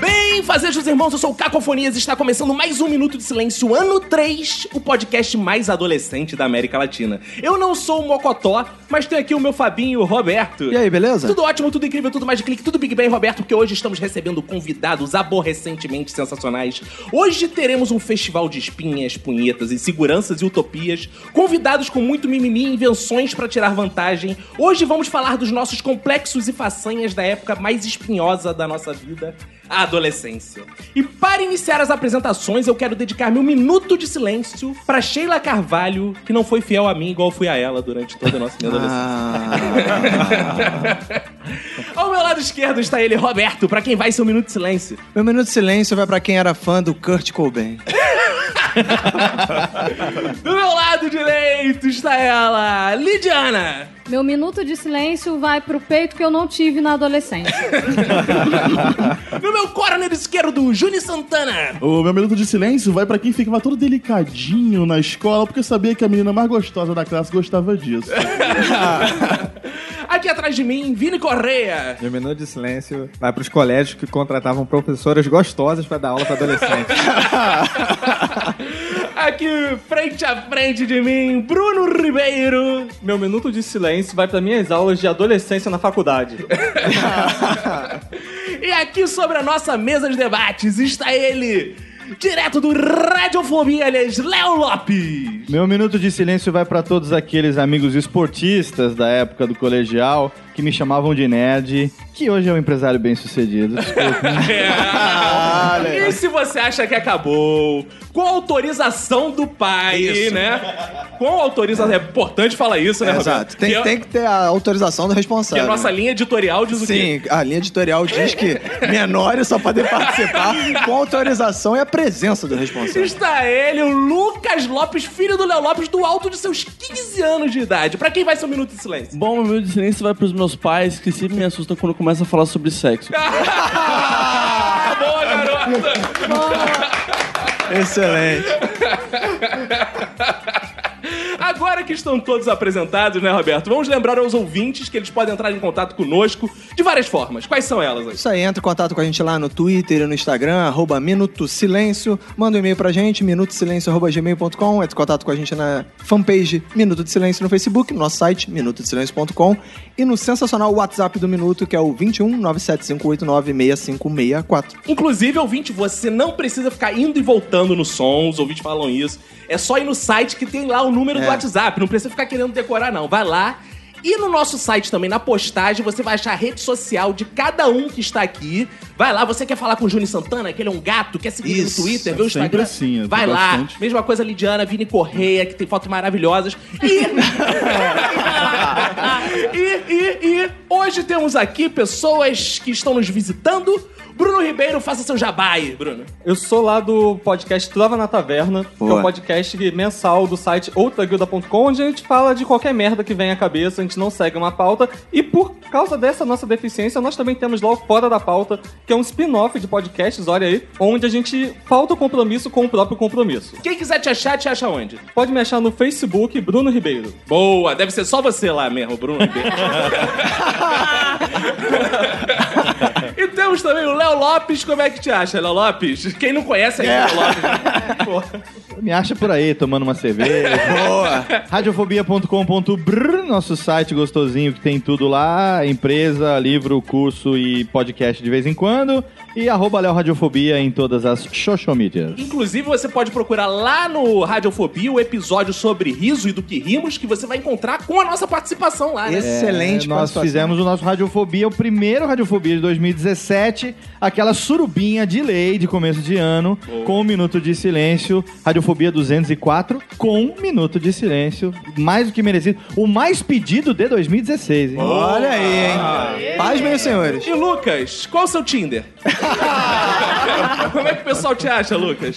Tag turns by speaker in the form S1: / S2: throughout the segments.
S1: Bem, fazejos irmãos, eu sou o Cacofonias e está começando mais um Minuto de Silêncio, ano 3, o podcast mais adolescente da América Latina. Eu não sou o Mocotó, mas tenho aqui o meu Fabinho Roberto.
S2: E aí, beleza?
S1: Tudo ótimo, tudo incrível, tudo mais de clique, tudo Big Bang, Roberto, porque hoje estamos recebendo convidados aborrecentemente sensacionais. Hoje teremos um festival de espinhas, punhetas, inseguranças e utopias. Convidados com muito mimimi e invenções para tirar vantagem. Hoje vamos falar dos nossos complexos e façanhas da época mais espinhosa da nossa vida, a adolescência. E para iniciar as apresentações, eu quero dedicar meu minuto de silêncio para Sheila Carvalho, que não foi fiel a mim igual fui a ela durante toda a nossa minha adolescência.
S2: Ah.
S1: Ao meu lado esquerdo está ele, Roberto, pra quem vai ser um minuto de silêncio.
S2: Meu minuto de silêncio vai pra quem era fã do Kurt Cobain.
S1: Do meu lado direito está ela, Lidiana.
S3: Meu minuto de silêncio vai pro peito que eu não tive na adolescência.
S1: Do meu corner esquerdo, Juni Santana.
S4: O meu minuto de silêncio vai pra quem ficava todo delicadinho na escola, porque sabia que a menina mais gostosa da classe gostava disso.
S1: Aqui atrás de mim, Vini Correia.
S5: Meu minuto de silêncio vai pros colégios que contratavam professoras gostosas pra dar aula pra adolescentes.
S1: Aqui frente a frente de mim, Bruno Ribeiro.
S5: Meu minuto de silêncio vai para minhas aulas de adolescência na faculdade.
S1: E aqui sobre a nossa mesa de debates está ele, direto do Radiofobia, aliás, Léo Lopes.
S5: Meu minuto de silêncio vai para todos aqueles amigos esportistas da época do colegial que me chamavam de nerd, que hoje é um empresário bem sucedido.
S1: e se você acha que acabou, com autorização do pai, né? Com autorização. É importante falar isso, né, Roberto?
S2: Exato. Tem,
S5: é-
S1: que,
S2: tem que ter a autorização do
S1: que
S2: responsável. né?
S1: a nossa linha editorial diz o quê?
S2: Sim, a linha editorial diz que menores só podem participar com autorização e a presença do responsável.
S1: Está ele, o Lucas Lopes, filho do Léo Lopes, do alto de seus 15 anos de idade. Pra quem vai ser um minuto de silêncio?
S4: Bom, meu minuto de silêncio vai pros meus pais, que sempre me assustam quando começam a falar sobre sexo.
S1: Boa, garota!
S2: Excelente.
S1: Agora que estão todos apresentados, né, Roberto? Vamos lembrar aos ouvintes que eles podem entrar em contato conosco de várias formas. Quais são elas? Anjo?
S2: Isso aí, entra em contato com a gente lá no Twitter e no Instagram, arroba Minuto Silêncio. Manda um e-mail pra gente, minutosilêncio.gmail.com. Entra em contato com a gente na fanpage Minuto de Silêncio no Facebook, no nosso site, minutodesilêncio.com. E no sensacional WhatsApp do Minuto, que é o 21 975896564.
S1: Inclusive, ouvinte, você não precisa ficar indo e voltando no som, os ouvintes falam isso. É só ir no site que tem lá o número do WhatsApp, não precisa ficar querendo decorar, não. Vai lá. E no nosso site também, na postagem, você vai achar a rede social de cada um que está aqui. Vai lá, você quer falar com o Juni Santana, que ele é um gato, quer seguir
S2: Isso,
S1: no Twitter, ver o
S4: sempre
S1: Instagram?
S4: assim, eu tô
S1: vai lá.
S4: bastante.
S1: Mesma coisa, Lidiana, Vini Correia, que tem fotos maravilhosas. E... e, e, e hoje temos aqui pessoas que estão nos visitando. Bruno Ribeiro, faça seu jabá aí, Bruno.
S5: Eu sou lá do podcast Trava na Taverna, que é
S2: Boa.
S5: um podcast mensal do site outraguilda.com, onde a gente fala de qualquer merda que vem à cabeça, a gente não segue uma pauta. E por causa dessa nossa deficiência, nós também temos lá o Fora da Pauta, que é um spin-off de podcasts, olha aí, onde a gente falta o compromisso com o próprio compromisso.
S1: Quem quiser te achar, te acha onde?
S5: Pode me achar no Facebook, Bruno Ribeiro.
S1: Boa, deve ser só você lá mesmo, Bruno Ribeiro. e temos também o Léo Lopes, como é que te acha, Léo Lopes? Quem não conhece aí o Léo Lopes? né?
S5: Me acha por aí, tomando uma cerveja.
S2: Boa!
S5: Radiofobia.com.br, nosso site gostosinho que tem tudo lá, empresa, livro, curso e podcast de vez em quando. E arroba Léo Radiofobia em todas as social medias.
S1: Inclusive, você pode procurar lá no Radiofobia o episódio sobre riso e do que rimos, que você vai encontrar com a nossa participação lá, né?
S2: Excelente
S5: É, nós
S2: participação.
S5: fizemos o nosso Radiofobia, o primeiro Radiofobia de 2017, aquela surubinha de lei de começo de ano, com um minuto de silêncio.
S6: Radiofobia 204 com um minuto de silêncio, mais do que merecido. O mais pedido de 2016, hein?
S2: Olha aí, hein? Paz, meus senhores.
S1: E Lucas, qual o seu Tinder? Como é que o pessoal te acha, Lucas?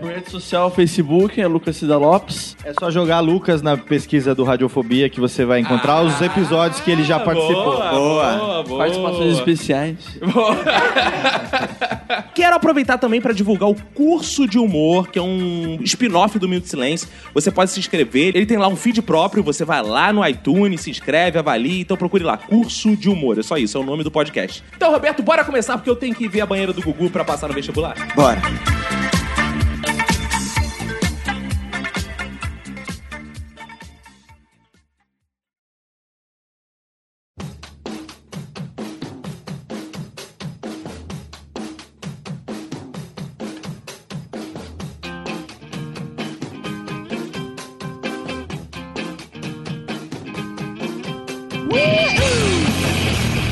S7: Minha rede social, Facebook, é Lucas Cida Lopes.
S6: É só jogar Lucas na pesquisa do Radiofobia que você vai
S7: Ah,
S6: encontrar os episódios que ele já participou.
S1: Ah, Boa, boa, boa.
S7: Participações especiais.
S1: Quero aproveitar também para divulgar o curso de humor, que é um spin-off do Minuto de Silêncio. Você pode se inscrever, ele tem lá um feed próprio, você vai lá no iTunes, se inscreve, avalia, então procure lá, curso de humor. É só isso, é o nome do podcast. Então, Roberto, bora começar, porque eu tenho que ver a banheira do Gugu para passar no vestibular.
S2: Bora.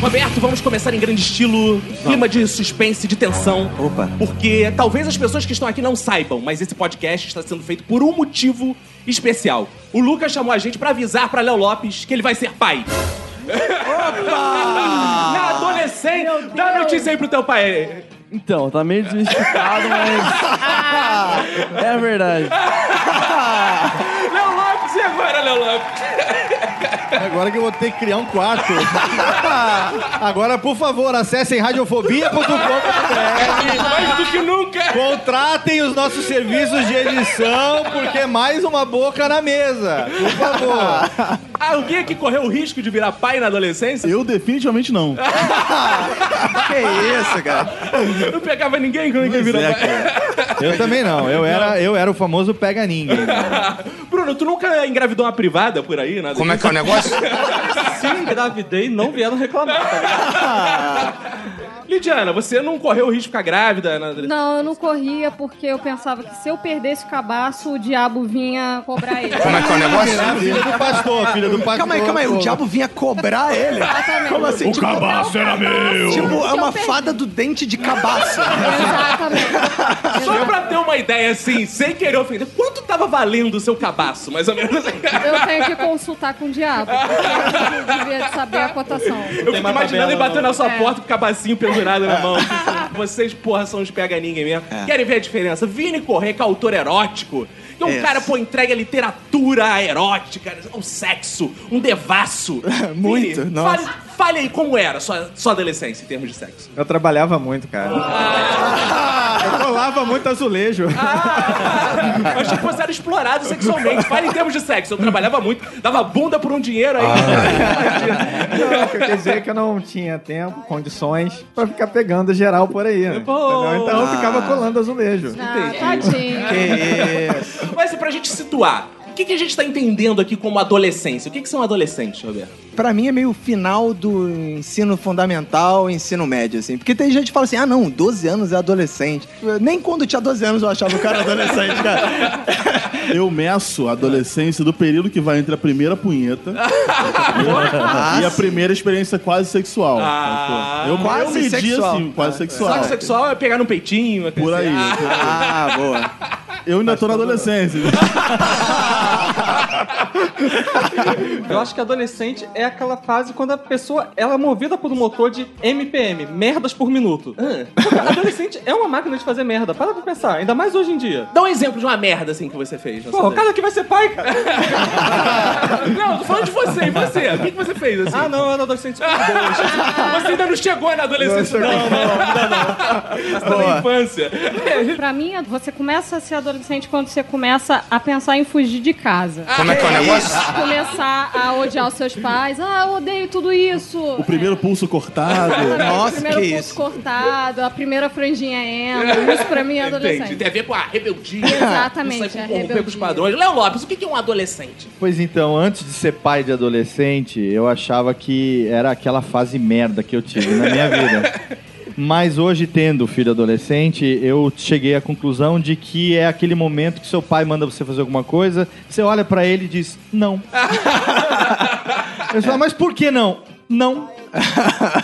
S1: Roberto, vamos começar em grande estilo, clima de suspense, de tensão.
S2: Opa.
S1: Porque talvez as pessoas que estão aqui não saibam, mas esse podcast está sendo feito por um motivo especial. O Lucas chamou a gente para avisar para Léo Lopes que ele vai ser pai. Opa! Na adolescência, dá notícia aí pro teu pai.
S7: Então, tá meio desmistificado, mas. É verdade.
S1: Léo Lopes, e agora, Léo Lopes?
S6: Agora que eu vou ter que criar um quarto. Agora, por favor, acessem radiofobia.com.br.
S1: Mais do que nunca!
S6: Contratem os nossos serviços de edição, porque é mais uma boca na mesa. Por favor.
S1: Alguém que correu o risco de virar pai na adolescência?
S4: Eu definitivamente não.
S2: Que isso, cara?
S1: Não pegava ninguém quando ninguém virou pai.
S6: Eu também não. Eu era, eu era o famoso pega ninguém.
S1: Bruno, tu nunca engravidou uma privada por aí? Nada
S8: Como é que é o negócio?
S5: Se engravidei, não vieram reclamar. tá ligado?
S1: Lidiana, você não correu o risco de ficar grávida né? na adolescência?
S3: Não, eu não corria porque eu pensava que se eu perdesse o cabaço, o diabo vinha cobrar ele.
S8: Como é que é o negócio?
S6: Filha né? do pastor, filha do pastor.
S2: Calma aí, calma aí. O diabo vinha cobrar ele? Como assim? Tipo,
S9: Cabaço era meu!
S2: tipo, é uma fada do dente de cabaço.
S8: é?
S3: Exatamente.
S1: Só pra ter uma ideia, assim, sem querer ofender, quanto tava valendo o seu cabaço, mais ou menos?
S3: Eu tenho que consultar com o diabo. porque Eu devia saber a cotação.
S1: Eu fico imaginando
S5: tabela,
S1: ele batendo na sua
S3: É.
S1: porta com o cabacinho pendurado
S2: É.
S1: na mão. tipo, Vocês, porra, são uns pega ninguém mesmo. Querem ver a diferença? Vini Correia, que é autor erótico. Que é um
S2: Isso.
S1: cara, pô, entrega literatura erótica, um sexo, um devasso.
S2: Muito,
S1: Vini,
S2: nossa.
S1: Fale, fale aí como era sua, sua adolescência em termos de sexo.
S6: Eu trabalhava muito, cara.
S1: Ah.
S6: Eu colava muito azulejo.
S1: Eu achei que você era explorado sexualmente. Fale em termos de sexo. Eu trabalhava muito, dava bunda por um dinheiro aí.
S4: Ah.
S10: Não, quer dizer que eu não tinha tempo, condições pra ficar pegando geral por aí. né?
S1: Pô.
S10: Entendeu? Então eu ficava colando azulejo.
S3: Ah, tadinho.
S2: É.
S1: Mas assim, pra gente situar, o que, que a gente tá entendendo aqui como adolescência? O que, que são adolescentes, Roberto?
S2: Pra mim é meio final do ensino fundamental, ensino médio, assim. Porque tem gente que fala assim, ah, não, 12 anos é adolescente. Eu- Nem quando eu tinha 12 anos eu achava o cara adolescente, cara.
S4: Eu meço a adolescência do período que vai entre a primeira punheta e a primeira experiência quase sexual.
S1: Ah,
S4: eu, eu
S2: quase
S4: medi
S2: sexual.
S4: assim, quase sexual.
S1: Saco sexual é pegar no peitinho,
S4: Por aí.
S2: Ah, boa.
S4: Eu ainda tô na adolescência.
S5: Eu acho que adolescente é aquela fase quando a pessoa ela é movida por um motor de MPM, merdas por minuto.
S1: Ah.
S5: Porque adolescente é uma máquina de fazer merda. Para pra pensar, ainda mais hoje em dia.
S1: Dá um exemplo de uma merda assim que você fez. na
S5: Pô,
S1: sua
S5: o cara que vai ser pai, cara.
S1: vida. Não, tô falando de você, e você. O que, que você fez assim?
S5: Ah, não, eu era adolescente. Boa.
S1: Você ainda não chegou na adolescência, não. não, Você tá na infância.
S3: É Pra mim, você começa a ser adolescente quando você começa a pensar em fugir de casa.
S8: Como é que é o negócio?
S3: Começar a odiar os seus pais. Ah, eu odeio tudo isso.
S4: O primeiro pulso cortado.
S2: Nossa,
S3: o primeiro
S2: que
S3: pulso
S2: isso.
S3: cortado, a primeira franjinha emo. Isso pra mim é adolescente.
S1: Tem a ver com a rebeldia.
S3: Exatamente,
S1: Isso aí
S3: a
S1: com corromper com os
S3: rebeldia.
S1: padrões. Léo Lopes, o que que é um adolescente?
S6: Pois então, antes de ser pai de adolescente, eu achava que era aquela fase merda que eu tive na minha vida. Mas hoje, tendo filho adolescente, eu cheguei à conclusão de que é aquele momento que seu pai manda você fazer alguma coisa, você olha pra ele e diz não. eu falo, mas por que não? Não.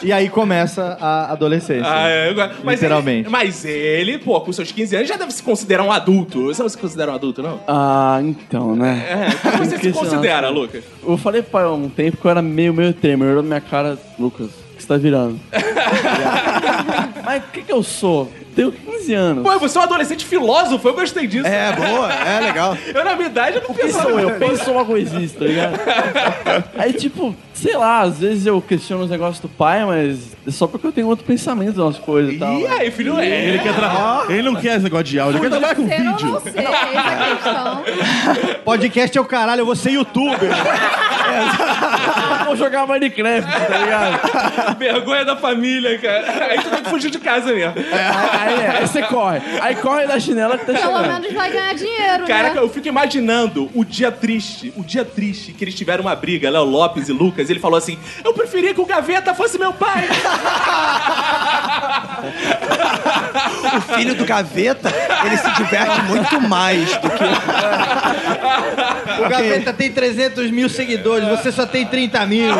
S6: e aí começa a adolescência.
S1: Ah, é, eu gosto. Mas
S6: literalmente.
S1: Ele, mas ele, pô, com seus 15 anos já deve se considerar um adulto. Você não se considera um adulto, não?
S5: Ah, então, né?
S1: É, como você se
S5: Questionado.
S1: considera, Lucas?
S5: Eu falei pra ela há um tempo que eu era meio, meio tremor. Olhou na minha cara, Lucas, o que você tá virando? Mas o que que eu sou? Tenho 15 anos.
S1: Pô, você é um adolescente filósofo, eu gostei disso.
S5: É, boa, é legal.
S1: Eu, na minha idade, eu não
S5: Quem
S1: pensava.
S5: sou eu? Penso uma coisista, tá ligado? Aí, tipo, sei lá, às vezes eu questiono os negócios do pai, mas é só porque eu tenho outro pensamento das coisas e tal.
S1: E aí, filho? É.
S11: Ele, quer tra... ele não quer esse negócio de áudio, ele quer trabalhar com
S12: Ser ou
S11: vídeo.
S12: não ser, essa é a questão.
S6: Podcast é o caralho, eu vou ser youtuber.
S5: Ah, Vou jogar Minecraft, tá ligado?
S1: Vergonha da família, cara. Aí tu tem que fugir de casa mesmo.
S5: Aí, é, aí você corre. Aí corre da chinela que tá
S12: Pelo
S5: chegando.
S12: menos vai ganhar dinheiro,
S1: Caraca,
S12: né?
S1: eu fico imaginando o dia triste, o dia triste que eles tiveram uma briga, Léo Lopes e Lucas, ele falou assim: Eu preferia que o Gaveta fosse meu pai.
S2: O filho do Gaveta, ele se diverte muito mais do que...
S6: O Gaveta tem 300 mil seguidores, você só tem 30 mil.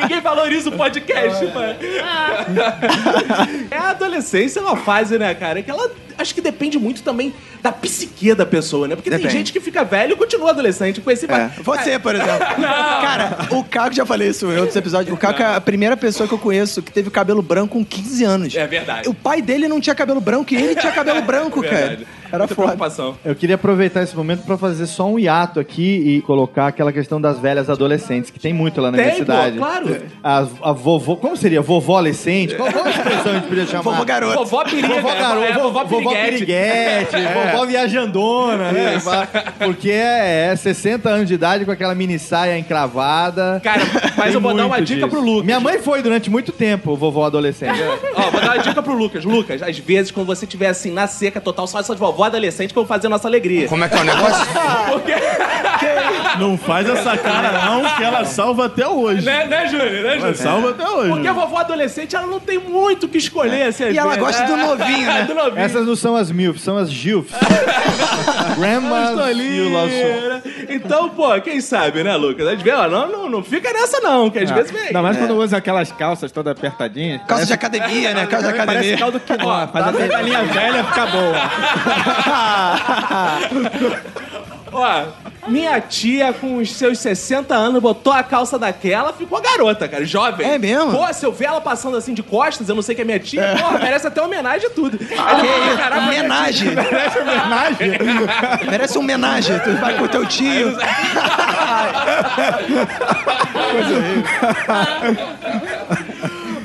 S1: Ninguém valoriza o podcast, mano. É a adolescência é uma fase, né, cara? Que ela acho que depende muito também da psique da pessoa, né? Porque tem
S2: Depende.
S1: gente que fica velho e continua adolescente. Eu Conheci
S2: É, Você, por exemplo. Cara, o Caco já falei isso em outros episódios. O Caco é a primeira pessoa que eu conheço que teve cabelo branco com 15 anos.
S1: É verdade. É
S2: O pai dele não tinha cabelo branco e ele tinha cabelo branco, cara.
S1: Verdade.
S2: Era
S1: Muita
S2: foda.
S1: preocupação.
S6: Eu queria aproveitar esse momento pra fazer só um hiato aqui e colocar aquela questão das velhas adolescentes, que tem muito lá na minha
S1: Tem, pô,
S6: cidade.
S1: claro.
S6: A, a vovô, como seria? Vovó adolescente? Qual, qual a expressão a gente podia chamar?
S2: Vovô É. garoto.
S1: Vovó periga,
S6: Vovó garoto,
S1: é,
S6: vovó, vovó piriguete, vovó viajandona, né? Porque é, é 60 anos de idade com aquela mini saia encravada.
S1: Cara, mas
S6: Tem
S1: eu vou dar
S6: muito
S1: uma dica
S6: disso.
S1: pro Lucas.
S6: Minha mãe foi durante muito tempo vovó adolescente.
S1: Ó, vou dar uma dica pro Lucas. Lucas, às vezes, quando você tiver assim, na seca total, só essas vovó adolescente que vão fazer a nossa alegria.
S13: Como é que é o negócio?
S1: Porque...
S11: Não faz essa cara, não, que ela salva até hoje.
S1: Né, né, Júnior? Né,
S11: Ela
S1: Júnior?
S11: salva até hoje.
S1: Porque a vovó adolescente, ela não tem muito o que escolher, assim, às
S2: E ela
S1: vezes.
S2: gosta do novinho, né?
S1: do novinho.
S6: Essas não são as MILF, são as GILFs.
S11: Elas
S6: Grandmas
S11: estão ali,
S6: Gil Lawson.
S1: Né? Então, pô, quem sabe, né, Lucas? Às vezes, ó, não, não, não fica nessa não,
S6: É
S1: que às vezes vem.
S14: Ainda mais quando usa aquelas calças toda apertadinhas.
S2: Calça de academia, né? Calça de
S14: Parece
S2: academia.
S14: caldo quinoa. Faz
S6: tá
S14: até a linha velha ficar boa.
S1: Ó, minha tia, com os seus 60 anos, botou a calça daquela, ficou garota, cara, jovem.
S2: É mesmo?
S1: Pô, se eu ver ela passando assim de costas, eu não sei que é minha tia, porra, merece até homenagem e tudo. Aí eu
S2: é um
S1: falei, "Caraca, minha tia
S2: Ah, Homenagem. Merece homenagem? Merece um homenagem. Tu vai com o teu tio.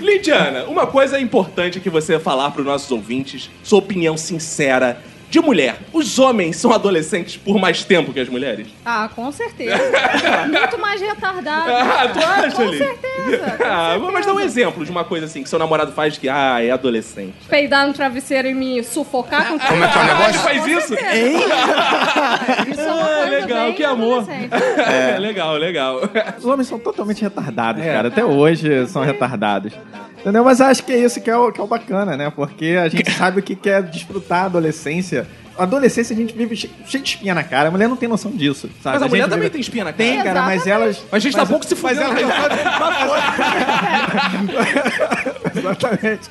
S1: Lidiana, uma coisa importante que você falar para os nossos ouvintes, sua opinião sincera de mulher. Os homens são adolescentes por mais tempo que as mulheres?
S15: Ah, com certeza. Muito mais retardado.
S1: Ah, tu acha,
S15: Com
S1: Lili?
S15: certeza.
S1: Ah, mas dá um exemplo de uma coisa assim que seu namorado faz que, ah, é adolescente.
S15: Peidar no travesseiro e me sufocar com
S13: Como é que é o
S1: Ah, ele
S13: negócio?
S1: faz isso?
S15: Isso é uma
S1: Ah,
S15: coisa
S1: legal,
S15: bem
S1: que amor.
S15: adolescente.
S1: É, legal, legal.
S14: Os homens são totalmente retardados,
S1: É.
S14: cara. Até hoje são retardados. Entendeu? Mas acho que é isso que é o, que é o bacana, né? Porque a gente sabe o que que é desfrutar a adolescência. A adolescência a gente vive che- cheio de espinha na cara. A mulher não tem noção disso, sabe?
S1: Mas a mulher
S14: gente
S1: também
S14: vive-
S1: tem espinha na cara.
S14: Tem, cara, mas elas...
S1: A gente tá pouco se
S14: Mas é
S1: fazendo.
S14: elas não sabem... Exatamente.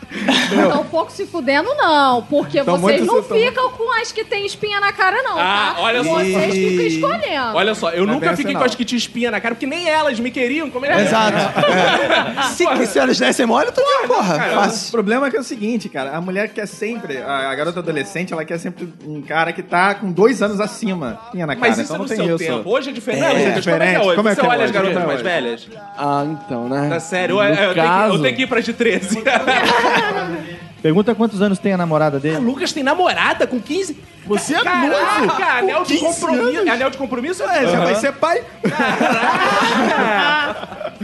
S15: Então, pouco se fudendo, não. Porque
S14: Então,
S15: vocês
S14: muito
S15: não
S14: se fudendo.
S15: ficam com as que tem espinha na cara, não,
S1: Ah,
S15: tá?
S1: olha só.
S15: Vocês ficam escolhendo.
S1: Olha só, eu
S14: Mas
S1: nunca
S14: dessa
S1: fiquei
S14: não.
S1: com as que te espinha na cara, porque nem elas me queriam. Como é que
S2: Exato. É. Se, se elas dessem mole, tu porra, porra
S14: O
S2: fácil.
S14: problema é que é o seguinte, cara, a mulher quer sempre, a, a garota adolescente, ela quer sempre um cara que tá com dois anos acima. Tinha na cara,
S1: Mas
S14: então
S1: isso é
S14: não
S1: no
S14: tem
S1: seu
S14: isso.
S1: tempo. Hoje é diferente. Não,
S14: É,
S1: Lucas, como é que é
S14: diferente.
S1: hoje?
S14: Como é que
S1: Você
S14: é
S1: olha as
S14: hoje?
S1: garotas
S14: Como é
S1: mais
S14: que é
S1: velhas?
S5: Ah, então, né?
S1: Tá sério, eu,
S5: No
S1: eu, tenho que-
S5: caso,
S1: eu tenho que ir pras de 13.
S6: Pergunta quantos anos tem a namorada
S1: Ah,
S6: dele.
S1: Lucas tem namorada com 15? Você é Caraca, novo! anel de compromisso. É anel de compromisso? É,
S14: Você vai ser pai?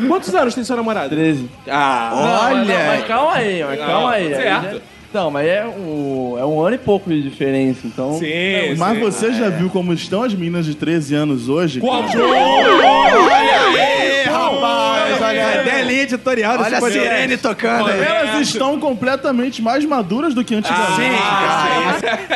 S1: Quantos anos tem sua namorada?
S5: 13.
S1: Ah,
S5: Olha! Mas calma aí,
S1: Não,
S5: mas
S1: tá
S5: calma aí.
S1: certo.
S5: Aí já- Então, mas é um, é um ano e pouco de diferença, então...
S1: sim.
S11: Mas
S6: é.
S1: sim.
S11: você já viu como estão as meninas de 13 anos hoje?
S1: Como?
S2: Ê, rapaz, olha
S14: Até a linha editorial desse
S2: É. Olha a
S14: podcast.
S2: sirene tocando aí.
S6: é?
S11: Elas estão completamente mais maduras do que antigamente.
S5: ah,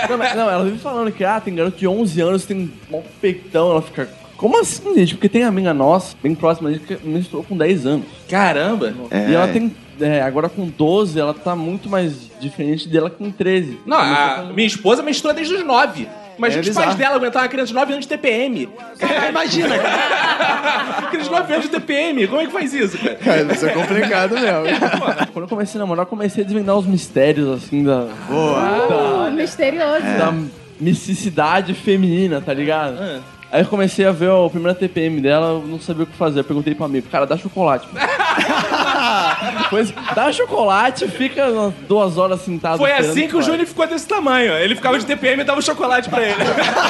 S5: Não, mas- não, ela vive falando que, ah, tem garoto de 11 anos, tem um mó peitão, ela fica... Como assim, gente? Porque tem amiga nossa, bem próxima a gente, que menstruou com 10 anos.
S1: Caramba!
S5: E ela tem. é, agora com 12, ela tá muito mais diferente dela com 13.
S1: Não,
S6: é
S1: ah. a minha esposa menstrua desde os 9. Imagina
S5: É
S1: os pais
S5: bizarro.
S1: dela aguentar uma criança de 9 anos de TPM. Cara, imagina, cara. Criança de 9 anos de TPM. Como é que faz isso, cara?
S5: Cara, isso é complicado mesmo. Quando eu comecei a namorar, eu comecei a desvendar os mistérios, assim, da.
S15: Uau,
S5: Da,
S15: misterioso.
S5: da misticidade feminina, tá ligado?
S1: É.
S5: Aí eu comecei a ver a primeira TPM dela, eu não sabia o que fazer. Eu perguntei pro amigo, cara, dá chocolate. Depois, dá chocolate, fica umas duas horas sentado.
S1: Foi
S5: esperando
S1: assim que o
S5: vai.
S1: Júnior ficou desse tamanho. Ele ficava de TPM e dava um chocolate pra ele.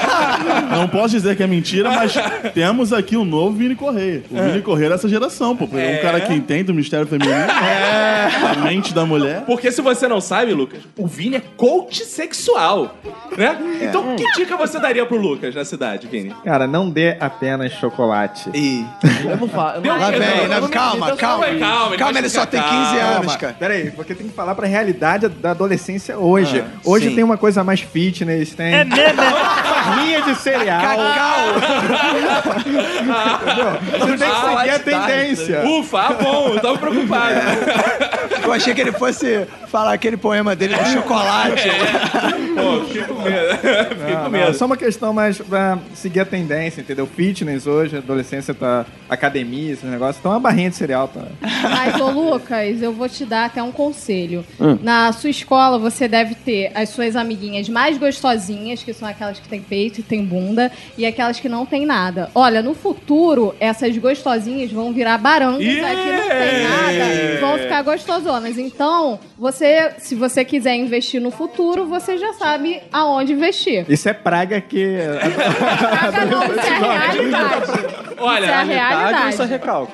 S4: Não posso dizer que é mentira, mas temos aqui o novo Vini Correia. O
S1: É.
S4: Vini Correia é essa geração, pô. É
S1: É.
S4: um cara que entende o mistério feminino, né?
S2: É.
S4: a mente da mulher.
S1: Porque se você não sabe, Lucas, o Vini é coach sexual, né?
S6: É.
S1: Então, que dica você daria pro Lucas na cidade, Vini?
S6: Cara, não dê apenas chocolate.
S2: E...
S5: Eu não falo.
S1: Deu
S6: Lá
S1: um-
S6: vem,
S1: eu
S6: né?
S1: não-
S6: calma,
S1: eu não-
S6: calma.
S1: Calma, calma, ele vai ficar calmo.
S6: cara. Peraí, porque tem que falar pra realidade da adolescência hoje.
S2: Ah,
S6: hoje
S2: sim.
S6: tem uma coisa mais fitness, tem...
S2: É mesmo, é?
S6: Farinha de cereal.
S2: Cacau.
S6: Entendeu? Você tem que seguir a tendência. É.
S1: Ufa, ah, bom, eu tava preocupado.
S2: Eu achei que ele fosse falar aquele poema dele do chocolate.
S1: Pô, fiquei com medo. Fiquei
S6: Não,
S10: Ah,
S1: com
S6: não,
S1: medo.
S6: é só uma questão mais pra seguir a tendência, entendeu? Fitness hoje, adolescência tá academia, esses negócios. Então uma barrinha de cereal tá.
S15: Mas, ô Lucas, eu vou te dar até um conselho.
S6: Hum.
S15: Na sua escola, você deve ter as suas amiguinhas mais gostosinhas, que são aquelas que têm peito e têm bunda, e aquelas que não têm nada. Olha, no futuro, essas gostosinhas vão virar barangas aqui no nada, vão ficar gostosonas. Então, você, se você quiser investir no futuro, você já sabe aonde investir.
S6: Isso é praga que.
S15: Praga não, isso é a realidade.
S1: Olha,
S15: isso é a realidade.
S16: Isso é recalque.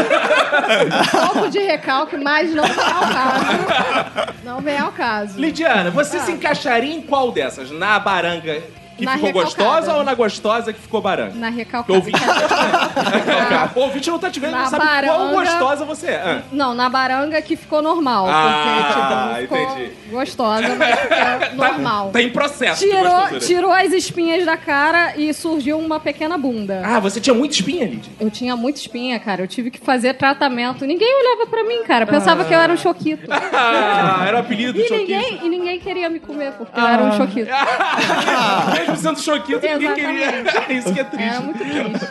S15: Um pouco de recalque, mas não vem ao caso. Não vem ao caso.
S1: Lidiana, você
S15: Ah.
S1: se encaixaria em qual dessas? Na baranga que
S15: Na
S1: ficou
S15: recalcada.
S1: gostosa ou na gostosa que ficou baranga?
S15: Na recalcada.
S1: Porque o ouvinte... o ouvinte não tá te vendo,
S15: Ah. Na
S1: não sabe qual
S15: baranga.
S1: gostosa você é. Ah.
S15: Não, na baranga que ficou normal.
S1: Ah,
S15: porque, tipo, não
S1: entendi.
S15: ficou gostosa, mas ficou normal.
S1: Tá em processo. de
S15: Tirou,
S1: gostosura.
S15: tirou as espinhas da cara e surgiu uma pequena bunda.
S1: Ah, você tinha muita espinha, Lidia?
S15: Eu tinha muita espinha, cara. Eu tive que fazer tratamento. Ninguém olhava pra mim, cara. Pensava
S1: Ah.
S15: que eu era um choquito.
S1: Ah, era o apelido do
S15: E
S1: Choquito. Ah.
S15: ninguém, e ninguém queria me comer, porque eu era um choquito.
S1: Mesmo sendo Choquito, ninguém queria. Isso que é triste.
S15: Era Ah. muito triste.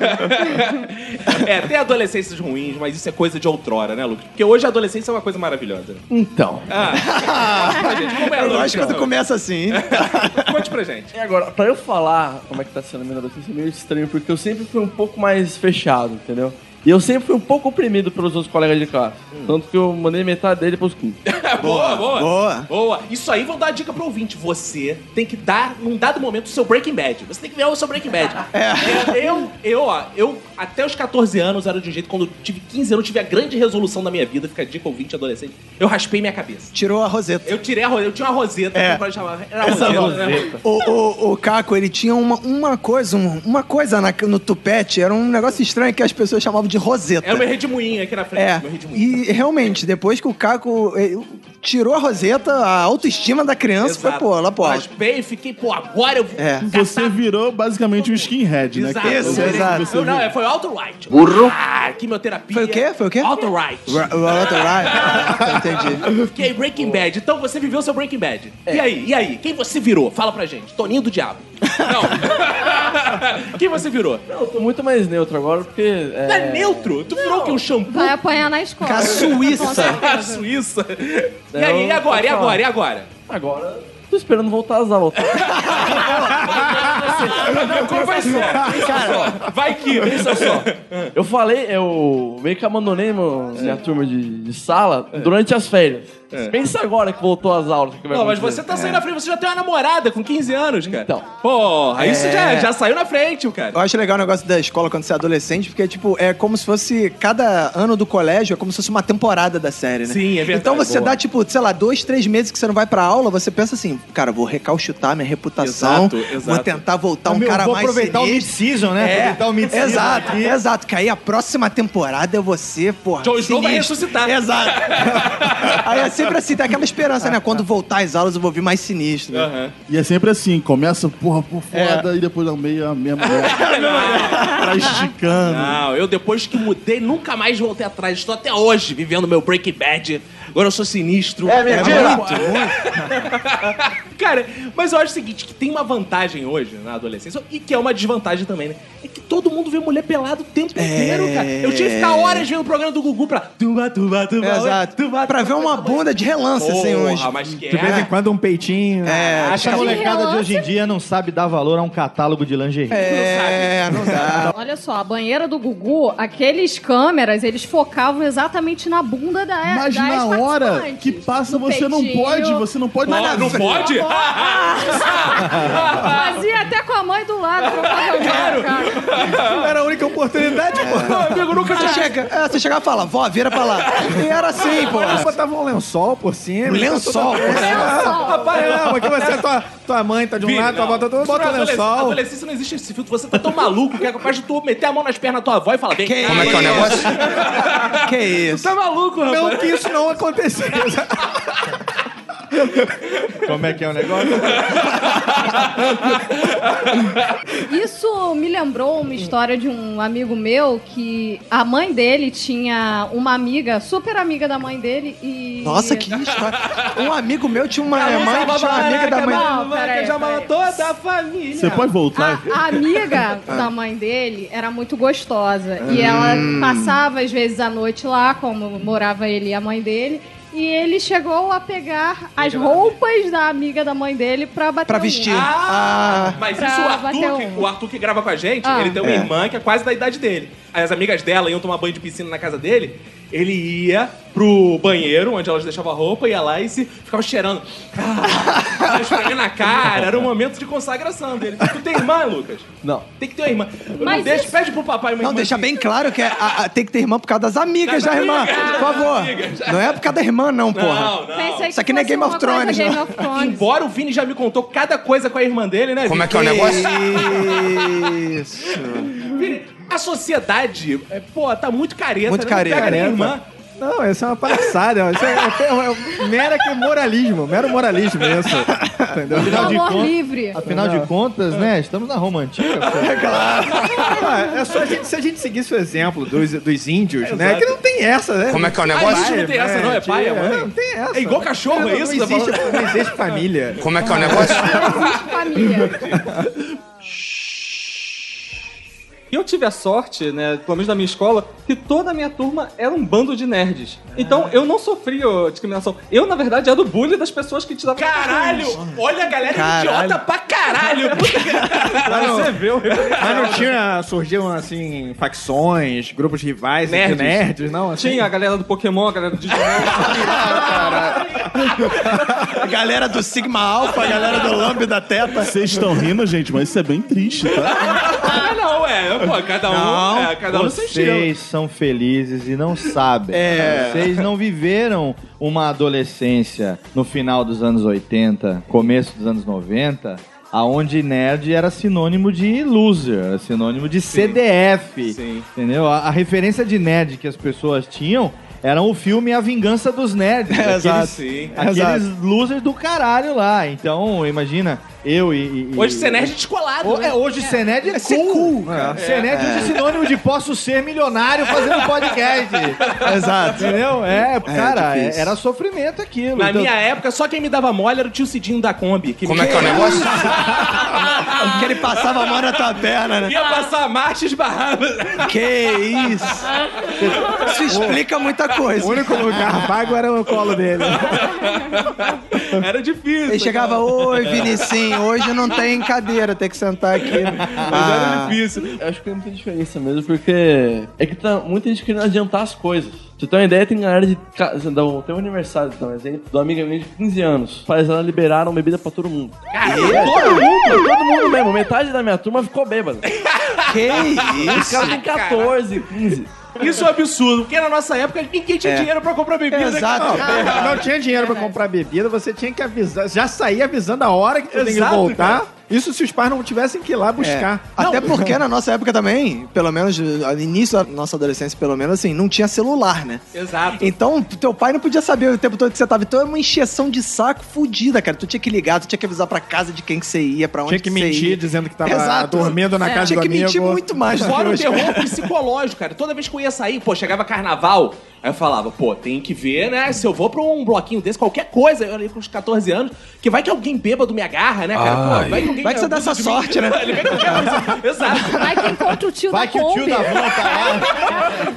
S1: É, tem adolescências ruins, mas isso é coisa de outrora, né, Lucas? Porque hoje a adolescência é uma coisa maravilhosa.
S5: Então.
S1: Ah, gente, como é,
S2: Eu
S1: Lucas?
S2: gosto quando começa assim.
S1: Conte pra gente.
S5: E agora, pra eu falar como é que tá sendo a minha adolescência é meio estranho, porque eu sempre fui um pouco mais fechado, entendeu? E eu sempre fui um pouco oprimido pelos outros colegas de classe.
S1: Hum.
S5: Tanto que eu mandei metade dele pros 15.
S1: Boa, boa.
S5: boa.
S1: Boa. Isso aí, vou dar uma dica pro ouvinte. Você tem que dar, num dado momento, o seu Breaking Bad. Você tem que ver o seu Breaking Bad. É, Eu, eu, ó, eu até os 14 anos era de um jeito, quando eu tive 15 anos, eu tive a grande resolução da minha vida, fica a dica ouvinte adolescente, eu raspei minha cabeça.
S2: Tirou a roseta.
S1: Eu tirei a roseta, eu tinha uma roseta,
S2: É.
S1: como chamava. Era
S2: Essa
S1: roseta,
S2: não.
S1: né?
S2: O, o, o Caco, ele tinha uma, uma coisa, um- uma coisa na- no tupete, era um negócio estranho que as pessoas chamavam de roseta.
S1: Era o meu redemoinho aqui na frente.
S2: É,
S1: meu redemoinho.
S2: e realmente, depois que o Caco eh, tirou a roseta, a autoestima da criança foi, pô, lá, pô.
S1: Raspei e fiquei, pô, agora eu vou.
S2: É.
S4: Você virou basicamente um skinhead, né?
S1: Exato.
S4: cara?
S1: Isso,
S4: Você
S1: exato.
S4: virou-
S1: Não, é, foi alt-right.
S4: Burro.
S1: Ah, quimioterapia.
S2: Foi o quê? Foi o quê?
S1: Alt-right.
S2: Ra- o alt-right. Ah, Entendi.
S1: Fiquei Breaking Bad. Então você viveu seu Breaking Bad.
S2: É.
S1: E aí? E aí? Quem você virou? Fala pra gente. Toninho do Diabo. Não. Quem você virou?
S5: Não, eu tô muito mais neutro agora, porque... É...
S1: Tá neutro? Tu virou o que? Um shampoo?
S15: Vai apanhar na escola. Com
S1: A
S15: certeza.
S1: Suíça.
S4: Então,
S1: E
S5: Eu-
S1: aí? E agora? E
S4: tá
S5: eu-
S1: agora? E agora?
S5: Agora, tô esperando voltar às aulas.
S1: Como vai ser? Cara, vai que...
S5: Pensa só. Eu falei, eu meio que abandonei meu,
S1: É.
S5: minha turma de, de sala durante as férias. Pensa agora que voltou às aulas. Que vai
S1: Não, mas
S5: acontecer.
S1: você tá saindo na frente, você já tem uma namorada com 15 anos, cara.
S5: Então.
S1: Porra, isso
S2: É.
S1: já, já saiu na frente, cara.
S2: Eu acho legal o negócio da escola quando você é adolescente, porque, tipo, é como se fosse. Cada ano do colégio é como se fosse uma temporada da série, né?
S1: Sim, é verdade.
S2: Então você
S1: Boa.
S2: dá, tipo, sei lá, dois, três meses que você não vai pra aula, você pensa assim, cara, vou recalchutar minha reputação,
S6: Exato,
S2: vou
S6: exato. É
S2: tentar voltar um
S6: Meu,
S2: cara
S6: vou
S2: mais
S6: aproveitar o
S2: sinistro.
S6: mid-season, né?
S2: É,
S6: Aproveitar o mid-season
S2: Exato,
S6: aqui.
S2: exato, que aí a próxima temporada eu vou ser, porra,
S1: Jon Snow vai
S2: sinistro. É,
S1: ressuscitar.
S2: Exato. Aí é sempre assim, tem aquela esperança, né? Quando voltar às aulas eu vou vir mais sinistro. né?
S4: E é sempre assim, começa, porra, por foda, e depois ao meio é a mesma. tá esticando.
S1: Não, eu depois que mudei, nunca mais voltei atrás. Estou até hoje vivendo meu Breaking Bad. Agora eu sou sinistro. É
S8: mentira!
S1: Cara, mas eu acho o seguinte, que tem uma vantagem hoje na adolescência, e que é uma desvantagem também, né? É que todo mundo vê mulher pelada o tempo inteiro, cara. Eu tinha que ficar horas vendo o programa do Gugu pra... Tuba, tuba, tuba,
S2: É, exato. pra ver uma bunda de relance, assim,
S1: Porra,
S2: hoje.
S1: mas que é.
S2: De vez
S6: vez em
S2: em
S6: quando um peitinho. É, acho que a
S2: cara.
S6: molecada de hoje em dia não sabe dar valor a um catálogo de lingerie.
S2: É, não dá.
S15: Olha só, a banheira do Gugu, aqueles câmeras, eles focavam exatamente na bunda da
S4: Mas
S15: das
S4: na hora
S15: participantes.
S4: que passa,
S15: No
S4: você não
S15: peitinho.
S4: pode, você não pode.
S15: Mas
S4: na
S15: na
S4: frente.
S15: frente. Fazia até com a mãe do lado, provavelmente, cara.
S2: Era a única oportunidade, pô.
S1: Amigo, nunca
S2: tinha. Chega, é, você chegava e falava, vó, vira pra lá. E era assim, pô.
S10: Eles botavam um lençol por cima. então tá
S2: Um lençol por cima.
S10: Ah, Rapaz, não, porque você, tua, tua mãe tá de um
S1: Filho,
S10: lado, tua avó tá do outro, bota um
S1: Adolescência,
S10: lençol.
S1: adolescência não existe esse filtro. Você tá tão maluco que é capaz de tu meter a mão nas pernas da tua avó e falar, vem cá,
S8: Como é que é o negócio?
S2: que isso?
S1: Tá maluco, rapaz?
S10: Não que isso não acontecesse.
S6: Como é que é o negócio?
S15: Isso me lembrou uma história de um amigo meu que a mãe dele tinha uma amiga, super amiga da mãe dele e.
S2: Nossa, que história. Um amigo meu tinha uma é mãe que tinha uma amiga
S1: é
S2: da mãe.
S15: Não, peraí,
S8: já
S15: peraí.
S8: matou toda a família.
S4: Você pode voltar?
S15: A amiga
S4: Ah.
S15: da mãe dele era muito gostosa. E ela
S4: Hum.
S15: passava, às vezes, a noite lá, como morava ele e a mãe dele. E ele chegou a pegar as roupas da amiga da mãe dele pra bater
S2: Pra
S15: um.
S2: vestir.
S1: Ah, Mas
S15: Pra
S1: isso o
S15: bater
S1: Arthur, que,
S15: um.
S1: o Arthur que grava com a gente,
S15: Ah.
S1: ele tem uma
S15: É.
S1: irmã que é quase da idade dele. Aí As amigas dela iam tomar banho de piscina na casa dele, ele ia pro banheiro, onde elas deixavam a roupa, ia lá e se ficava cheirando. Ah, esfregando na cara, era um momento de consagração dele. Tu tem irmã, Lucas?
S7: Não.
S1: Tem que ter uma irmã.
S2: Mas
S1: não deixa,
S2: isso-
S1: pede pro papai e
S2: Não, deixa bem claro que é- a- a- tem que ter irmã por causa das amigas
S1: Das
S2: da irmã.
S1: amigas,
S2: Por
S1: das
S2: favor.
S1: amigas.
S2: Não é por causa da irmã, não, porra.
S1: Não, não.
S15: Pensei que
S2: Isso aqui não é
S15: fosse
S2: Game of
S15: uma coisa
S2: Thrones,
S15: Game
S2: não.
S15: of Thrones.
S1: Embora o Vini já me contou cada coisa com a irmã dele, né?
S2: Como
S1: Vini?
S2: é que é o negócio?
S1: Vini, a sociedade, é, pô, tá muito careta.
S10: Muito
S1: né?
S10: careta.
S1: Não pega minha
S10: Careta.
S1: irmã.
S10: Não, essa é uma palhaçada. Isso é, é- é- mero que moralismo, mero moralismo isso. Entendeu?
S6: Afinal de contas- Afinal de
S10: Não.
S6: contas, né? Estamos na Roma Antiga. pô.
S10: Ah, é só a gente, se a gente seguisse o exemplo dos, dos índios,
S6: Exato.
S10: né? Que não tem essa, né?
S6: Como é que é o
S8: negócio?
S10: Pai,
S8: Não tem essa,
S10: mãe,
S8: não, é pai,
S10: tia,
S8: é mãe.
S10: Não tem essa.
S8: É igual cachorro, é
S10: Não-
S8: isso que
S10: Não
S8: tá
S10: existe,
S8: falando?
S10: não existe família.
S8: Como é que é o negócio?
S5: E eu tive a sorte, né, pelo menos na minha escola, que toda a minha turma era um bando de nerds.
S1: É.
S5: Então eu não sofria ó, discriminação. Eu, na verdade, era o bullying das pessoas que te davam
S1: Caralho! Olha a galera idiota pra caralho!
S10: Mas
S5: Você viu?
S10: Mas não tinha, surgiam assim, facções, grupos rivais, nerds, nerds não? Assim.
S5: Tinha a galera do Pokémon, a galera do Digimon.
S2: A galera do Sigma Alpha, a galera do Lambda Teta.
S4: Vocês estão rindo, gente, mas isso é bem triste, tá?
S1: Ah, não, é. Pô, cada um,
S6: Não,
S1: é, cada um no seu estilo.
S6: vocês são felizes e não sabem.
S1: É.
S6: Vocês não viveram uma adolescência no final dos anos 80, começo dos anos 90, aonde nerd era sinônimo de loser, era sinônimo de CDF. Entendeu? A, a referência de nerd que as pessoas tinham era o filme A Vingança dos Nerds.
S8: É,
S6: aqueles-
S8: exato, sim.
S6: Aqueles
S8: Exato.
S6: losers do caralho lá. Então, imagina, eu e... e-
S8: Hoje
S6: e-
S8: ser nerd é
S1: descolado,
S6: Ho-
S8: né?
S6: É, hoje ser nerd é,
S8: É ser
S6: cool.
S8: cool,
S6: cara.
S8: cara.
S6: Ser
S8: É.
S6: nerd hoje é sinônimo de posso ser milionário fazendo podcast.
S8: Exato.
S6: Entendeu? É,
S8: É,
S6: cara,
S8: difícil.
S6: é- era sofrimento aquilo.
S1: Na
S6: Então,
S1: minha época, só quem me dava mole era o tio Cidinho da Kombi.
S6: Como é que é o negócio?
S2: que ele passava a mão na tua perna, né?
S1: Ia passar a marcha e esbarrava.
S2: Que isso? Isso explica muita coisa.
S10: O único lugar vago era o colo dele.
S1: Era difícil.
S2: Ele chegava, oi, Vinicinho, hoje não tem cadeira, tem que sentar aqui. Ah.
S7: difícil. Eu acho que tem muita diferença mesmo, porque é que tá muita gente querendo adiantar as coisas. Pra Você tem uma ideia, tem galera de. ca- da- Tem um aniversário, por exemplo, de uma amiga minha de 15 anos. Os pais dela liberaram bebida pra todo mundo. Todo mundo, todo mundo mesmo. Metade da minha turma ficou bêbada.
S2: Que
S7: Os caras têm 14, 15.
S1: Isso é um absurdo, porque na nossa época ninguém tinha
S6: É.
S1: dinheiro pra comprar bebida.
S6: Exato.
S1: cara.
S6: Não, tinha dinheiro pra comprar bebida, você tinha que avisar, já saía avisando a hora que tu tem que
S2: Exato,
S6: voltar.
S2: cara.
S6: Isso se os pais não tivessem que ir lá buscar.
S2: É. Até porque na nossa época também, pelo menos no início da nossa adolescência, pelo menos assim, não tinha celular, né?
S1: Exato.
S2: Então, teu pai não podia saber o tempo todo que você tava. Então é uma encheção de saco fudida, cara. Tu tinha que ligar, tu tinha que avisar pra casa de quem que você ia, pra onde
S6: Tinha que
S2: você
S6: mentir
S2: ia.
S6: dizendo que tava
S2: Exato. É.
S6: dormindo na casa
S2: tinha
S6: do
S2: que mentir
S6: amigo.
S2: muito mais. né? do
S1: Fora
S2: que
S1: o
S2: hoje,
S1: terror
S2: cara.
S1: psicológico, cara. Toda vez que eu ia sair, pô, chegava carnaval, aí eu falava, pô, tem que ver, né? Se eu vou pra um bloquinho desse, qualquer coisa, eu ali com uns 14 anos, que vai que alguém bêbado me agarra, né, cara? Pô,
S2: Ai.
S1: alguém
S2: Ah, Vai é que você dá
S1: abusa
S2: essa
S1: de mim.
S2: sorte, né?
S1: Ele vai que alguém abusa- Exato.
S17: Vai que encontra o tio
S1: Vai
S17: da
S1: que o tio
S17: Kombi.
S1: da van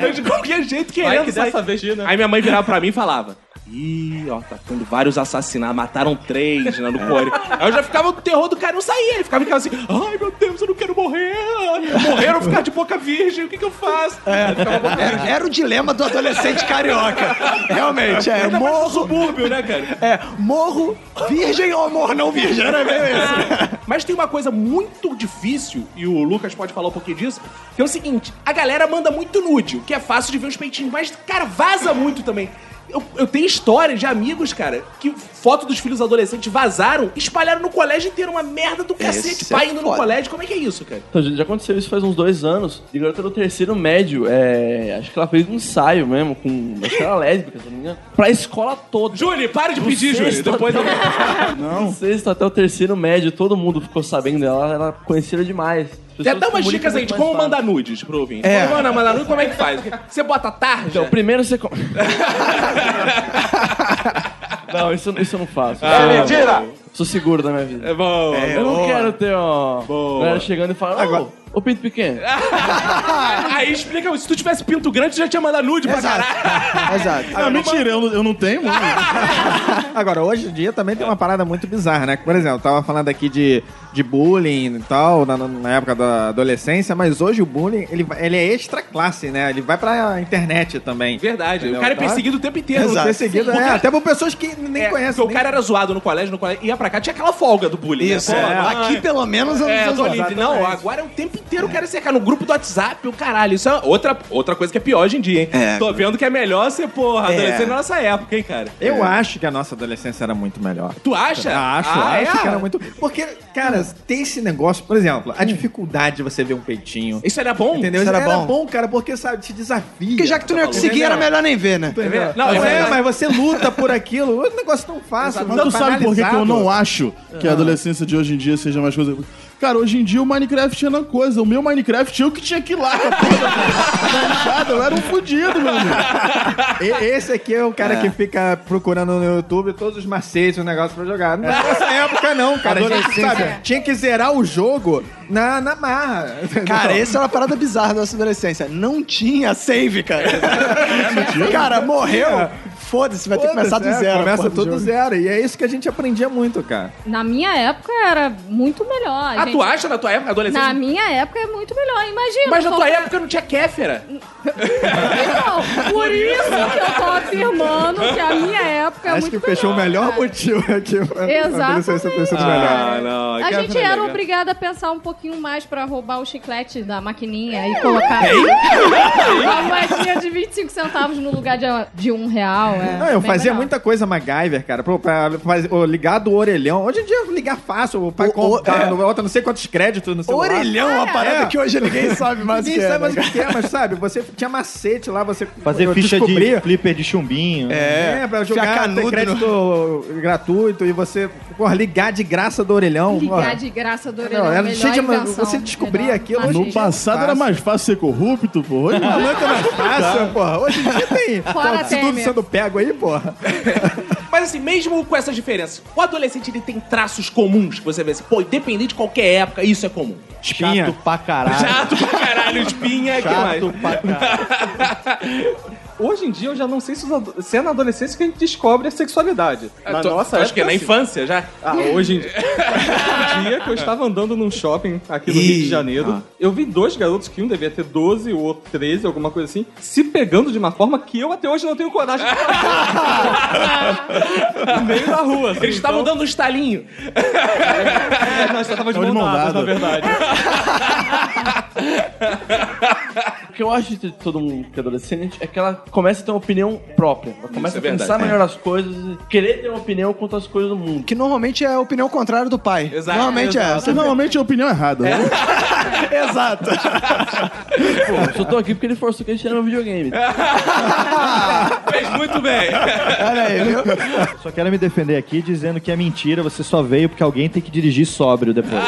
S1: Eu, de qualquer jeito querendo
S18: Vai que dessa
S1: sair.
S18: vez, né?
S1: Aí minha mãe virava pra mim e falava... Ih, ó, tá tendo vários assassinatos, mataram três né, no core. Aí eu já ficava no terror do cara, não saía. Ele ficava, ficava assim, ai meu Deus, eu não quero morrer. Morrer ou ficar de boca virgem, o que que eu faço? Ele ficava boca virgem.
S2: Era o dilema do adolescente carioca. Realmente, é.
S1: Ainda mais no
S2: Morro.
S1: subúrbio, né, cara?
S2: É, morro virgem ou morro não virgem, né? era bem isso.
S1: Mas tem uma coisa muito difícil, e o Lucas pode falar um pouquinho disso, que é o seguinte: a galera manda muito nude, o que é fácil de ver os peitinhos, mas, cara, vaza muito também. Eu, eu tenho histórias de amigos, cara, que foto dos filhos adolescentes vazaram, espalharam no colégio inteiro uma merda do cacete,
S5: Esse é
S1: pai indo no
S5: foda.
S1: colégio. Como é que é isso, cara?
S5: Então, já aconteceu isso faz uns dois anos. E garota no terceiro médio, é, acho que ela fez um ensaio mesmo, com. Acho que era lésbica, se eu não me engano. Pra escola toda. tipo,
S1: Júlio, para de pedir,
S5: Júlio.
S1: Júlio, depois eu-
S5: Não. Do sexto até o terceiro médio, todo mundo ficou sabendo dela, ela conhecida demais. As
S1: Já
S5: pessoas
S1: dá umas
S5: comunicam
S1: dicas aí
S5: muito
S1: de
S5: mais
S1: como
S5: fácil.
S1: mandar nudes pro ouvinte.
S5: É.
S1: Como manda- mandar nude, como é que faz? Você bota tarja?
S5: Então, primeiro você. co- não, isso, isso eu não faço.
S1: Ah,
S5: Eu-
S1: mentira!
S5: Sou seguro da minha vida.
S1: É bom.
S5: eu não
S1: boa.
S5: quero ter, ó. galera chegando e falando. Agora... Ô, pinto pequeno.
S1: Aí explica, se tu tivesse pinto grande, tu já tinha mandado nude pra caralho.
S6: Exato.
S19: Ah, mentira, eu não, eu não é tenho muito.
S6: Agora, hoje em dia também tem uma parada muito bizarra, né? Por exemplo, eu tava falando aqui de, de bullying e tal, na, na época da adolescência, mas hoje o bullying, ele, vai- ele é extra classe, né? Ele vai pra internet também.
S1: Verdade,
S6: Entendeu?
S1: o cara é
S6: Então,
S1: perseguido o tempo inteiro.
S6: Exato. Perseguido, é, até por pessoas que
S1: nem conhecem. né? É, O cara era zoado no colégio, no colégio, ia pra cá, tinha aquela folga do bullying.
S2: Isso,
S1: né? Pô,
S2: é.
S1: ah,
S2: Aqui, pelo menos, eu
S1: é,
S2: não sou
S1: tô
S2: zoado.
S1: livre. Não,
S2: Exatamente.
S1: agora é o tempo inteiro o cara cercar no grupo do WhatsApp, o caralho. Isso é outra, outra coisa que é pior hoje em dia, hein?
S6: É.
S1: Tô vendo que é melhor ser, porra,
S6: É.
S1: adolescente na nossa época, hein, cara?
S6: Eu
S1: É.
S6: acho que a nossa adolescência era muito melhor.
S1: Tu acha?
S6: Acho,
S1: Ah,
S6: acho
S1: é?
S6: que era muito. Porque, cara, tem esse negócio, por exemplo, a dificuldade de você ver um peitinho.
S1: Isso era bom?
S6: Entendeu?
S2: Hum. Isso
S6: Isso
S2: era
S6: era,
S2: bom.
S6: bom. cara, porque, sabe, te desafia. Tá
S2: Porque já que tu não é ia
S6: Entendeu?
S2: conseguir, era melhor nem ver, né?
S6: Entendeu?
S2: Não,
S6: Não,
S2: é
S6: é,
S2: verdade.
S6: mas você luta por aquilo. É um negócio tão fácil.
S19: Mas tu sabe por que, que eu não acho que a adolescência de hoje em dia seja mais coisa. Cara, hoje em dia o Minecraft era uma coisa. O meu Minecraft, eu que tinha que ir lá. com a porra da- da enxada, eu era um fudido, meu amigo.
S6: E- Esse aqui é o cara
S19: É.
S6: que fica procurando no YouTube todos os macetes, o negócio pra jogar. Não é. nessa época, não, cara. A gente,
S2: Adolescência.
S6: sabe, tinha que zerar o jogo na, na marra. entendeu?
S2: Cara, essa é uma parada bizarra da nossa adolescência. Não tinha save, cara. cara, morreu. Foda-se, vai ter que começar do
S6: Foda-se, é,
S2: zero.
S6: Começa
S2: porra,
S6: tudo
S2: jogo.
S6: zero. E é isso que a gente aprendia muito, cara.
S15: Na minha época era muito melhor.
S1: Ah,
S15: gente.
S1: tu acha na tua época, adolescente?
S15: Na minha época é muito melhor, imagina.
S1: Mas na
S15: só
S1: tua
S15: que-
S1: época não tinha Kéfera.
S15: Então, por isso que eu tô afirmando que a minha época é
S6: Acho que
S15: muito
S6: fechou o melhor motivo aqui. pra-
S15: Exatamente.
S6: pra adolescência ter
S1: Ah,
S6: sido melhor.
S15: A gente
S1: né,
S15: era obrigada a pensar um pouquinho mais pra roubar o chiclete da maquininha e colocar
S1: É
S15: uma moedinha de 25 centavos no lugar de, de um real. É
S6: Não, eu
S15: bem
S6: fazia
S15: melhor.
S6: muita coisa MacGyver, cara. Pra, pra fazer- ô, ligar do orelhão. Hoje em dia ligar fácil, o pai compra,
S2: é.
S6: bota não sei quantos créditos no celular.
S2: Orelhão é uma parada que hoje ninguém sabe mais o que
S6: Ninguém
S2: é,
S6: sabe
S2: né,
S6: mais o que é, mas sabe? Você tinha macete lá, você
S20: Fazer
S6: eu
S20: ficha de
S6: descobria.
S20: flipper de chumbinho.
S6: É, pra jogar ter crédito gratuito e você porra, ligar de graça do orelhão.
S15: Ligar
S6: porra.
S15: de graça do orelhão. é
S6: Não, era
S15: melhor
S6: cheio de mano.
S15: invenção.
S6: Você descobria aquilo hoje em
S19: No
S6: dia é
S19: passado era mais fácil ser corrupto, pô. Hoje
S6: Não, muito mais fácil, porra. Hoje em dia tem.
S1: Fora
S6: tá, se tudo
S1: Temer.
S6: sendo pego aí, porra.
S1: Mas assim, mesmo com essas diferenças, o adolescente ele tem traços comuns que você vê assim, pô, independente de qualquer época, isso é comum.
S20: Espinha. Chato pra caralho.
S1: Chato pra caralho, espinha, que mais?
S20: Chato pra
S18: Hoje em dia eu já não sei se, os ado- se é na adolescência que a gente descobre a sexualidade.
S1: É,
S18: Na
S1: tu-
S18: nossa
S1: tu acha
S18: época,
S1: que é na
S18: assim.
S1: infância já?
S18: Ah, hoje em dia. Um dia que eu estava andando num shopping aqui no Rio de Janeiro, eu vi dois garotos que um devia ter 12, o outro 13, alguma coisa assim, se pegando de uma forma que eu até hoje não tenho coragem de falar. no meio da rua. Assim,
S1: Eles estavam dando um estalinho.
S18: É, nós já tava de
S1: Tava de
S18: mão
S1: mão
S18: dadas, na
S1: dada.
S18: verdade.
S7: O que eu acho de todo mundo que é adolescente é que ela começa a ter uma opinião própria. Ela começa
S2: é
S7: a pensar
S2: verdade.
S7: melhor as coisas e querer ter uma opinião quanto às coisas do mundo.
S2: Que normalmente é a opinião contrária do pai.
S7: Exato.
S2: Normalmente é
S7: Exato.
S2: essa.
S4: Normalmente é a opinião errada.
S2: Exato.
S7: Pô, só tô aqui porque ele forçou que a gente era um videogame.
S1: Fez muito bem.
S10: É,
S2: Olha aí, viu?
S6: Só quero me defender aqui dizendo que é mentira, você só veio porque alguém tem que dirigir sóbrio depois.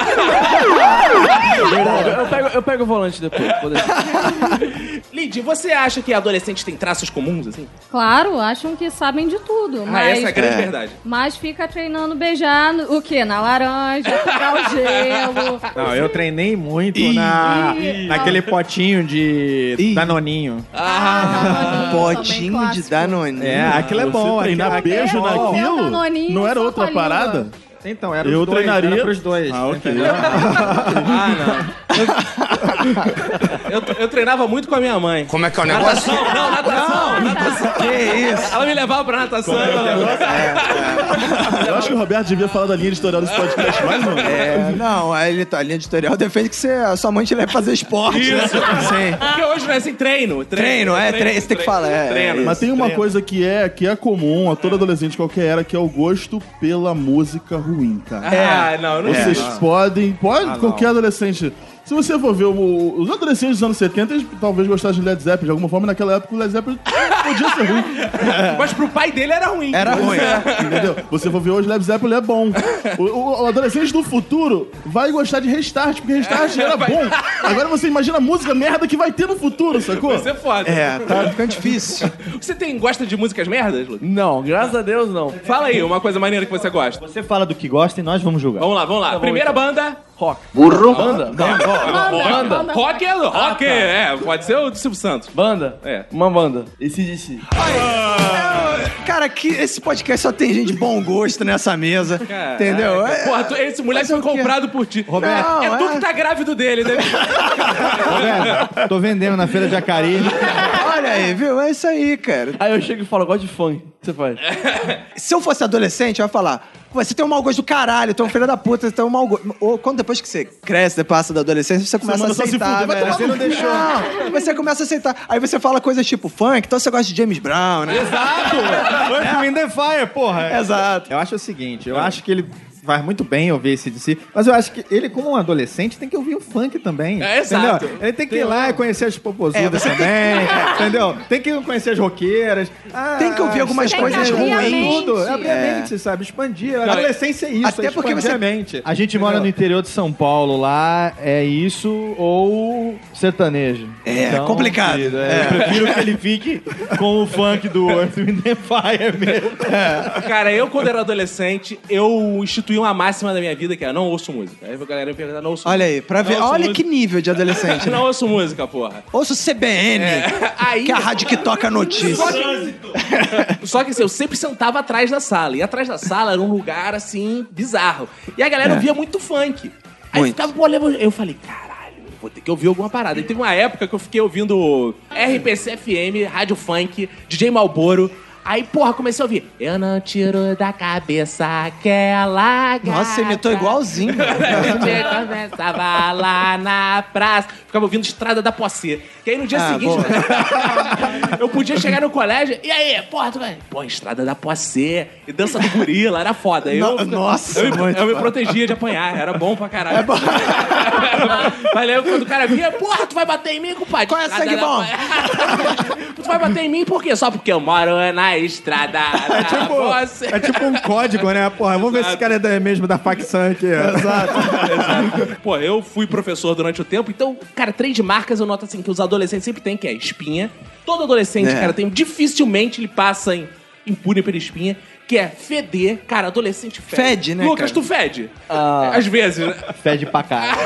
S7: Verdade. Eu pego, eu pego o volante depois.
S19: Ah,
S7: pode deixar.
S1: Lid, você acha que adolescente tem traços comuns, assim?
S3: Claro, acham que sabem de tudo.
S1: Ah,
S3: mas...
S1: essa é a grande É. verdade.
S3: Mas fica treinando beijar no- o quê? Na laranja, pegar o gelo.
S10: Não, eu treinei muito na,
S3: Ih.
S10: naquele potinho de danoninho.
S2: Ah, potinho de Danone.
S10: É, aquilo é
S2: Você
S10: bom.
S2: treinar
S10: aquilo-
S2: beijo
S10: aquilo é bom.
S2: naquilo? Não, Danoninho,
S4: Não era outra
S2: só com a língua.
S4: parada?
S10: Então, era
S4: Eu
S10: os dois,
S4: treinaria-
S10: era pros dois.
S4: Ah, ok.
S10: entendeu?
S1: Ah, Eu, eu treinava muito com a minha mãe. Como é que é o negócio? Natação, não, natação, natação. Que isso? é Ela me levava pra natação.
S4: Eu acho que o Roberto devia falar da linha editorial desse podcast mais não.
S2: É, não, a, ele- a linha editorial defende que você, a sua mãe te leva fazer esporte. né? Sim.
S1: Porque hoje não é assim, treino. Treino,
S2: Treino, é, treino, você tem que falar, é,
S1: treino.
S4: Mas tem uma coisa que é, que é comum a todo adolescente de qualquer era, que é o gosto pela música ruim, cara.
S1: Ah, não, eu não
S4: Vocês
S1: sei.
S4: podem, pode,
S1: Ah, não.
S4: qualquer adolescente. Se você for ver o- os adolescentes dos anos 70, eles talvez gostassem de Led Zeppelin de alguma forma, naquela época o Led Zeppelin podia ser ruim.
S1: Mas pro pai dele era ruim. Era
S4: Pois é, Entendeu? Você for ver hoje, Led Zeppelin é bom. O, o- o adolescente do futuro vai gostar de Restart, porque Restart era bom. Agora você imagina a música merda que vai ter no futuro, sacou?
S1: Vai ser é foda.
S2: ficando difícil.
S1: Você tem, gosta de músicas merdas, Lucas?
S7: Não, graças a Deus não.
S1: Fala aí uma coisa maneira que você gosta.
S6: Você fala do que gosta e nós vamos julgar.
S1: Vamos lá, vamos lá.
S6: Tá bom,
S1: Primeira
S6: então.
S1: banda.
S7: Rock.
S1: Burro.
S7: Banda?
S1: Não,
S7: Banda,
S1: rock.
S7: banda.
S1: Rock é rock,
S7: Ah, tá.
S1: é. Pode ser o do Silvio Santos.
S7: Banda?
S1: É.
S7: Uma banda. Esse disse.
S2: Cara, que esse podcast só tem gente de bom gosto nessa mesa.
S1: Caraca.
S2: entendeu? É-
S1: Porra, tu- esse moleque foi comprado por ti.
S2: Roberto.
S1: é,
S2: Não,
S1: é tu que tá grávido dele, né?
S6: Roberto, tô vendendo na feira de Acari.
S2: Olha aí, viu? É isso aí, cara.
S7: Aí eu chego e falo, gosto de funk. O que você faz?
S2: Se eu fosse adolescente, eu ia falar. Você tem um mau gosto do caralho, tu é um filho da puta, você tem um mau gosto. Ou quando depois que você cresce, você passa da adolescência, você começa
S10: manda
S2: a
S10: só se
S2: aceitar.
S10: fuder, vai
S2: velho.
S10: tomar no cu.
S2: Não, você começa a aceitar. Aí você fala coisas tipo funk, então você gosta de James Brown, né?
S10: Exato! Earth, Wind and Fire, porra!
S2: Exato.
S10: Eu acho o seguinte,
S6: É.
S10: eu acho que ele vai muito bem ouvir esse DC, mas eu acho que ele, como um adolescente, tem que ouvir o funk também.
S8: É, exato.
S10: entendeu? Ele tem que ir lá
S6: um-
S10: e conhecer
S6: É,
S10: as popozudas também, entendeu? Tem que conhecer as roqueiras.
S2: Tem que ouvir algumas
S10: tem
S2: coisas
S10: que abrir a
S2: ruins.
S10: mente. Tudo. Abrir a
S2: É.
S10: mente, sabe? Expandir. A
S2: Não,
S10: adolescência é isso,
S2: até
S10: é
S2: porque
S10: expandir
S2: você-
S10: a mente.
S6: A gente mora no interior de São Paulo, lá é isso ou sertanejo. Então,
S2: É, complicado.
S6: querido,
S2: É.
S6: Eu prefiro que ele fique com o funk do Earth, Wind and Fire mesmo.
S1: Cara, eu quando era adolescente, eu instituí uma máxima da minha vida que é não ouço música. Aí a galera me pergunta, não ouço
S2: Olha aí,
S1: música.
S2: pra ver.
S1: Não ouço
S2: Olha
S1: música.
S2: que nível de adolescente. né?
S1: Não ouço música, porra.
S2: Ouça o CBN, que é a rádio que toca a notícia.
S1: Só que, só que assim, eu sempre sentava atrás da sala. E atrás da sala era um lugar, assim, bizarro. E a galera
S2: É.
S1: ouvia muito funk. Aí ficava, pô, leva- eu falei, caralho, vou ter que ouvir alguma parada. E teve uma época que eu fiquei ouvindo RPC FM, Rádio Funk, DJ Malboro. Aí, porra, comecei a ouvir. Eu não tiro da cabeça aquela gata.
S2: Nossa, você imitou igualzinho.
S1: Eu começava lá na praça. Ficava ouvindo Estrada da Posse. E aí no dia
S8: Ah,
S1: seguinte,
S8: boa.
S1: eu podia chegar no colégio, e aí, porra, tu vai. Pô, estrada da Poissé, e dança do gorila, era foda. Eu,
S8: No- nossa,
S1: eu, me-
S8: muito
S1: eu me
S8: foda.
S1: protegia de apanhar, era bom pra caralho. É bom. Mas lembra quando o cara vinha, porra, tu vai bater em mim, compadre? Qual é
S8: sangue bom?
S1: tu vai bater em mim por quê? Só porque eu moro na estrada. É
S10: Tipo, é tipo um código, né? Porra, vamos ver se esse cara é da- mesmo da facção aqui. Exato.
S1: Pô, eu fui professor durante o tempo, então, cara, três marcas eu noto assim que os adolescentes sempre têm, que é espinha. Todo adolescente,
S2: É.
S1: cara, tem. Dificilmente ele passa em, impune pela espinha, que é feder. Cara, adolescente fede.
S2: Fede, né, Ah.
S1: Lucas,
S2: cara?
S1: tu fede. Às vezes. né?
S6: Fede pra caralho.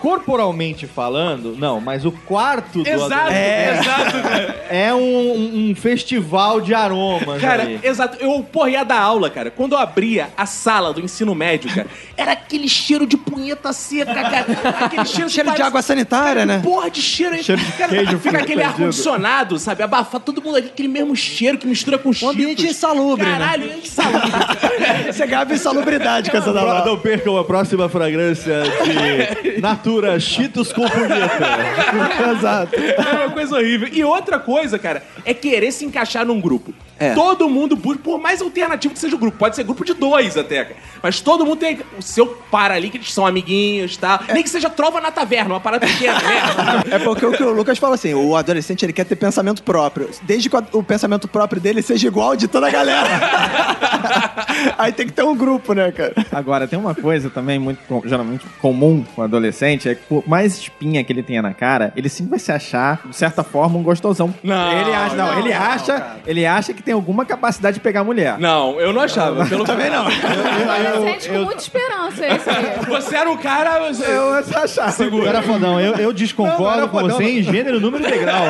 S6: corporalmente falando, não, mas o quarto do
S1: Exato,
S6: adolescente
S2: É.
S1: exato, cara.
S6: é um, um- um festival de aromas.
S1: Cara,
S6: ali.
S1: exato. Eu, porra, ia dar aula, cara. Quando eu abria a sala do ensino médio, cara, era aquele cheiro de punheta seca, cara. Aquele cheiro,
S2: Cheiro de
S1: parece-
S2: água sanitária, né?
S1: Porra de cheiro aí.
S2: Cheiro de
S1: cara,
S2: queijo frito
S1: fica aquele
S2: perdido.
S1: ar-condicionado, sabe? Abafa todo mundo ali, aquele mesmo cheiro que mistura com o ambiente insalubre. Caralho, é insalubre.
S2: Você grava insalubridade com essa da
S6: Não percam a próxima fragrância de Natura Cheetos com punheta.
S2: Exato.
S1: É uma coisa horrível. E outra coisa, cara, é querer se encaixar num grupo.
S2: É.
S1: Todo mundo busca, por mais alternativo que seja o grupo, pode ser grupo de dois até, cara. Mas todo mundo tem o seu par ali, que eles são amiguinhos, tá? Nem que seja trova na taverna, uma parada pequena, né?
S2: É porque o que o Lucas fala assim, o adolescente ele quer ter pensamento próprio. Desde que o pensamento próprio dele seja igual ao de toda a galera. Aí tem que ter um grupo, né, cara?
S10: Agora, tem uma coisa também muito com- geralmente comum com o adolescente, é que por mais espinha que ele tenha na cara, ele sempre vai se achar, de certa forma, um gostosão.
S1: Não,
S10: ele acha, não,
S1: não,
S10: ele
S1: não,
S10: acha, ele acha que tem alguma capacidade de pegar mulher.
S1: Não, eu não achava. Pelo também não.
S15: Sente com muita esperança esse aí.
S1: Você era o cara. Eu,
S10: achava.
S6: Segura. Era fodão, eu, eu desconcordo
S10: Não, era
S6: com
S10: fodão,
S6: você
S10: não. É.
S6: em gênero, número e degrau.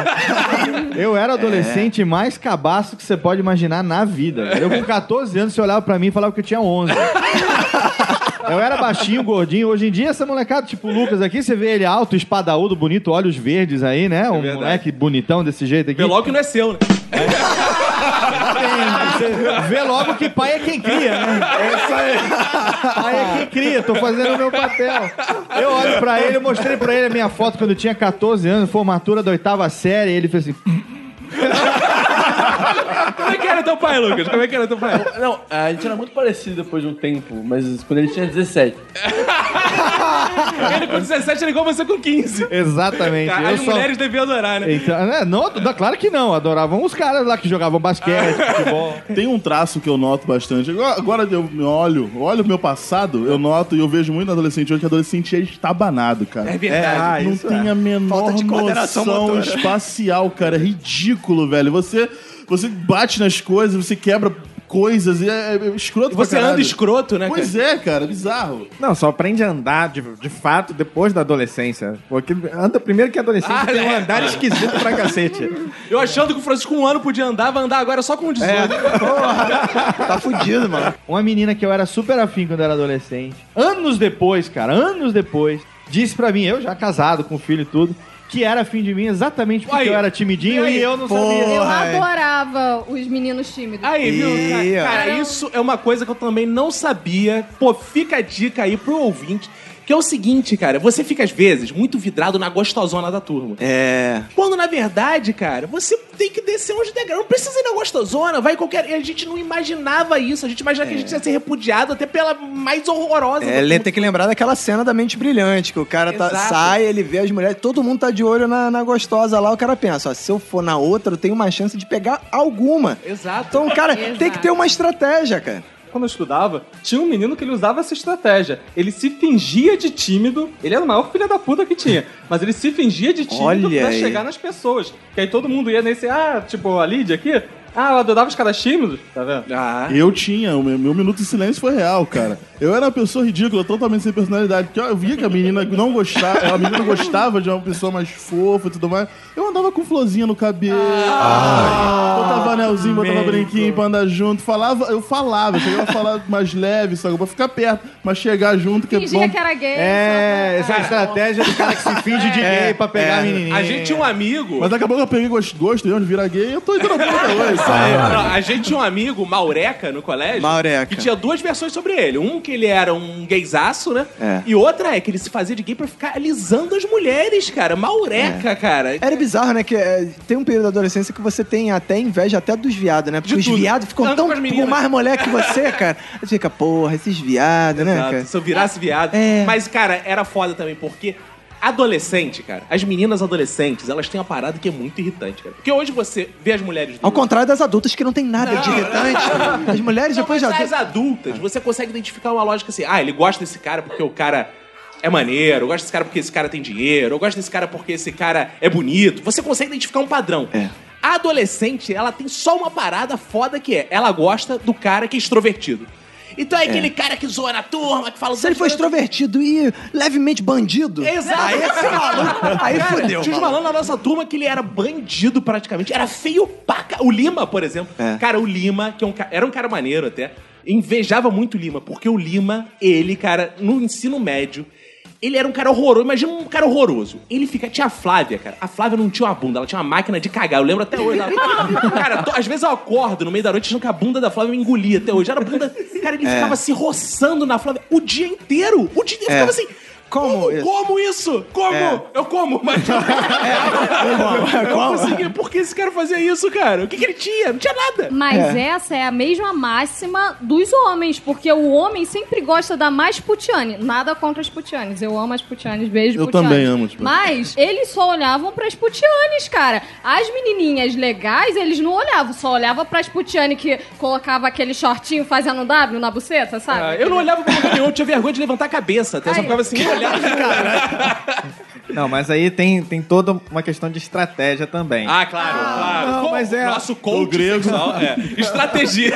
S6: Eu era adolescente mais cabaço que você pode imaginar na vida. Eu com 14 anos, você olhava pra mim e falava que eu tinha 11. Eu era baixinho, gordinho. Hoje em dia, essa molecada, tipo o Lucas aqui, você vê ele alto, espadaúdo, bonito, olhos verdes aí,
S10: É
S6: né? Um moleque bonitão desse jeito aqui.
S1: Vê logo que não é seu, né?
S6: Você vê logo que pai é quem cria, né? É isso aí. Pai é quem cria, tô fazendo o meu papel. Eu olho pra ele, eu mostrei pra ele a minha foto quando eu tinha 14 anos, formatura da oitava série, e ele fez assim.
S1: Como é que era teu pai, Lucas? Como é que era teu pai?
S7: Não, a gente era muito parecido depois de um tempo, mas quando ele tinha 17.
S1: Ele com 17 era igual você com 15.
S6: Exatamente.
S1: Cara,
S6: eu
S1: as
S6: só-
S1: mulheres deviam adorar, né?
S6: Então, né? Não, não, claro que não. Adoravam os caras lá que jogavam basquete,
S8: Ah,
S6: futebol.
S4: Tem um traço que eu noto bastante. Agora agora eu me olho, olho o meu passado, eu noto e eu vejo muito na adolescente hoje que adolescente é estabanado, cara.
S8: É verdade.
S4: não
S8: Ah, isso
S4: tem
S8: é.
S4: a menor
S8: Falta de coordenação
S4: noção
S8: motora.
S4: espacial, cara. É ridículo, velho. Você, você bate nas coisas, você quebra coisas, e é, é escroto pra
S10: você
S4: caralho.
S10: anda escroto, né,
S4: Pois
S10: cara?
S4: é, cara, bizarro.
S10: Não, só aprende a andar de, de fato depois da adolescência. Porque anda primeiro que adolescente
S1: Ah,
S10: tem um
S1: é.
S10: andar esquisito pra cacete.
S1: Eu achando que o Francisco um ano podia andar, vai andar agora só com 18.
S6: Tá fudido, mano. Uma menina que eu era super afim quando era adolescente, anos depois, cara, anos depois, disse pra mim, eu já casado com filho e tudo, que era afim de mim exatamente porque eu era timidinho e eu não sabia.
S15: Eu adorava os meninos tímidos.
S1: Aí, viu? Cara, cara, isso é uma coisa que eu também não sabia. Pô, fica a dica aí pro ouvinte. Que é o seguinte, cara, você fica às vezes muito vidrado na gostosona da turma.
S2: É.
S1: Quando na verdade, cara, você tem que descer uns degraus. Não precisa ir na gostosona, vai em qualquer. E a gente não imaginava isso. A gente imaginava que a gente ia ser repudiado até pela mais horrorosa. da
S2: É,
S1: turma.
S2: ele tem que lembrar daquela cena da mente brilhante, que o cara tá-
S1: Exato.
S2: sai, ele vê as mulheres, todo mundo tá de olho na, na gostosa lá, o cara pensa, ó, se eu for na outra, eu tenho uma chance de pegar alguma.
S1: Exato.
S2: Então, cara, tem que ter uma estratégia, cara.
S5: Quando eu estudava, tinha um menino que ele usava essa estratégia. Ele se fingia de tímido. Ele era o maior filho da puta que tinha. Mas ele se fingia de tímido
S2: Olha
S5: pra
S2: aí.
S5: chegar nas pessoas. Que aí todo mundo ia nesse, ah, tipo, a Lídia aqui. Ah, eu adorava os caras tímidos, tá vendo?
S1: Ah.
S4: Eu tinha, o meu, meu minuto de silêncio foi real, cara. Eu era uma pessoa ridícula, totalmente sem personalidade. Porque eu via que a menina não gostava, a menina gostava de uma pessoa mais fofa e tudo mais. Eu andava com florzinha no cabelo.
S6: Ah.
S4: botava anelzinho, botava
S8: Mérico.
S4: brinquinho pra andar junto. Falava, eu falava, eu chegava a falar mais leve, só pra ficar perto, mas chegar junto que é
S15: Fingia
S4: bom.
S15: que era gay.
S6: É, essa estratégia do cara que se finge de gay pra pegar a menininha.
S1: É, A gente tinha um amigo.
S4: Mas acabou que eu peguei gosto, gosto de onde virar gay, eu tô indo na puta hoje, sabe?
S1: Não, a gente tinha um amigo, Maureca, no colégio.
S4: Maureca.
S1: Que tinha duas versões sobre ele. Um que ele era um gaysaço, né?
S2: É.
S1: E outra é que ele se fazia de gay pra ficar alisando as mulheres, cara.
S2: É.
S1: Maureca, cara. Tá,
S2: Era bizarro, né? Que é, tem um período da adolescência que você tem até inveja até dos viados, né? Porque os viados ficam
S1: Tanto
S2: tão
S1: com as meninas.
S2: com mais moleque que você, cara. Aí fica, porra, esses viados, né,
S1: Exato,
S2: cara? É.
S1: Se eu virasse viado. Mas, cara, era foda também, porque adolescente, cara, as meninas adolescentes, elas têm uma parada que é muito irritante, cara. Porque hoje você vê as mulheres
S2: Ao contrário das adultas que não tem nada de irritante. As mulheres
S1: Não,
S2: depois
S1: mas
S2: já.
S1: as adultas, você consegue identificar uma lógica assim, ah, ele gosta desse cara porque o cara é maneiro, eu gosto desse cara porque esse cara tem dinheiro, eu gosto desse cara porque esse cara é bonito. Você consegue identificar um padrão. A adolescente, ela tem só uma parada foda que é, ela gosta do cara que é extrovertido. Então é
S2: É.
S1: aquele cara que zoa na turma, que fala...
S2: Se ele for extrovertido e levemente bandido.
S1: Exato.
S2: Aí esse maluco. Aí
S1: Cara,
S2: fudeu.
S1: Tinha uns
S2: maluco.
S1: malandros na nossa turma que ele era bandido praticamente. Era feio pra ca- O Lima, por exemplo.
S2: É.
S1: Cara, o Lima, que é um ca- era um cara maneiro até, invejava muito o Lima, porque o Lima, ele, cara, no ensino médio, ele era um cara horroroso. Imagina um cara horroroso. Ele fica. Tinha a Flávia, cara. A Flávia não tinha uma bunda, ela tinha uma máquina de cagar. Eu lembro até hoje. Ela... cara, to- às vezes eu acordo no meio da noite achando que a bunda da Flávia me engolia até hoje. Era a bunda. Cara, ele
S2: É.
S1: ficava se roçando na Flávia o dia inteiro. O dia inteiro.
S2: É.
S1: Ficava assim. Como isso? Como isso? Como?
S2: É.
S1: Eu como, mas. eu consegui. assim? Por que esse cara fazia isso, cara? O que, que ele tinha? Não tinha nada.
S3: Mas essa é a mesma máxima dos homens, porque o homem sempre gosta da mais putiane. Nada contra as putianes. Eu amo as putianes, beijo
S4: Eu
S3: putianes.
S4: também amo as putianes.
S3: Mas eles só olhavam pras putianes, cara. As menininhas legais, eles não olhavam, só olhavam pras putianes que colocava aquele shortinho fazendo um W na buceta, sabe?
S1: Ah, eu não olhava pra lugar nenhum, eu tinha vergonha de levantar a cabeça. Até eu só ficava assim, olhar.
S10: Não, mas aí tem, tem toda uma questão de estratégia também.
S1: Ah, claro, claro.
S10: não,
S1: Com-
S10: mas é-
S1: Nosso coach
S10: O grego.
S1: sexual, é. Estratégia.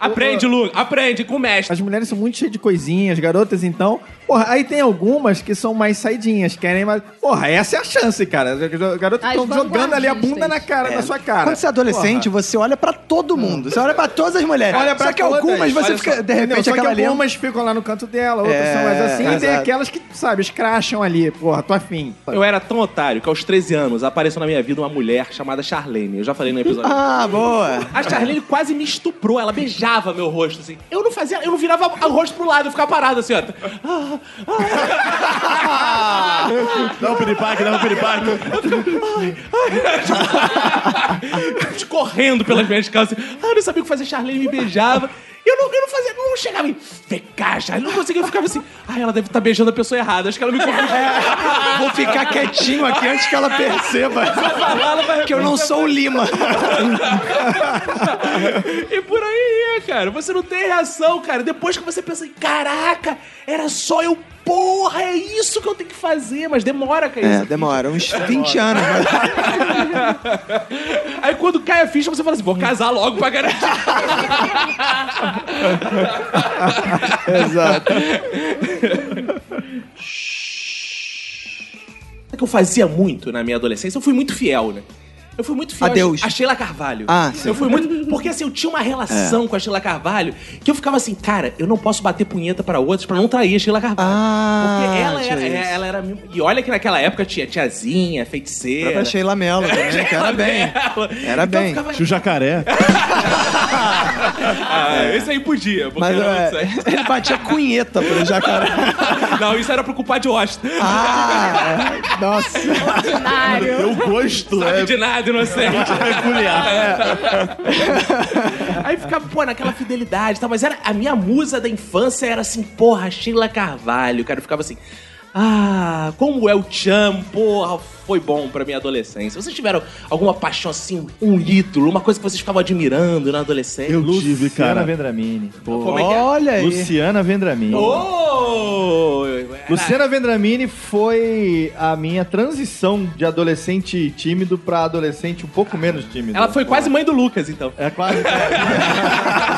S1: aprende, Lu. Aprende com o mestre.
S10: As mulheres são muito cheias de coisinhas, garotas então. Porra, aí tem algumas que são mais saidinhas, querem mais. Porra, essa é a chance, cara. Os garotos
S2: As
S10: estão jogando ali a bunda
S2: vanguardistas.
S10: na cara, na sua cara.
S2: Quando você é adolescente,
S10: Porra.
S2: você olha pra todo mundo. Você olha pra todas as mulheres.
S10: Olha pra
S2: só que
S10: todas,
S2: algumas você
S10: olha
S2: fica,
S10: só.
S2: de repente,
S10: Entendeu? Só
S2: aquela
S10: que
S2: ali. um-
S10: algumas ficam lá no canto dela, outras
S2: É,
S10: são mais assim. E tem
S2: exato.
S10: aquelas que, sabe, escracham ali. Porra, tô afim.
S1: Eu era tão otário que aos 13 anos apareceu na minha vida uma mulher chamada Charlene. Eu já falei no episódio.
S2: Ah, boa.
S1: A Charlene quase me estuprou, ela beijava meu rosto, assim. Eu não fazia, eu não virava o rosto pro lado, eu ficava parado assim, ó. Ah, ah.
S4: Dá um piripaque, dá um piripaque.
S1: Tipo, Correndo pelas minhas calças. assim. Ah, eu não sabia o que fazer, Charlene me beijava. Eu não, eu não fazia, não chegava em. Vem cá, Charlene, não conseguia, eu ficava assim. Ah, ela deve estar beijando a pessoa errada, acho que ela me confundiu.
S2: É. Vou ficar quietinho aqui antes que ela perceba que eu não sou o Lima.
S1: E por aí, é, cara. Você não tem reação, cara. Depois que você pensa, caraca, era só eu. Porra, é isso que eu tenho que fazer. Mas demora, cara.
S2: É, demora, uns 20 anos.
S1: Aí quando cai a ficha, você fala assim, vou casar logo pra garantir.
S2: Exato.
S1: O É que eu fazia muito na minha adolescência, eu fui muito fiel, né? Eu fui muito fiel
S2: A Deus.
S1: a Sheila Carvalho.
S2: Ah, sim. É.
S1: Eu fui muito. Porque assim, eu tinha uma relação com a Sheila Carvalho que eu ficava assim, cara, eu não posso bater punheta pra outros pra não trair a Sheila Carvalho. porque ela
S2: Ah, tinha
S1: era,
S2: isso.
S1: é, ela era. E olha que naquela época tinha tiazinha, feiticeira.
S2: Pra Sheila Mello também, que era bem. Era
S1: Então
S2: bem.
S1: ficava-
S4: Tio Jacaré.
S1: Ah, esse aí podia. porque
S2: Mas
S1: era
S2: é,
S1: muito
S2: ele batia cunheta pro jacaré.
S1: sério. Não, isso era pro culpar de Washington.
S2: Ah, é. nossa.
S4: Eu gosto,
S1: Sabe
S4: é.
S1: de nada, inocente.
S4: Peculiar.
S1: Aí ficava, pô, naquela fidelidade e tal. Mas era, a minha musa da infância era assim, porra, Sheila Carvalho. Cara, eu ficava assim, ah, como é o Cham, porra, foi bom pra minha adolescência. Vocês tiveram alguma paixão assim, um ídolo, uma coisa que vocês ficavam admirando na adolescência?
S4: Eu tive,
S6: Luciana
S4: cara.
S6: Vendramini.
S1: Como é que é?
S2: Olha aí.
S6: Luciana Vendramini.
S1: Ô!
S6: Luciana Vendramini foi a minha transição de adolescente tímido pra adolescente um pouco menos tímido.
S1: Ela foi quase mãe do Lucas, então.
S6: É quase.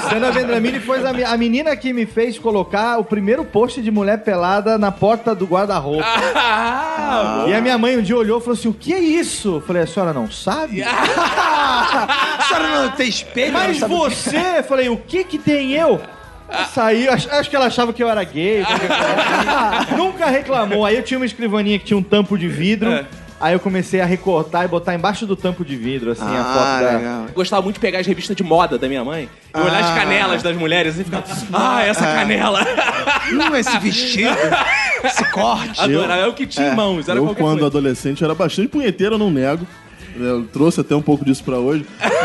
S6: Luciana Vendramini foi a, me- a menina que me fez colocar o primeiro post de mulher pelada na porta do guarda-roupa.
S1: Ah,
S6: E a minha mãe um dia olhou e falou assim: O que é isso? Eu falei: A senhora não sabe?
S2: A senhora não tem espelho?
S6: Mas
S2: não sabe o Ah. que-
S6: você, eu falei, o que que tem eu? Saiu, acho, acho que ela achava que eu era gay. Nunca reclamou. Aí eu tinha uma escrivaninha que tinha um tampo de vidro.
S2: É.
S6: Aí eu comecei a recortar e botar embaixo do tampo de vidro, assim, a
S2: Ah,
S6: foto da.
S2: legal.
S1: Gostava muito de pegar as revistas de moda da minha mãe e olhar as
S2: Ah.
S1: canelas das mulheres e ficar, ah, essa canela.
S2: Hum, esse vestido, esse corte.
S1: Adorava, é o que tinha em mãos, era
S4: eu,
S1: qualquer
S4: quando
S1: coisa.
S4: adolescente, era bastante punheteiro, eu não nego. Eu trouxe até um pouco disso pra hoje.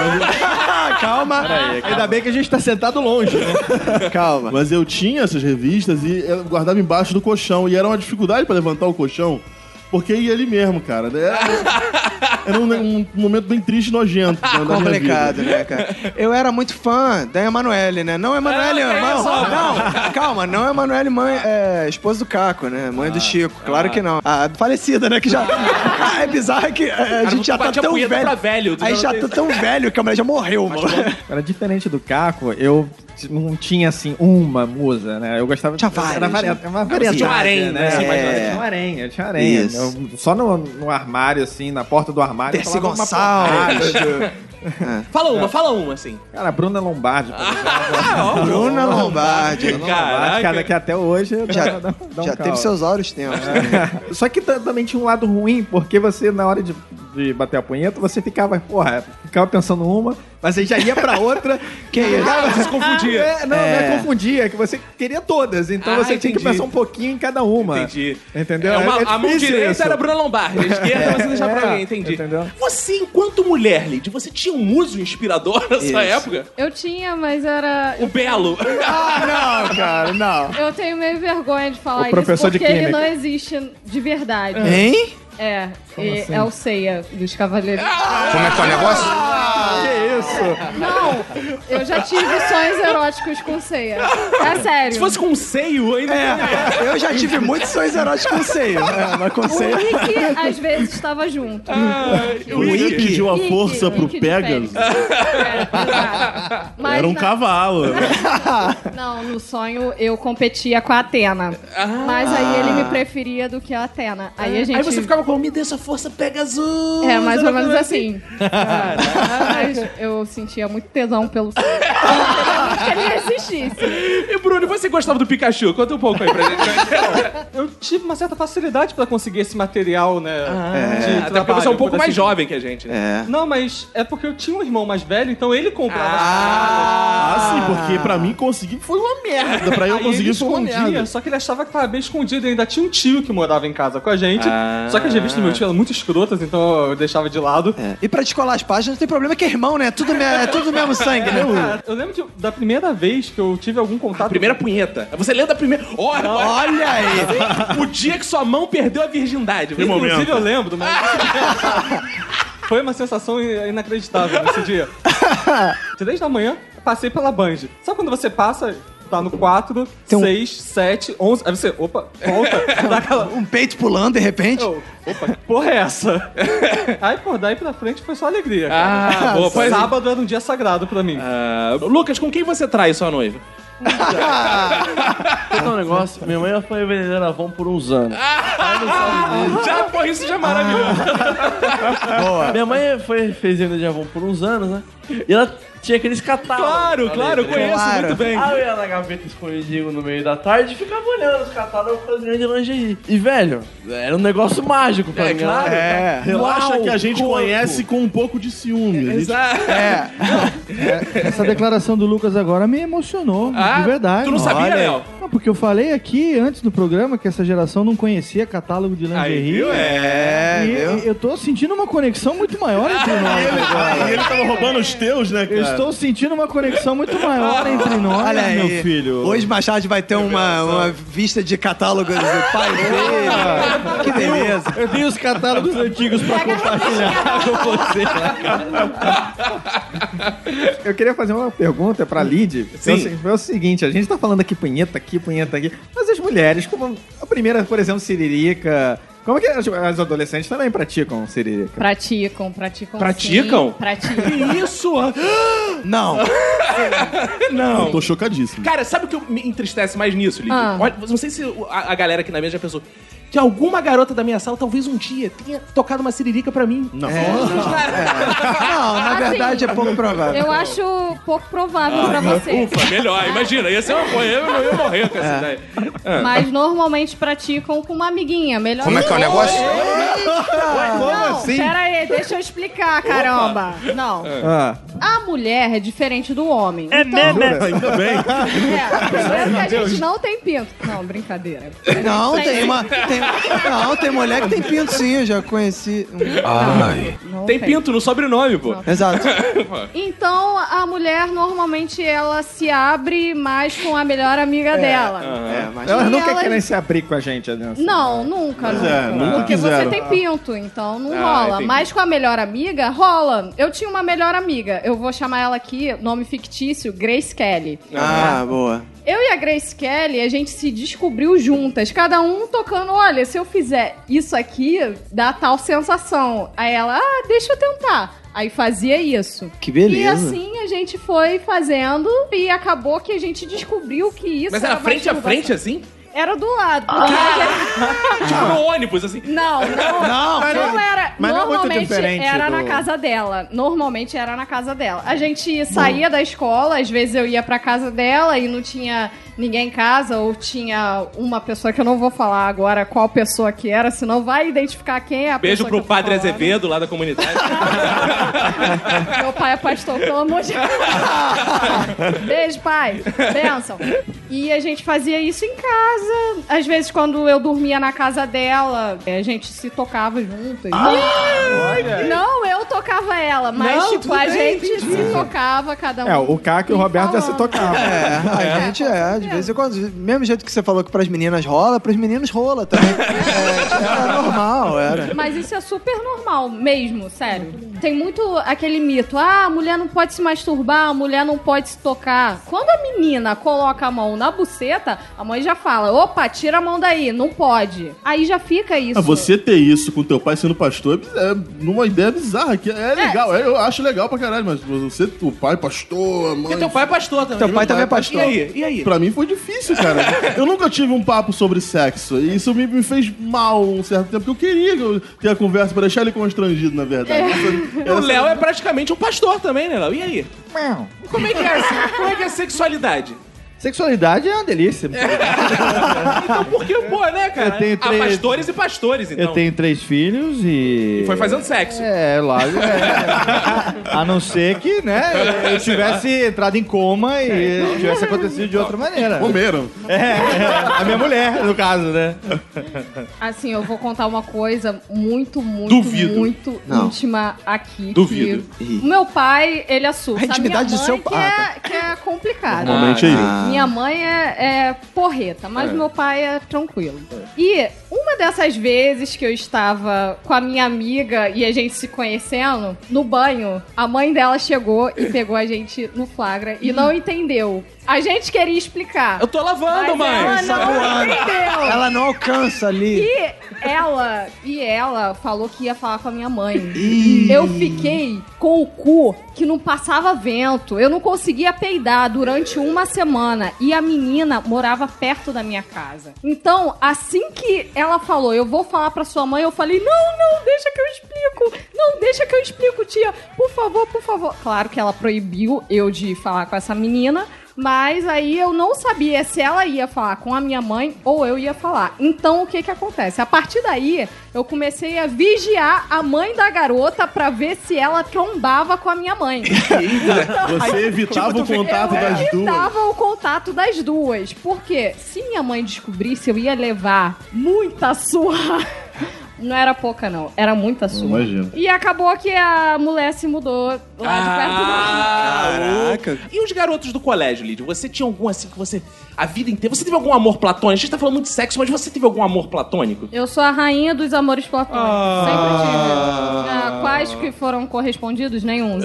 S6: Calma, ainda bem que a gente tá sentado longe, né?
S2: Calma.
S4: Mas eu tinha essas revistas e eu guardava embaixo do colchão. E era uma dificuldade pra levantar o colchão, porque ia ali mesmo, cara. Era, era um, um momento bem triste e nojento. da- da minha
S2: Complicado,
S4: vida.
S2: né, cara? Eu era muito fã da Emanuele, né? Não Emanuele,
S1: Ah, é
S2: irmão.
S1: só-
S2: Não, calma, não Emanuele, mãe, é, esposa do Caco, né? Mãe do Chico, claro que não. A falecida, né? Que já. é bizarro que é, a gente já tá
S1: batia
S2: tão
S1: punheta
S2: velho.
S1: pra velho, tu
S2: Aí
S1: já
S2: já
S1: não
S2: tá tão velho que a mulher já morreu, mano.
S10: Era diferente do Caco, eu
S6: não tinha assim uma musa, né? Eu gostava de. Era varia- era uma variedade.
S21: Tinha um harém,
S6: né?
S21: né? Sim, mas
S6: É,
S21: era-
S6: tinha um harém, tinha um harém.
S21: Isso.
S6: Eu- Só no, no armário, assim, na porta do armário.
S21: Dercy
S6: falava uma
S21: Gonçalves.
S6: porrada
S1: Fala
S2: É.
S1: uma, fala uma, assim.
S6: Cara, Bruna Lombardi. por exemplo.
S2: Bruna Lombardi.
S6: Bruna Lombardi, cara, que até hoje
S2: Já,
S6: dá- dá um
S2: já
S6: caldo.
S2: teve seus áureos tempos. né?
S6: É. Só que ta- também tinha um lado ruim, porque você, na hora de, de bater a punheta, você ficava, porra, ficava pensando numa, mas aí já ia pra outra. que
S1: é?
S21: isso?
S1: Ah,
S21: Você se confundia.
S6: É, não, não
S21: É.
S6: é confundia, é que você queria todas, então
S21: Ah,
S6: você tinha que
S21: entendi.
S6: pensar um pouquinho em cada uma.
S1: Entendi.
S6: Entendeu?
S1: É uma- a mão
S6: difícil
S1: direita
S6: isso.
S1: era Bruna Lombardi, a esquerda você deixava
S2: É.
S1: pra mim, entendi. Você, enquanto mulher, Lid, você tinha um uso inspirador nessa
S15: Isso.
S1: época?
S15: Eu tinha, mas era.
S1: O Belo.
S15: Ah,
S6: não, cara, não.
S15: Eu tenho meio vergonha de
S6: O
S15: falar isso,
S6: professor de
S15: porque ele
S6: química.
S15: não existe de verdade.
S6: Hein?
S15: É,
S6: Como
S15: e-
S6: assim?
S15: é o Ceia dos Cavaleiros.
S22: Como é que é o negócio?
S6: que isso?
S15: Não, eu já tive sonhos eróticos com Ceia. É sério.
S1: Se fosse com um seio, ainda.
S15: É,
S2: eu já tive muitos sonhos eróticos com seio. É, mas com
S15: O
S2: seio-
S15: Rick, às vezes, estava junto.
S19: O Rick deu a
S15: Rick,
S19: força pro
S15: Rick de
S19: Pegasus.
S15: Félix. Mas
S19: Era um
S15: na-
S19: cavalo.
S15: Não, no sonho eu competia com a Atena. Mas aí ele me preferia do que a Atena. Aí a gente.
S1: Aí você ficava com, me dê essa força, pega azul.
S15: É, mais ou menos assim. Mas eu sentia muito tesão pelo sonho. que ele existisse.
S1: E Bruno, você gostava do Pikachu? Conta um pouco aí pra gente.
S5: Eu tive uma certa facilidade pra conseguir esse material, né? de
S1: Até
S5: trabalho,
S1: porque você Ah, é um pouco
S5: por
S1: mais
S5: assim-
S1: jovem que a gente, né?
S5: Não, mas é porque eu tinha um irmão mais velho, então ele comprava.
S19: Ah, sim, porque pra mim conseguir foi uma merda. Pra eu
S5: Aí
S19: conseguir
S5: ele
S19: foi uma merda.
S5: escondia, só que ele achava que tava bem escondido. E ainda tinha um tio que morava em casa com a gente.
S2: Ah.
S5: Só que as revistas do meu tio eram muito escrotas, então eu deixava de lado.
S1: É.
S2: E pra descolar as páginas, não tem problema que é irmão, né? É Tudo, me- é tudo do mesmo sangue, né?
S5: Cara, Ah, eu lembro que eu- da primeira vez que eu tive algum contato.
S1: primeira punheta. Você lembra da primeira. Olha,
S5: Olha
S1: aí! o dia que sua mão perdeu a virgindade.
S5: Que Inclusive eu lembro, mas. Foi uma sensação in- inacreditável nesse dia. Três da manhã, passei pela Band. Sabe quando você passa, tá no 4,
S19: um
S5: 6, 7, 11. Aí você, opa, volta, dá aquela.
S2: Um peito pulando de repente.
S5: opa, que porra é essa? Aí, pô, daí pra frente foi só alegria.
S1: Ah,
S5: cara.
S1: boa, pois-
S5: Sábado era um dia sagrado pra mim.
S1: Ah, Lucas, com quem você trai sua noiva?
S4: Conta um negócio. Minha mãe foi vendedora Avon por uns anos.
S1: já, pô, isso já é maravilhoso.
S4: Minha mãe foi, fez venda de Avon por uns anos, né? E ela tinha aqueles catálogos.
S1: Claro,
S4: Falei,
S1: claro, eu
S4: né?
S1: conheço muito bem.
S4: Ah, eu ia na gaveta escondidinho no meio da tarde e ficava olhando os catálogos fazendo de lingerie. E, velho, era um negócio mágico pra
S19: É,
S4: mim.
S19: claro.
S4: Ela-
S19: É. Relaxa
S4: Uau,
S19: que a gente
S4: corpo.
S19: conhece com um pouco de ciúme. Exato.
S4: É.
S6: Essa declaração do Lucas agora me emocionou,
S1: Ah,
S6: de verdade.
S1: tu não sabia,
S6: Olha.
S1: Léo?
S6: Não, porque eu falei aqui antes do programa que essa geração não conhecia catálogo de lingerie.
S21: Aí, viu? É,
S6: E
S21: viu?
S6: eu tô sentindo uma conexão muito maior entre nós. agora.
S19: E ele tava roubando os teus, né, cara?
S6: Eu estou sentindo uma conexão muito maior entre nós,
S2: Olha aí.
S6: meu filho.
S2: Hoje Machado vai ter uma, uma vista de catálogos do pai dele. que beleza.
S6: Eu vi os catálogos antigos pra compartilhar com você. Eu queria fazer uma pergunta pra Lid.
S21: Sim.
S6: É o se- É o seguinte, a gente tá falando aqui punheta aqui, punheta aqui, mas as mulheres, como a primeira, por exemplo, siririca, como é que as, as adolescentes também praticam siririca?
S15: Praticam, praticam.
S6: Praticam?
S15: Sim, praticam.
S1: Isso!
S2: Não.
S1: Não.
S19: Eu tô chocadíssimo.
S1: Cara, sabe o que me entristece mais nisso, Lidia?
S15: Ah.
S1: Olha, Não sei se a, a galera aqui na mesa já pensou que alguma garota da minha sala talvez um dia tenha tocado uma siririca pra mim.
S19: Não.
S2: Não, na
S15: Assim,
S2: verdade é pouco provável.
S15: Eu acho pouco provável
S22: Ah, é
S15: pra você.
S1: Ufa, é melhor. Imagina, ia ser uma coisa. Eu, eu ia morrer com essa ideia. Ah.
S15: Mas normalmente praticam com uma amiguinha, melhor.
S22: É. Como é que é o negócio?
S15: Como não,
S22: assim?
S15: Pera aí, deixa eu explicar, caramba. Não.
S22: É.
S19: É.
S6: Ah,
S15: A mulher é diferente do homem. É
S21: mesmo? Ainda bem.
S15: É, primeiro que a
S21: Deus.
S15: gente não tem pinto. Não, brincadeira.
S2: Não,
S15: Tem.
S2: tem uma. Tem, não, tem mulher que tem pinto sim, eu já conheci.
S1: Ai. Tem pinto no sobrenome, pô.
S2: Exato.
S15: Então, a mulher normalmente ela se abre mais com a melhor amiga dela.
S6: É, mas
S15: E
S6: elas nunca
S15: elas-
S6: querem se abrir com a gente, né?
S15: Não, nunca,
S6: Mas
S15: nunca.
S6: é, nunca
S15: Porque você
S6: quiseram.
S15: tem pinto, então não
S6: Ah,
S15: rola.
S6: entendi.
S15: Mas com a melhor amiga, rola. Eu tinha uma melhor amiga. Eu vou chamar ela aqui, nome fictício, Grace Kelly.
S2: Ah, boa.
S15: Eu e a Grace Kelly, a gente se descobriu juntas, cada um tocando, olha, se eu fizer isso aqui, dá tal sensação. Aí ela, ah, deixa eu tentar. Aí fazia isso.
S2: Que beleza.
S15: E assim a gente foi fazendo e acabou que a gente descobriu que isso
S1: Mas era
S15: mais
S1: frente a
S15: masturbação.
S1: frente, assim?
S15: Era do lado. porque
S1: Tipo no ônibus, assim.
S15: Não, não,
S1: Não,
S15: não,
S1: mas não-
S15: era.
S1: mas não é muito
S15: normalmente
S1: diferente
S15: era
S1: do-
S15: na casa dela. Normalmente era na casa dela. A gente saía da escola, às vezes eu ia pra casa dela e não tinha ninguém em casa, ou tinha uma pessoa que eu não vou falar agora qual pessoa que era, senão vai identificar quem é a
S1: Beijo
S15: pessoa.
S1: pro padre Azevedo lá da comunidade.
S15: que- Meu pai é pastor, pelo amor de Beijo, pai. Benção. E a gente fazia isso em casa. Às vezes, quando eu dormia na casa dela, a gente se tocava juntas.
S10: Ah, olha.
S15: não, eu tocava ela, mas
S10: Não,
S15: tipo,
S10: tudo
S15: a
S10: bem,
S15: gente se tocava, cada um.
S10: É, o Caco e o Roberto já se
S6: Então,
S10: tocavam.
S2: É, a gente é, de vez em quando. Mesmo jeito que você falou que pras meninas rola, pros meninos rola também. É, era normal, era.
S15: Mas isso é super normal mesmo, sério. Tem muito aquele mito: ah, a mulher não pode se masturbar, a mulher não pode se tocar. Quando a menina coloca a mão na buceta, a mãe já fala: opa, tira a mão daí, não pode. Aí já fica isso.
S4: Ah, você ter isso com teu pai sendo pastor é é uma ideia bizarra. Que é legal, é, eu acho legal pra caralho, mas você, o pai pastor, a mãe.
S1: Porque teu pai é pastor também.
S4: Meu
S1: E aí? E aí?
S4: Pra mim foi difícil, cara. eu nunca tive um papo sobre sexo. E isso me, me fez mal um certo tempo, porque eu queria que eu- ter a conversa pra deixar ele constrangido, na verdade.
S1: É. O Léo é praticamente um pastor também, né, Léo? E aí? Como é que é, a- como é que é a sexualidade?
S6: Sexualidade é uma delícia.
S1: Então por que, pô, né, cara?
S6: Eu tenho
S1: Há
S6: três-
S1: pastores e pastores, então.
S6: Eu tenho três filhos e.
S1: E foi fazendo sexo.
S6: É, lá. é. A não ser que, né, eu tivesse entrado em coma e tivesse acontecido de outra maneira.
S4: Comeram.
S6: É, é, a minha mulher, no caso, né?
S15: Assim, eu vou contar uma coisa muito, muito,
S6: Duvido.
S15: muito
S6: Não.
S15: íntima aqui.
S6: Duvido.
S15: que-
S6: Ih.
S15: O meu pai, ele assusta.
S2: A intimidade
S15: minha
S2: do seu
S15: mãe que
S2: pai. Ah,
S15: é, que é complicada.
S2: Normalmente é isso.
S15: Minha mãe é, é porreta, mas
S2: É.
S15: meu pai é tranquilo. E uma dessas vezes que eu estava com a minha amiga e a gente se conhecendo, no banho, a mãe dela chegou e pegou a gente no flagra e não entendeu. A gente queria explicar.
S1: Eu tô
S15: é
S1: lavando,
S15: Ela não
S2: Saboando.
S15: entendeu.
S2: Ela não alcança ali.
S15: E ela, e ela falou que ia falar com a minha mãe. Eu fiquei com o cu que não passava vento. Eu não conseguia peidar durante uma semana. E a menina morava perto da minha casa. Então, assim que ela falou, eu vou falar pra sua mãe, eu falei: não, não, deixa que eu explico. Não, deixa que eu explico, tia. Por favor, por favor. Claro que ela proibiu eu de falar com essa menina. Mas aí eu não sabia se ela ia falar com a minha mãe ou eu ia falar. Então o que que acontece? A partir daí, eu comecei a vigiar a mãe da garota pra ver se ela trombava com a minha mãe. Então, tipo,
S4: Você evitava o contato
S15: eu
S4: das duas.
S15: evitava o contato das duas. Porque se minha mãe descobrisse, eu ia levar muita surra. Não era pouca, não. Era muita surra.
S4: Imagina.
S15: E acabou que a mulher se mudou
S1: Ah,
S15: lá de perto do
S1: Caraca. E os garotos do colégio, Lid? Você tinha algum assim que você. A vida inteira. Você teve algum amor platônico? A gente tá falando muito de sexo, mas você teve algum amor platônico?
S15: Eu sou a rainha dos amores platônicos. Sempre tive.
S1: Ah.
S15: Ah, quais que foram correspondidos? Nenhum.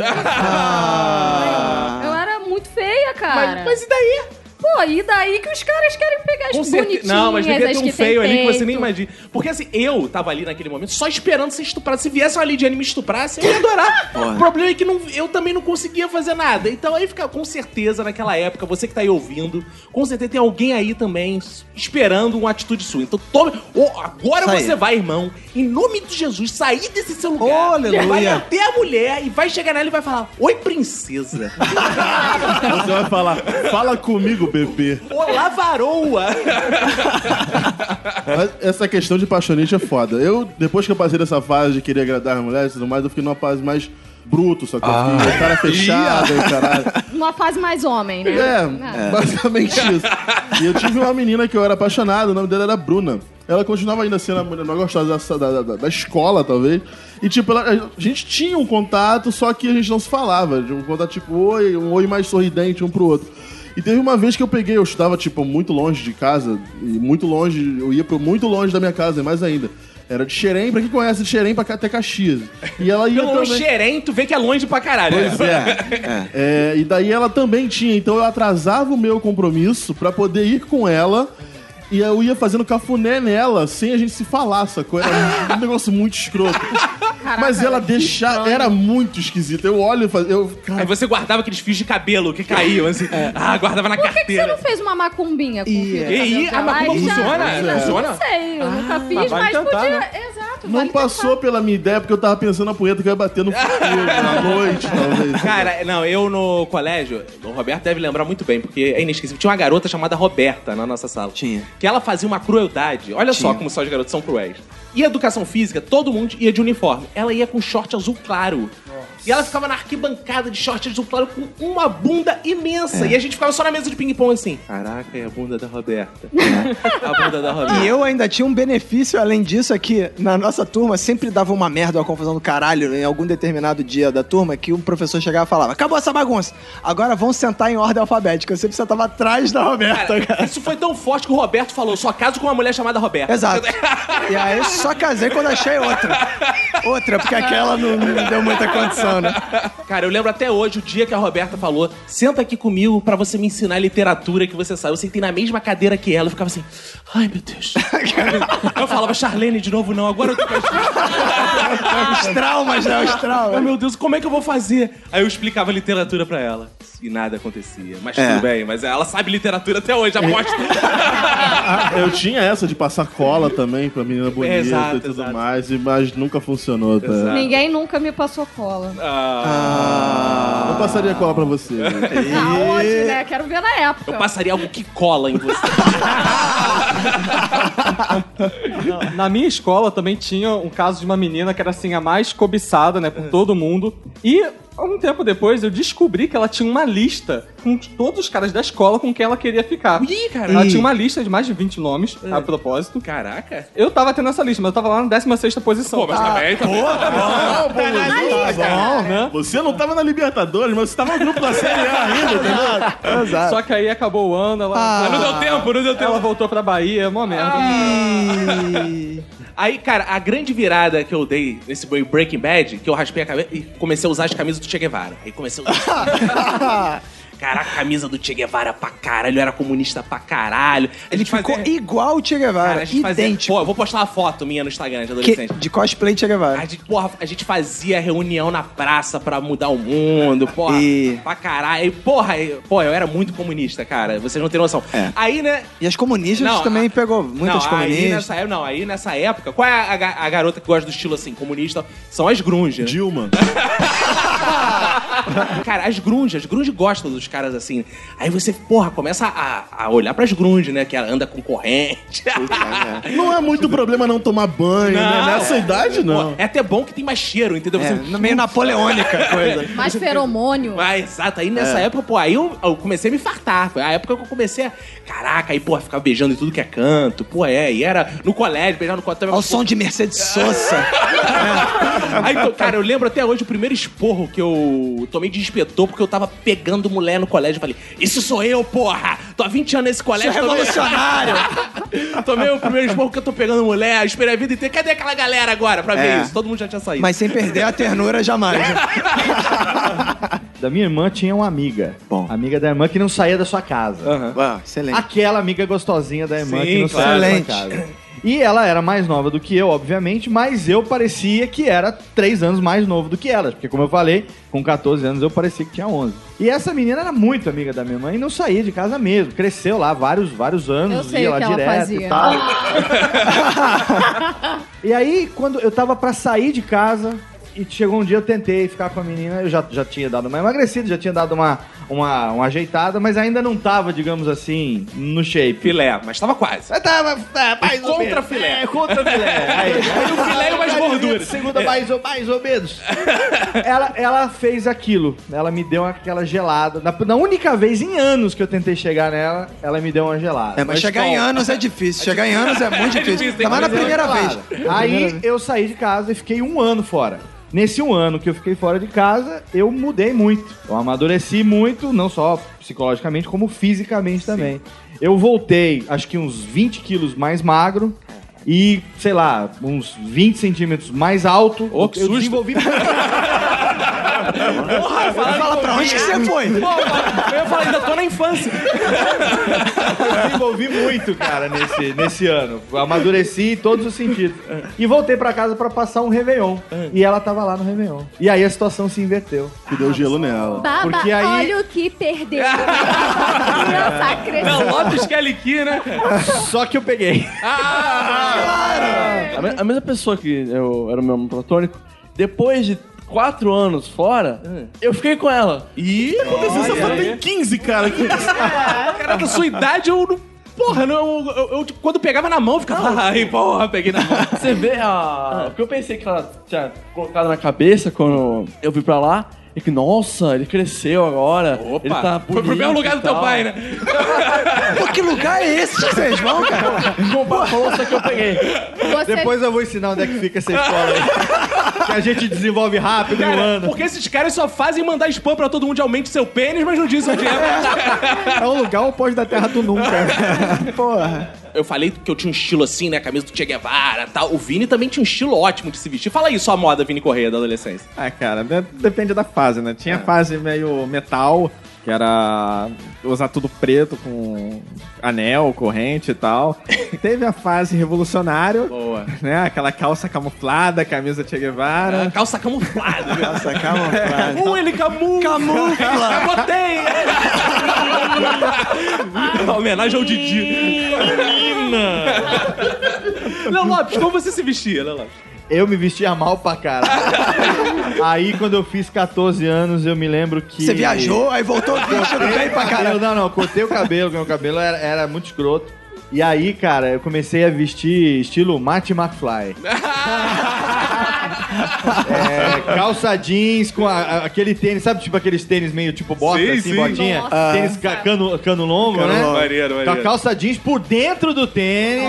S1: Ah.
S15: Nenhum. Eu era muito feia, cara.
S1: Mas- mas e daí?
S15: Pô, e daí que os caras querem pegar as
S1: Com certeza-
S15: bonitinhas,
S1: Não, mas devia ter
S15: as
S1: um
S15: que
S1: feio
S15: tem
S1: ali que você nem
S15: peito.
S1: imagina. Porque assim, eu tava ali naquele momento só esperando ser estuprado. Se viesse uma Lidiane e me estuprasse, eu ia adorar.
S8: Porra.
S1: o problema é que não- eu também não conseguia fazer nada. Então aí fica, com certeza, naquela época, você que tá aí ouvindo, com certeza tem alguém aí também esperando uma atitude sua. Então tome. Ô, agora
S8: Sai.
S1: você vai, irmão, em nome de Jesus, sair desse seu lugar.
S8: aleluia.
S1: Vai até a mulher e vai chegar nela e vai falar: Oi, princesa.
S4: Você vai falar, fala comigo, bebê.
S1: Olá, varoa.
S4: Mas essa questão de paixonite é foda. Eu, depois que eu passei dessa fase de querer agradar as mulheres e tudo mais, eu fiquei numa fase mais bruto, só que eu fiquei cara fechada, e caralho.
S15: Numa fase mais homem, né?
S4: É, basicamente isso. E eu tive uma menina que eu era apaixonado, o nome dela era Bruna. Ela continuava ainda sendo a mulher mais gostosa da, da, da- da escola, talvez. E, tipo, ela- a gente tinha um contato, só que a gente não se falava. De um contato, tipo, oi, um oi mais sorridente um pro outro. E teve uma vez que eu peguei, eu estudava, tipo, muito longe de casa, e muito longe, eu ia pro muito longe da minha casa, e mais ainda. Era de Xerém, pra quem conhece de Xerém, pra cá até Caxias. E ela ia
S1: Pelo
S4: também...
S1: xerém, tu vê que é longe pra caralho.
S4: Pois é. É, E daí ela também tinha, então eu atrasava o meu compromisso pra poder ir com ela. E eu ia fazendo cafuné nela sem a gente se falar, sacou? Era um negócio muito escroto.
S3: Caraca,
S4: Mas ela deixava. Era muito esquisita. Eu olho e falo. Eu, cara,
S1: Aí você guardava aqueles fios de cabelo que caíam, assim. Ah, guardava na
S3: Por que, que você
S1: carteira.
S3: não fez uma macumbinha com o filho?
S1: E aí, a macumba funciona?
S15: assim,
S1: Funciona? Ah,
S3: Não sei, eu nunca fiz, mas,
S4: mas vale tentar,
S3: podia.
S4: né?
S3: Exato,
S4: não
S3: vale
S4: passou pela minha ideia porque eu tava pensando na punheta que eu ia bater no futuro, na noite, talvez.
S1: Cara, não, eu no colégio, o Roberto deve lembrar muito bem, porque é inesquecível. Tinha uma garota chamada Roberta na nossa sala. Tinha. Que ela fazia uma crueldade. Olha só
S2: Tinha.
S1: como só os garotos são cruéis. E educação física, todo mundo ia de uniforme. Ela ia com short azul claro. E ela ficava na arquibancada de short azul claro com uma bunda imensa. E a gente ficava só na mesa de ping-pong assim. É. Caraca, é a bunda da Roberta. a bunda da Roberta.
S2: E eu ainda tinha um benefício além disso aqui. Na nossa turma sempre dava uma merda, uma confusão do caralho em algum determinado dia da turma que um professor chegava e falava: Acabou essa bagunça, agora vão sentar em ordem alfabética. Eu sempre sentava atrás da Roberta, cara.
S1: Isso foi tão forte que o Roberto falou: só caso com uma mulher chamada Roberta.
S2: Exato. E aí eu só casei quando achei outra. Outra, porque aquela não, não deu muita condição, né?
S1: Cara, eu lembro até hoje o dia que a Roberta falou: senta aqui comigo pra você me ensinar a literatura que você sabe. Eu sentei na mesma cadeira que ela e ficava assim: ai meu Deus. eu falava, Charlene de novo não, agora eu tô com as-
S2: Os traumas, né? Os traumas.
S1: Ai meu Deus, como é que eu vou fazer? Aí eu explicava literatura pra ela e nada acontecia. Mas
S4: É.
S1: tudo bem, mas ela sabe literatura até hoje, aposto.
S4: Eu tinha essa de passar cola também pra menina bonita
S1: exato,
S4: e tudo mais, e- mas nunca funcionou, tá?
S3: tentar. Ninguém nunca me passou cola.
S4: Ah. Não passaria cola pra você. né?
S3: Ah, hoje, né? Quero ver na época.
S1: Eu passaria algo que cola em você.
S5: Na minha escola também tinha um caso de uma menina que era assim a mais cobiçada, né, por todo mundo. E algum tempo depois eu descobri que ela tinha uma lista com todos os caras da escola com quem ela queria ficar.
S1: Ih, cara.
S5: Ela
S1: Ih.
S5: tinha uma lista de mais de 20 nomes, a propósito.
S1: Caraca.
S5: Eu tava tendo essa lista, mas eu tava lá na 16ª posição. Ah, né?
S4: Pô, mas tá bem, tá bem. Tá bom,
S5: tá
S4: na lista, cara. Você não tava na Libertadores, mas você tava no grupo da Série A ainda, tá ligado?
S5: Só que aí acabou o ano, ela...
S4: Ah.
S1: Não deu tempo, então. Ah. não deu tempo.
S5: Ela voltou pra Bahia, mó merda.
S1: Aí, cara, a grande virada que eu dei nesse meu Breaking Bad, que eu raspei a cabeça e comecei a usar as camisas do Che Guevara. Aí comecei a usar. Caraca, a camisa do Che Guevara pra caralho, eu era comunista pra caralho. A gente
S2: Ficou igual o Che Guevara,
S1: Cara, a gente fazia-
S2: idêntico.
S1: Pô, eu vou postar uma foto minha no Instagram de
S2: Que-
S1: adolescente.
S2: de cosplay de Che Guevara.
S1: A gente, porra, a gente fazia reunião na praça pra mudar o mundo, porra.
S2: E-
S1: Pra caralho. E, Porra, eu, pô, eu era muito comunista, cara. Vocês não têm noção. Aí, né?
S2: E as comunistas
S1: Não,
S2: também pegou muitas
S1: não, Aí
S2: comunistas.
S1: nessa, época- não, aí nessa época, qual é a, ga- a garota que gosta do estilo assim, comunista? São as grunge, né?
S4: Dilma.
S1: Cara, as grunge, as grunge gostam dos caras assim. Aí você, porra, começa a, a olhar pras grunge, né? Que ela anda com corrente.
S4: Não é muito problema não tomar banho, né? Nessa idade, não.
S1: Pô, é até bom que tem mais cheiro, entendeu?
S4: É,
S1: meio
S4: napoleônica a coisa.
S3: Mais feromônio.
S1: Ah, exato. Aí nessa
S3: É.
S1: época, pô, aí eu, eu comecei a me fartar. Foi a época que eu comecei a. Caraca, aí, pô, ficava beijando em tudo que é canto. Pô, é. E era no colégio, beijar no colégio também.
S2: Ao som de Mercedes Sosa.
S1: Aí, então, cara, eu lembro até hoje o primeiro esporro que eu tomei de inspetor porque eu tava pegando mulher no colégio. Eu Falei, isso sou eu, porra! Tô há 20 anos nesse colégio.
S2: Isso é
S1: tomei-
S2: revolucionário!
S1: tomei o primeiro esporro que eu tô pegando mulher, esperei a vida inteira. Cadê aquela galera agora pra ver
S2: É.
S1: isso? Todo mundo já tinha saído.
S2: Mas sem perder a ternura jamais. né?
S6: Da minha irmã tinha uma amiga. Bom. Amiga da irmã que não saía da sua casa.
S2: excelente.
S6: Aquela amiga gostosinha da irmã
S2: Sim,
S6: que não
S2: claro.
S6: saía da sua
S2: Excelente.
S6: casa. E ela era mais nova do que eu, obviamente, mas eu parecia que era três anos mais novo do que ela. Porque, como eu falei, com 14 anos eu parecia que tinha 11. E essa menina era muito amiga da minha irmã e não saía de casa mesmo. Cresceu lá vários, vários
S3: Eu
S6: anos,
S3: sei
S6: ia
S3: o
S6: lá
S3: que ela
S6: direto
S3: fazia.
S6: e tal. E aí, quando eu tava pra sair de casa, e chegou um dia eu tentei ficar com a menina, eu já, já tinha dado uma emagrecida, já tinha dado uma, uma, uma ajeitada, mas ainda não tava, digamos assim, no shape.
S1: Filé, mas tava quase.
S6: Eu tava, é, mais ou
S8: Contra
S6: menos.
S8: filé.
S6: É, contra filé. Aí, aí
S8: o filé e mais gordura.
S6: Segunda,
S8: É.
S6: mais ou, mais ou menos. ela, ela fez aquilo. Ela me deu aquela gelada. Na, na única vez em anos que eu tentei chegar nela, ela me deu uma gelada.
S2: É, mas chegar em anos é difícil. Chegar em anos é muito difícil. Ainda mais na primeira vez. Primeira
S6: Aí eu saí de casa e fiquei um ano fora. Nesse um ano que eu fiquei fora de casa, eu mudei muito. Eu amadureci muito, não só psicologicamente, como fisicamente também. Eu voltei, acho que uns 20 quilos mais magro e, sei lá, uns 20 centímetros mais alto. Ô, eu desenvolvi
S1: Porra, fala,
S2: pra onde que você foi?
S1: Pô, eu ia falar, ainda tô na infância.
S6: desenvolvi muito, cara, nesse, nesse ano. Amadureci em todos os sentidos. E voltei pra casa pra passar um Réveillon.
S2: Ah.
S6: E ela tava lá no Réveillon. E aí a situação se inverteu.
S4: Que deu gelo nela.
S3: Baba,
S6: Porque aí-
S3: olha o que perdeu.
S15: tá
S3: Criança cresceu.
S1: Não, É Lopes Kelly né, cara?
S6: Só que eu peguei.
S7: A, me- a mesma pessoa que eu era o meu amor platônico, depois de quatro anos fora,
S4: É.
S7: eu fiquei com ela.
S1: E
S4: Você só tem 15, cara. Que-
S1: Caraca, sua idade eu não. Porra, não, eu, eu- eu, tipo, quando pegava na mão, ficava. Ai, porra, peguei na mão.
S7: Você vê
S4: Ah.
S7: a. O que eu pensei que ela tinha colocado na cabeça quando eu vim pra lá é que, nossa, ele cresceu agora. Opa, ele tá
S1: Foi pro
S7: bonito
S1: mesmo lugar
S7: e
S1: do teu
S7: tal.
S1: pai, né?
S2: Pô, que lugar é esse que vocês vão, cara?
S7: Bom, falou só que eu peguei.
S15: Você-
S6: Depois eu vou ensinar onde é que fica essa escola aí. que a gente desenvolve rápido e
S1: Cara,
S6: anda.
S1: porque esses caras só fazem mandar spam pra todo mundo de aumente seu pênis, mas não dizem onde é.
S10: É um lugar oposto da terra do nunca.
S2: Porra.
S1: Eu falei que eu tinha um estilo assim, né? Camisa do Che Guevara e tal. O Vini também tinha um estilo ótimo de se vestir. Fala aí sua moda, Vini Correia, da adolescência.
S10: Ah, cara, de- depende da fase, né? Tinha fase meio metal, que era usar tudo preto com anel, corrente e tal. Teve a fase revolucionário,
S1: Boa.
S10: né? Aquela calça camuflada, camisa Che Guevara.
S1: Calça camuflada. viu?
S2: Nossa, calma, cara.
S1: Uh, ele camufla. Camufla. Botei. Homenagem ao Didi. Menina. Léo Lopes, como você se vestia, Léo Lopes?
S6: Eu me vestia mal pra caralho. aí quando eu fiz 14 anos, eu me lembro que.
S2: Você viajou, aí voltou vestindo bem pra
S6: Eu,
S2: caralho.
S6: não, não, cortei o cabelo, porque meu cabelo era, era muito escroto. E aí, cara, eu comecei a vestir estilo Marty McFly. É, calça jeans com a- a- aquele tênis, sabe? Tipo aqueles tênis meio tipo bota,
S8: Sim,
S6: assim,
S8: sim.
S6: botinha.
S3: Nossa.
S6: Tênis ca- cano, cano longo, né?
S8: Maneiro,
S6: Com a
S8: maneiro.
S6: calça jeans por dentro do tênis,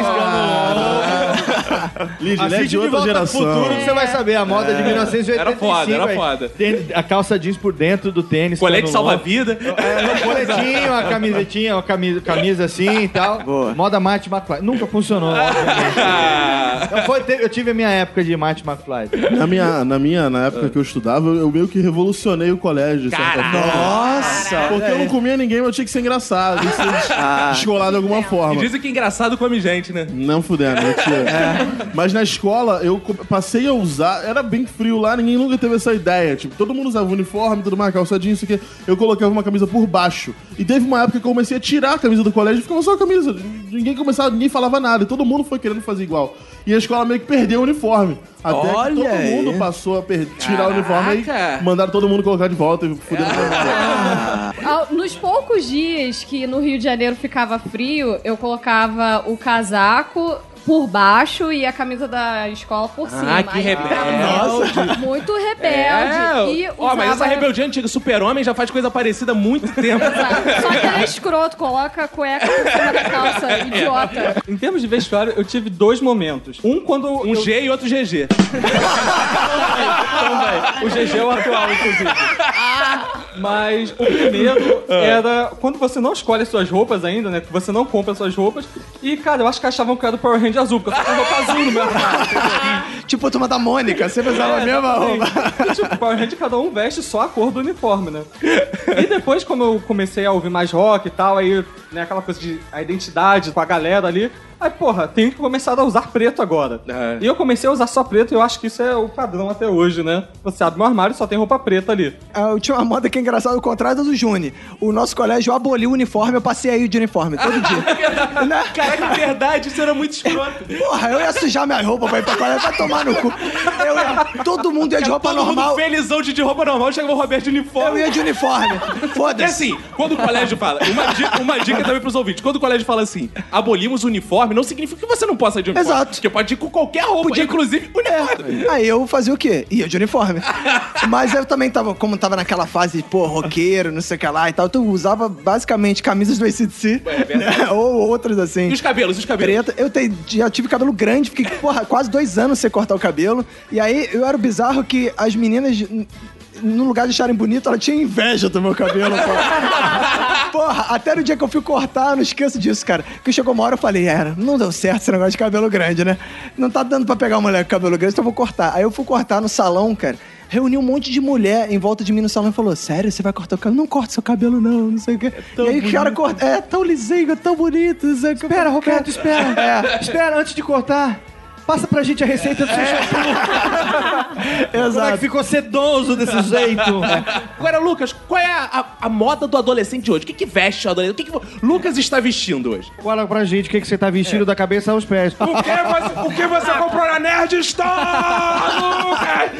S6: cano
S4: Liz, ele
S6: longo.
S7: Assim
S4: é
S6: Assiste
S4: de outra
S6: Volta ao
S4: geração.
S6: Futuro que você vai saber. A moda de 1985.
S1: É. Era foda, era
S6: aí.
S1: foda.
S6: Tênis- a calça jeans por dentro do tênis.
S1: Colete
S6: cano longo.
S1: salva-vida.
S6: É, um coletinho, uma camisetinha, uma camisa, camisa assim e tal.
S2: Boa.
S6: Moda Marty McFly. Nunca funcionou. obviamente. eu, foi- te- eu tive a minha época de Marty McFly.
S4: Na minha, na minha, na época que eu estudava, eu meio que revolucionei o colégio. de certa
S1: Caraca.
S4: forma.
S2: Nossa.
S4: Porque eu não comia ninguém, mas eu tinha que ser engraçado, tinha que ser des- descolado de alguma
S1: E
S4: forma.
S1: dizem que é engraçado come gente, né?
S4: Não fudendo, mentira.
S2: É.
S4: Mas na escola, eu co- passei a usar. Era bem frio lá, ninguém nunca teve essa ideia. Tipo, todo mundo usava uniforme, tudo mais, calça jeans, isso aqui. Eu colocava uma camisa por baixo. E teve uma época que eu comecei a tirar a camisa do colégio e ficava só a camisa. Ninguém começava, ninguém falava nada. E todo mundo foi querendo fazer igual. E a escola meio que perdeu o uniforme. Até
S2: Olha
S4: que todo mundo
S2: aí.
S4: passou a per- tirar o uniforme
S1: Caraca.
S4: e mandaram todo mundo colocar de volta e fuderam todo
S23: É,
S4: mundo.
S15: Ao- Nos poucos dias que no Rio de Janeiro ficava frio, eu colocava o casaco por baixo e a camisa da escola por cima.
S1: Ah, que
S15: Aí
S1: rebelde.
S15: ficava Muito rebelde. E
S1: É, ó, mas essa
S15: usava-
S1: rebeldia antiga, super-homem, já faz coisa parecida há muito tempo.
S15: Exato. Só que ele é escroto, coloca a cueca por cima da calça, idiota.
S5: Em termos de vestuário, eu tive dois momentos. Um quando.
S1: Um
S5: eu...
S1: G e outro GG.
S5: O GG é o atual, inclusive. Mas o primeiro
S1: Ah.
S5: era quando você não escolhe as suas roupas ainda, né? Que você não compra as suas roupas. E, cara, eu acho que achavam que era do Power Ranger azul, porque eu só tenho roupa azul no meu armário.
S2: Tipo a turma da Mônica, sempre usava a mesma roupa.
S5: É, E, tipo, Power Ranger cada um veste só a cor do uniforme, né? E depois, como eu comecei a ouvir mais rock e tal, aí, né, aquela coisa de a identidade com a galera ali. Aí, porra, tenho que começar a usar preto agora.
S1: É.
S5: E eu comecei a usar só preto e eu acho que isso é o padrão até hoje, né? Você abre meu armário e só tem roupa preta ali.
S2: Ah, Eu tinha uma moda que é engraçada, o contrário da do Juni. O nosso colégio aboliu o uniforme, eu passei aí de uniforme todo dia. Né?
S1: Caraca, é verdade, isso era muito escroto.
S2: Porra, eu ia sujar minha roupa pra ir pra colégio, vai tomar no cu. Eu ia, todo mundo ia de roupa
S1: Todo
S2: normal,
S1: mundo felizão de, de roupa normal, chegava o Roberto de
S2: eu
S1: uniforme.
S2: ia de uniforme.
S1: É E
S2: Foda-se.
S1: assim, quando o colégio fala, uma dica, uma dica também pros ouvintes, quando o colégio fala assim, abolimos o uniforme, não significa que você não possa ir de uniforme.
S2: Exato.
S1: Porque pode ir com qualquer roupa,
S2: Podia-
S1: inclusive uniforme.
S2: É, aí eu fazia o quê? Ia de uniforme. Mas eu também tava, como tava naquela fase, pô, roqueiro, não sei o que lá e tal, então eu usava basicamente camisas do ACDC, né? ou outras assim.
S1: E os cabelos, e os cabelos.
S2: preta. Eu te- já tive cabelo grande, fiquei porra, quase dois anos sem cortar o cabelo. E aí eu era o bizarro que as meninas. n- No lugar de acharem bonito, ela tinha inveja do meu cabelo. Porra. porra, até no dia que eu fui cortar, eu não esqueço disso, cara. Que chegou uma hora eu falei, era, não deu certo esse negócio de cabelo grande, né? Não tá dando pra pegar um moleque com cabelo grande, então eu vou cortar. Aí eu fui cortar no salão, cara. reuniu um monte de mulher em volta de mim no salão e falou: Sério, você vai cortar o cabelo? Não corta seu cabelo, não, não sei o quê.
S24: tão
S2: e aí o cara
S24: bonito.
S2: corta. É tão lisinho, tão bonito. não sei o quê.
S24: Espera, Roberto, espera.
S2: É.
S24: Espera, antes de cortar, passa pra gente a receita do seu shampoo.
S1: É. Exato.
S24: Como é que ficou sedoso desse jeito?
S1: Agora, Lucas, qual é a, a- a moda do adolescente hoje? O que, que veste o adolescente? O que, que vo- Lucas está vestindo hoje?
S24: Fala pra gente o que, que você tá vestindo da cabeça aos pés.
S25: O que, você, o que você comprou na Nerd Store, Lucas?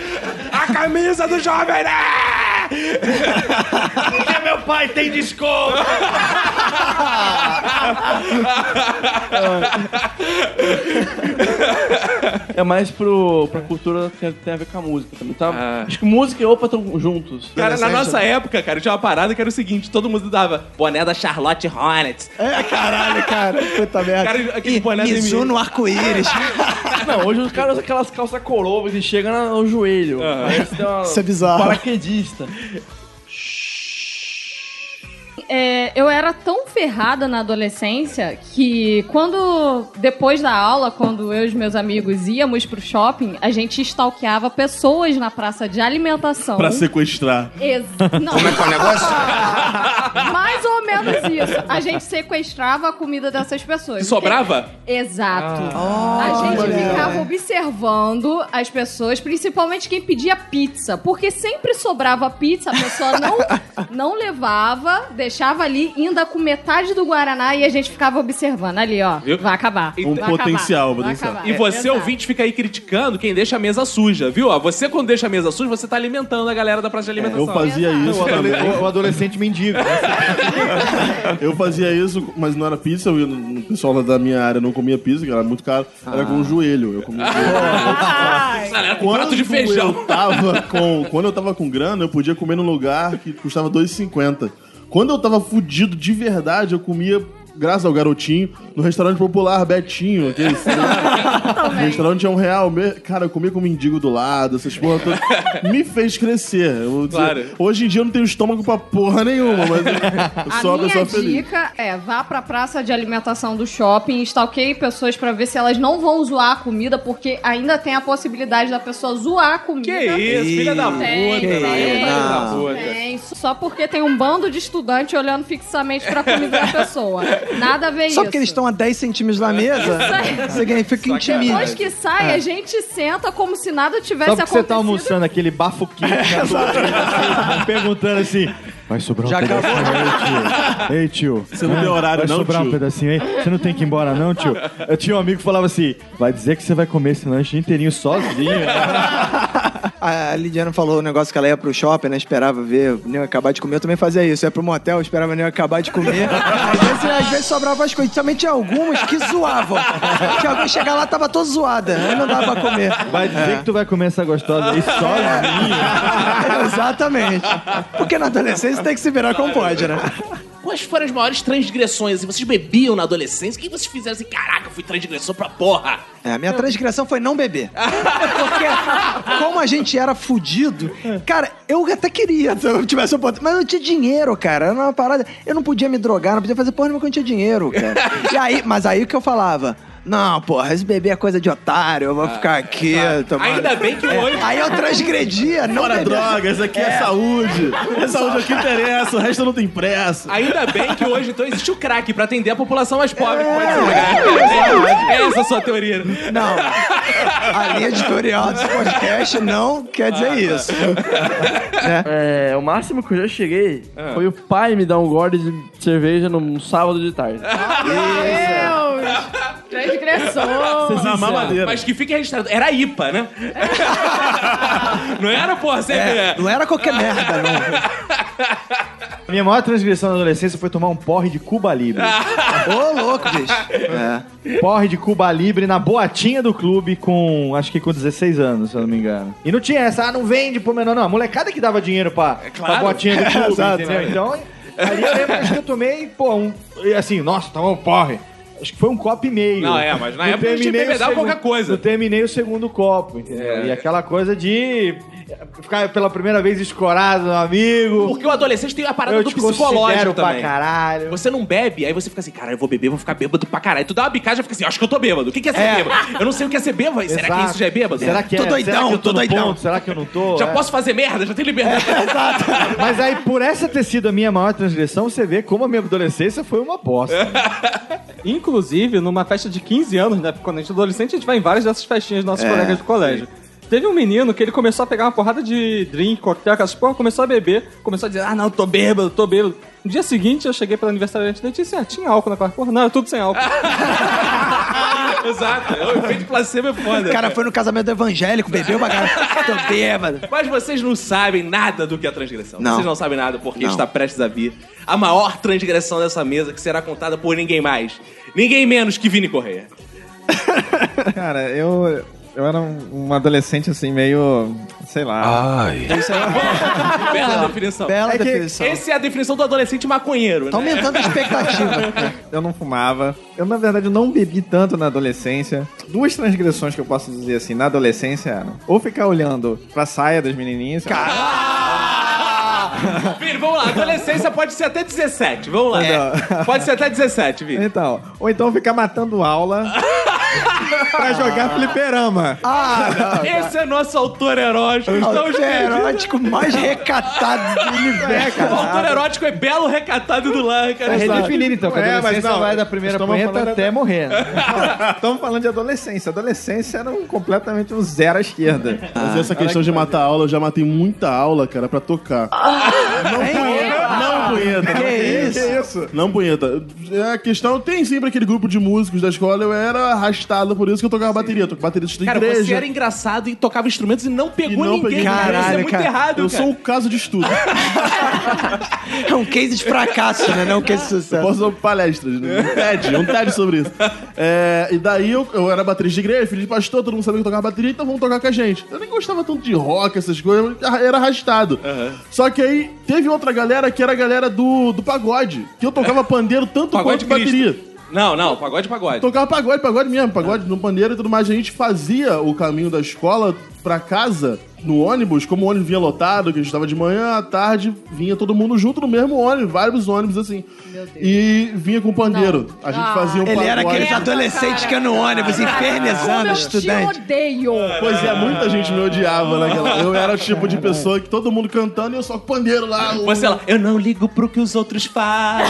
S25: A camisa do Jovem Nerd! Porque meu pai tem desconto!
S23: É mais pro, pra cultura que tem a ver com a música também. Tá?
S2: Ah.
S23: Acho que música e opa estão juntos.
S1: Cara, na nossa
S2: né?
S1: época, cara, tinha uma parada que era o seguinte: todo mundo dava boné da Charlotte Hornets.
S2: É, caralho, cara. Puta merda.
S1: Cara, aquele boné da
S2: Mizuno
S1: NBA.
S2: arco-íris.
S23: Não, hoje os caras usam aquelas calças corova que chegam na- no joelho. Parece uma-
S2: Isso é bizarro.
S23: Paraquedista.
S15: É, eu era tão ferrada na adolescência que quando, depois da aula, quando eu e os meus amigos íamos pro shopping, a gente stalkeava pessoas na praça de alimentação.
S4: Pra sequestrar.
S15: Ex- Não.
S4: Como é que é o negócio?
S15: Mais ou menos isso. A gente sequestrava a comida dessas pessoas.
S1: E sobrava?
S15: Exato.
S1: Ah.
S15: a gente ficava observando as pessoas, principalmente quem pedia pizza. Porque sempre sobrava pizza, a pessoa não, não levava, deixava ali, ainda com metade do Guaraná e a gente ficava observando ali, ó.
S1: Viu?
S15: Vai acabar.
S1: Um
S15: vai acabar,
S1: potencial,
S15: vai acabar. É,
S1: E
S2: É,
S1: você,
S15: Exato.
S1: ouvinte, fica aí criticando quem deixa a mesa suja, viu? Ó, Você, quando deixa a mesa suja, você tá alimentando a galera da
S2: É,
S1: praça de alimentação.
S4: eu fazia isso
S1: O adole-
S4: também.
S1: o adolescente-
S24: mendigo.
S4: Eu fazia isso, mas não era pizza. eu ia no- O pessoal lá da minha área não comia pizza, que era muito caro. Era com o joelho. Eu comia com o
S1: Galera, com É prato de feijão.
S4: Eu tava com, quando eu tava com grana, eu podia comer num lugar que custava 2,50. Quando eu tava fudido de verdade, eu comia, graças ao garotinho, no restaurante popular Betinho, aquele No restaurante é um real. me- Cara, eu comia com mendigo do lado, essas porra todas. Me fez crescer. Eu vou dizer,
S1: Claro.
S4: Hoje em dia eu não tenho estômago pra porra nenhuma, mas eu- eu
S15: A
S4: sou uma
S15: minha
S4: pessoa feliz.
S15: dica é vá pra praça de alimentação do shopping, stalkeie pessoas pra ver se elas não vão zoar a comida, porque ainda tem a possibilidade da pessoa zoar a comida.
S1: Que isso, filha da puta.
S15: Tem,
S1: né?
S15: tem,
S1: Filha da
S15: tem,
S1: puta.
S15: tem. É, Só porque tem um bando de estudante olhando fixamente pra comida da pessoa. Nada a ver
S2: Só
S15: isso.
S2: porque eles estão a 10 centímetros da mesa,
S15: Isso aí.
S2: significa que intimida.
S15: Depois que sai,
S2: É.
S15: a gente senta como se nada tivesse
S6: Só porque você
S15: acontecido.
S6: tá almoçando aquele bafo quente na tua frente, assim, perguntando assim. Vai sobrar um
S2: Tá
S25: Já acabou?
S6: pedacinho aí, tio. Ei, tio.
S25: Você não
S6: Hã?
S25: deu horário
S6: vai
S25: não,
S6: sobrar
S25: tio?
S6: um pedacinho aí? Você não tem que ir embora, não, tio? Eu tinha um amigo que falava assim: vai dizer que você vai comer esse lanche inteirinho sozinho. né?
S2: A Lidiana falou o negócio que ela ia pro shopping, né? Esperava ver nem acabar de comer. Eu também fazia isso. Eu ia pro motel, esperava nem acabar de comer. às, vezes, às vezes sobrava as coisas. Também tinha algumas que zoavam. Tinha alguém chegar lá, tava toda zoada. Aí não dava pra comer.
S6: Vai dizer
S2: É.
S6: que tu vai comer essa gostosa aí sozinho.
S2: Exatamente. Porque na adolescência tem que se virar como pode, né?
S1: Quais foram as maiores transgressões? E vocês bebiam na adolescência? O que vocês fizeram assim? Caraca, eu fui transgressor pra porra!
S2: É, a minha transgressão foi não beber. Porque como a gente era fudido, cara, eu até queria se eu tivesse oportunidade. Mas eu não tinha dinheiro, cara. Era uma parada. Eu não podia me drogar, não podia fazer porra nenhuma porque eu não tinha dinheiro, cara. E aí, mas aí o que eu falava? Não, porra, esse bebê é coisa de otário, eu vou ficar aqui. tomando-
S25: Ah, tá. Ainda bem que
S2: É,
S25: hoje-
S2: Aí eu transgredia, não
S4: Fora
S2: bebia.
S4: drogas, aqui é, saúde. É saúde aqui interessa, o resto não tem pressa.
S1: Ainda bem que hoje então existe o crack pra atender a população mais pobre
S6: É.
S1: que pode se
S2: exatamente.
S1: drogar. É essa a sua teoria.
S2: Não. A linha editorial desse podcast não quer
S25: Ah,
S2: dizer
S25: tá.
S2: isso.
S23: É, o máximo que eu já cheguei
S10: Ah.
S23: foi o pai me dar um gole de cerveja num sábado de tarde.
S15: Deus! Transgressor!
S23: Na mamadeira.
S1: Mas que fique registrado. Era IPA, né? não era, porra? né? Você...
S2: É, não era qualquer merda, não.
S6: Minha maior transgressão na adolescência foi tomar um porre de Cuba Libre.
S2: Ô, louco, bicho. É.
S6: Porre de Cuba Libre na boatinha do clube com, acho que com 16 anos, se eu não me engano. E não tinha essa, ah, não vende pro menor, não. A molecada que dava dinheiro pra,
S1: É
S6: pra boatinha do clube,
S24: Exato.
S6: entendeu? Então, aí eu lembro que eu tomei, pô, um, e assim, nossa, tomou um porre. Acho que foi um copo e meio.
S1: Não, é, mas na
S6: Eu
S1: época a gente
S6: terminei o
S1: bebedava
S6: segundo-
S1: qualquer coisa.
S6: Eu terminei o segundo copo, entendeu?
S1: É.
S6: E aquela coisa de ficar pela primeira vez escorado no amigo.
S1: Porque o adolescente tem a parada
S6: Eu
S1: do
S6: te considero
S1: psicológico
S6: pra
S1: também.
S6: caralho.
S1: Você não bebe, aí você fica assim, cara, eu vou beber, vou ficar bêbado pra caralho. Tu dá uma bicada e fica assim, acho que eu tô bêbado. O que, que é ser
S6: É.
S1: bêbado? Eu não sei o que é ser bêbado. Será que
S6: Exato.
S1: isso já é bêbado?
S6: Será que é?
S1: Tô
S6: Será
S1: doidão,
S6: que eu
S1: tô
S6: no
S1: doidão.
S6: ponto? Será que eu não tô?
S1: Já
S6: É.
S1: posso fazer merda, já tenho liberdade.
S2: É,
S6: Exato. Mas aí, por essa ter sido a minha maior transgressão, você vê como a minha adolescência foi uma bosta.
S5: Inclusive, numa festa de 15 anos, né? Quando a gente é adolescente, a gente vai em várias dessas festinhas dos nossos
S6: É.
S5: colegas de colégio. Teve um menino que ele começou a pegar uma porrada de drink, coquetel, aquelas porra, começou a beber, começou a dizer, ah, não, tô bêbado, tô bêbado. No dia seguinte, eu cheguei pelo aniversariante da Letícia, ah, tinha álcool naquela porra. Não, é tudo sem álcool.
S1: Exato. O efeito placebo é foda.
S2: O cara foi no casamento evangélico, bebeu uma cara. Tô bêbado.
S1: Mas vocês não sabem nada do que é transgressão.
S2: Não.
S1: Vocês não sabem nada porque
S2: Não.
S1: está prestes a vir a maior transgressão dessa mesa que será contada por ninguém mais, ninguém menos que Vini Correia.
S10: Cara, eu, eu era um, um adolescente assim, meio. sei lá. Ai.
S2: é
S1: Bela definição.
S10: Bela É que-
S2: então.
S10: definição.
S1: Essa é a definição do adolescente maconheiro,
S10: Tá
S1: né?
S10: aumentando a expectativa. Eu não fumava. Eu, na verdade, não bebi tanto na adolescência. Duas transgressões que eu posso dizer assim na adolescência eram ou ficar olhando pra saia das menininhas. Cara!
S1: Ah! Vini, vamos lá. Adolescência pode ser até 17. Vamos lá.
S2: É.
S10: Não.
S1: Pode ser até 17, Vini.
S10: Então, ou então ficar matando aula pra jogar fliperama.
S2: Ah,
S1: Esse é nosso autor erótico. Estamos
S2: Autor é erótico mais recatado do universo.
S1: O autor erótico é belo recatado do lar, cara.
S10: Redefinir,
S6: então, que a
S10: é, mas
S6: adolescência
S10: não,
S6: vai da primeira
S10: estamos
S6: punheta
S10: falando É.
S6: até morrer.
S10: Estamos falando de adolescência. Adolescência era um- completamente um zero à esquerda.
S1: Ah.
S4: Mas essa questão de matar aula, eu já matei muita aula, cara, pra tocar.
S1: Ah. É
S4: Não punheta.
S8: Que
S4: Que isso? Não punheta. É, A questão tem sempre aquele grupo de músicos da escola, eu era arrastado, por isso que eu tocava bateria. Eu toco bateria de
S1: Cara,
S4: igreja.
S1: você era engraçado e tocava instrumentos e não
S4: E
S1: pegou
S4: não
S1: ninguém.
S4: peguei
S1: cara.
S4: ninguém.
S1: Isso é muito errado,
S4: Eu
S1: cara.
S4: sou um caso de estudo.
S2: é um case de fracasso, né? Não um case de sucesso.
S4: Eu posso dar palestras, né? Um TED, um TED sobre isso. É, e daí eu, eu era baterista de igreja, filho de pastor, todo mundo sabia que eu tocava bateria, então vamos tocar com a gente. Eu nem gostava tanto de rock, essas coisas, mas era arrastado. Só que aí teve outra galera que era a galera do, do pagode, que eu tocava pandeiro tanto
S1: Pagode
S4: quanto
S1: Cristo.
S4: bateria.
S1: Não, não, pagode, pagode.
S4: Tocava pagode, pagode mesmo, pagode no pandeiro e tudo mais. A gente fazia o caminho da escola pra casa no ônibus, como o ônibus vinha lotado, que a gente tava de manhã à tarde, vinha todo mundo junto no mesmo ônibus, vários ônibus assim. E vinha com o pandeiro. A gente fazia um
S2: Ele
S4: pagode.
S2: era aquele adolescente que ia no ônibus, infernizando o estudante.
S3: odeio.
S4: Pois é, muita gente me odiava naquela. Eu era o tipo de pessoa que todo mundo cantando e eu só com o pandeiro lá.
S1: Você lá, eu não ligo pro que os outros falam.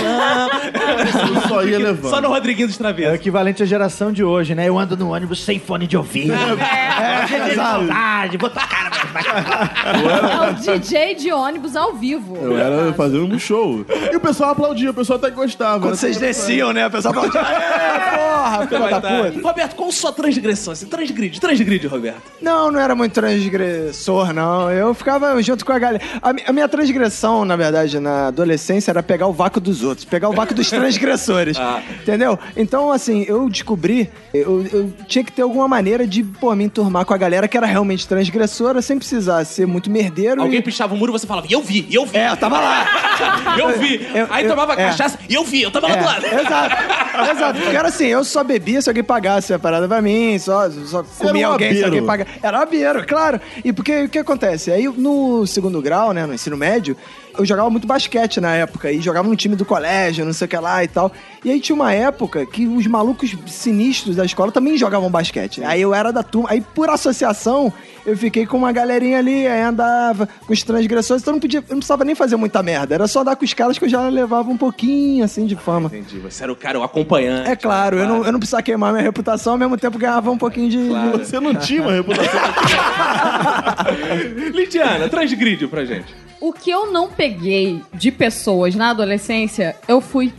S4: Eu só ia levando.
S1: Só no Rodriguinho dos Travessos.
S6: É o equivalente à geração de hoje, né? Eu ando no ônibus sem fone de ouvido. É, é, saudade, vou tocar.
S3: É o DJ de ônibus ao vivo.
S4: Eu era fazendo um show. E o pessoal aplaudia, o pessoal até gostava.
S2: Quando
S4: Era
S2: vocês
S4: tudo-
S2: desciam, né? O pessoal falava, "Aê,
S4: Ah,
S2: porra, filha da puta.
S1: tá. Roberto, qual sua transgressão? Assim? Transgride, transgride, Roberto.
S2: Não, não era muito transgressor, não. Eu ficava junto com a galera. A, mi- a minha transgressão, na verdade, na adolescência, era pegar o vácuo dos outros, pegar o vácuo dos transgressores. Entendeu? Então, assim, eu descobri, eu, eu tinha que ter alguma maneira de, pô, me enturmar com a galera que era realmente transgressora, sem precisar ser muito merdeiro.
S1: Alguém
S2: e-
S1: pichava o muro e você falava, eu vi, eu vi.
S2: É, eu tava lá.
S1: eu vi.
S2: Eu-
S1: Aí
S2: eu-
S1: tomava
S2: é.
S1: cachaça, eu vi, eu tava lá do lado.
S2: É, exato, exato. Porque era assim, eu só bebia se alguém pagasse a parada pra mim, só, só comia
S4: um
S2: alguém se
S4: abeiro.
S2: alguém pagasse. Era um abeiro, claro. E porque o que acontece? Aí no segundo grau, né, no ensino médio, eu jogava muito basquete na época e jogava no time do colégio, não sei o que lá e tal. E aí tinha uma época que os malucos sinistros da escola também jogavam basquete. Aí eu era da turma, aí por associação eu fiquei com uma galerinha ali, aí andava com os transgressores, então eu não podia, eu não precisava nem fazer muita merda, era só dar com os caras que eu já levava um pouquinho assim de fama.
S1: Entendi, você era o cara, o acompanhante.
S2: É claro, eu não, eu não precisava queimar minha reputação, ao mesmo tempo ganhava um pouquinho de.
S4: Você não tinha uma reputação.
S1: Lidiana, transgride pra gente.
S15: O que eu não peguei de pessoas na adolescência, eu fui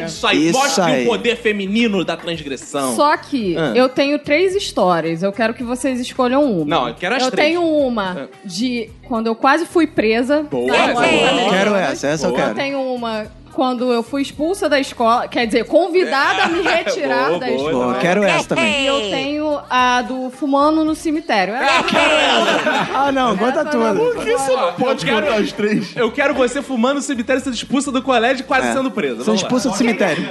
S1: Isso aí, isso aí.
S2: Isso
S1: mostre
S2: aí.
S1: o poder feminino da transgressão.
S15: Só que
S1: Ah.
S15: eu tenho três histórias. Eu quero que vocês escolham uma.
S1: Não, eu quero as
S15: Eu
S1: três. Ah.
S15: tenho uma de quando eu quase fui presa.
S1: Boa,
S15: na escola.
S1: boa.
S2: Quero essa, essa eu
S15: Eu
S2: quero.
S15: tenho uma quando eu fui expulsa da escola, quer dizer, convidada a me retirar
S1: Boa,
S15: da
S1: boa,
S15: escola.
S2: Pô, quero essa também.
S15: E eu tenho a do fumando no cemitério. É, tá
S2: Ah, não, conta tudo.
S4: Por que você não pode
S1: quero-
S4: contar as três?
S1: Eu quero você fumando no cemitério, sendo expulsa do colégio e quase
S2: É.
S1: sendo presa.
S2: São
S1: Vamos lá.
S2: expulsos do cemitério.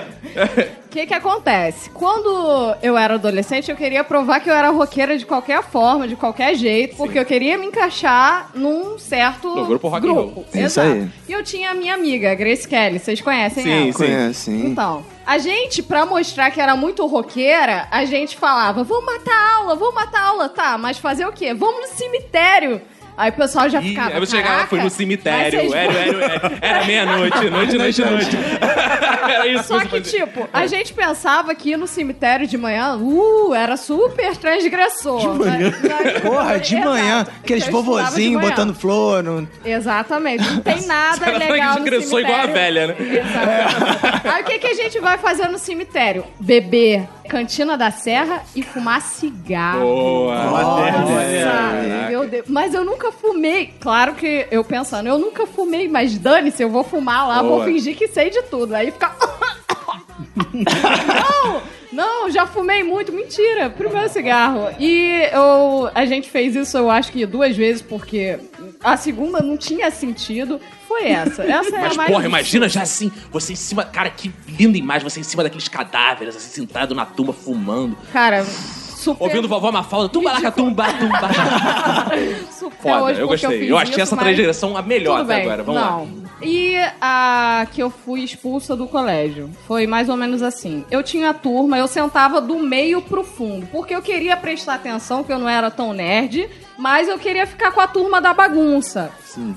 S15: que que acontece? Quando eu era adolescente, eu queria provar que eu era roqueira de qualquer forma, de qualquer jeito, porque eu queria me encaixar num certo
S1: No grupo rock and roll.
S15: Exato.
S2: Isso aí.
S15: E eu tinha a minha amiga, a Grace Kelly, vocês conhecem ela?
S2: Conhece, sim.
S15: Então, a gente, pra mostrar que era muito roqueira, a gente falava, vamos matar a aula, vamos matar a aula. Tá, mas fazer o quê? Vamos no cemitério. Aí o pessoal já
S1: Ih,
S15: ficava,
S1: aí você chegava,
S15: "Caraca,
S1: foi no
S15: vai
S1: cemitério,
S15: ser
S1: era, era, era, era meia-noite, noite, noite, noite. Era isso
S15: Só
S1: você
S15: que,
S1: fazia.
S15: tipo, a gente pensava que ir no cemitério de manhã, uh, era super transgressor. né? De manhã?
S2: Porra, de manhã, aqueles
S15: Então,
S2: vovozinhos botando flor no.
S15: Exatamente, não tem nada
S2: Cara,
S15: legal no
S2: transgressou
S15: cemitério.
S2: igual a velha,
S1: né?
S15: Exato. Aí o que, que a gente vai fazer no cemitério? Beber cantina da serra e fumar cigarro.
S8: Boa.
S15: Nossa, meu Deus. Mas eu nunca fumei. Claro que eu pensando, eu nunca fumei, mas dane-se, eu vou fumar lá, vou
S8: Boa.
S15: fingir que sei de tudo. Aí fica. não! Não, já fumei muito. Mentira, primeiro cigarro. E eu, a gente fez isso, eu acho que duas vezes, porque a segunda não tinha sentido. Foi essa. Essa é
S1: Mas,
S15: a mais.
S1: porra, imagina já assim, você em cima. Cara, que linda imagem, você em cima daqueles cadáveres, assim, sentado na tumba, fumando,
S15: Cara, super.
S1: ouvindo vovó Mafalda, tumbalaca, tumba, tumba.
S15: super
S1: Foda,
S15: hoje
S1: eu
S15: porque
S1: gostei.
S15: fiz
S1: Eu, achei
S15: isso,
S1: essa
S15: mas-
S1: transgressão a melhor
S15: Tudo
S1: até
S15: bem,
S1: agora, vamos
S15: não.
S1: lá.
S15: E a que eu fui expulsa do colégio. Foi mais ou menos assim. Eu tinha a turma, eu sentava do meio pro fundo, porque eu queria prestar atenção, que eu não era tão nerd, mas eu queria ficar com a turma da bagunça.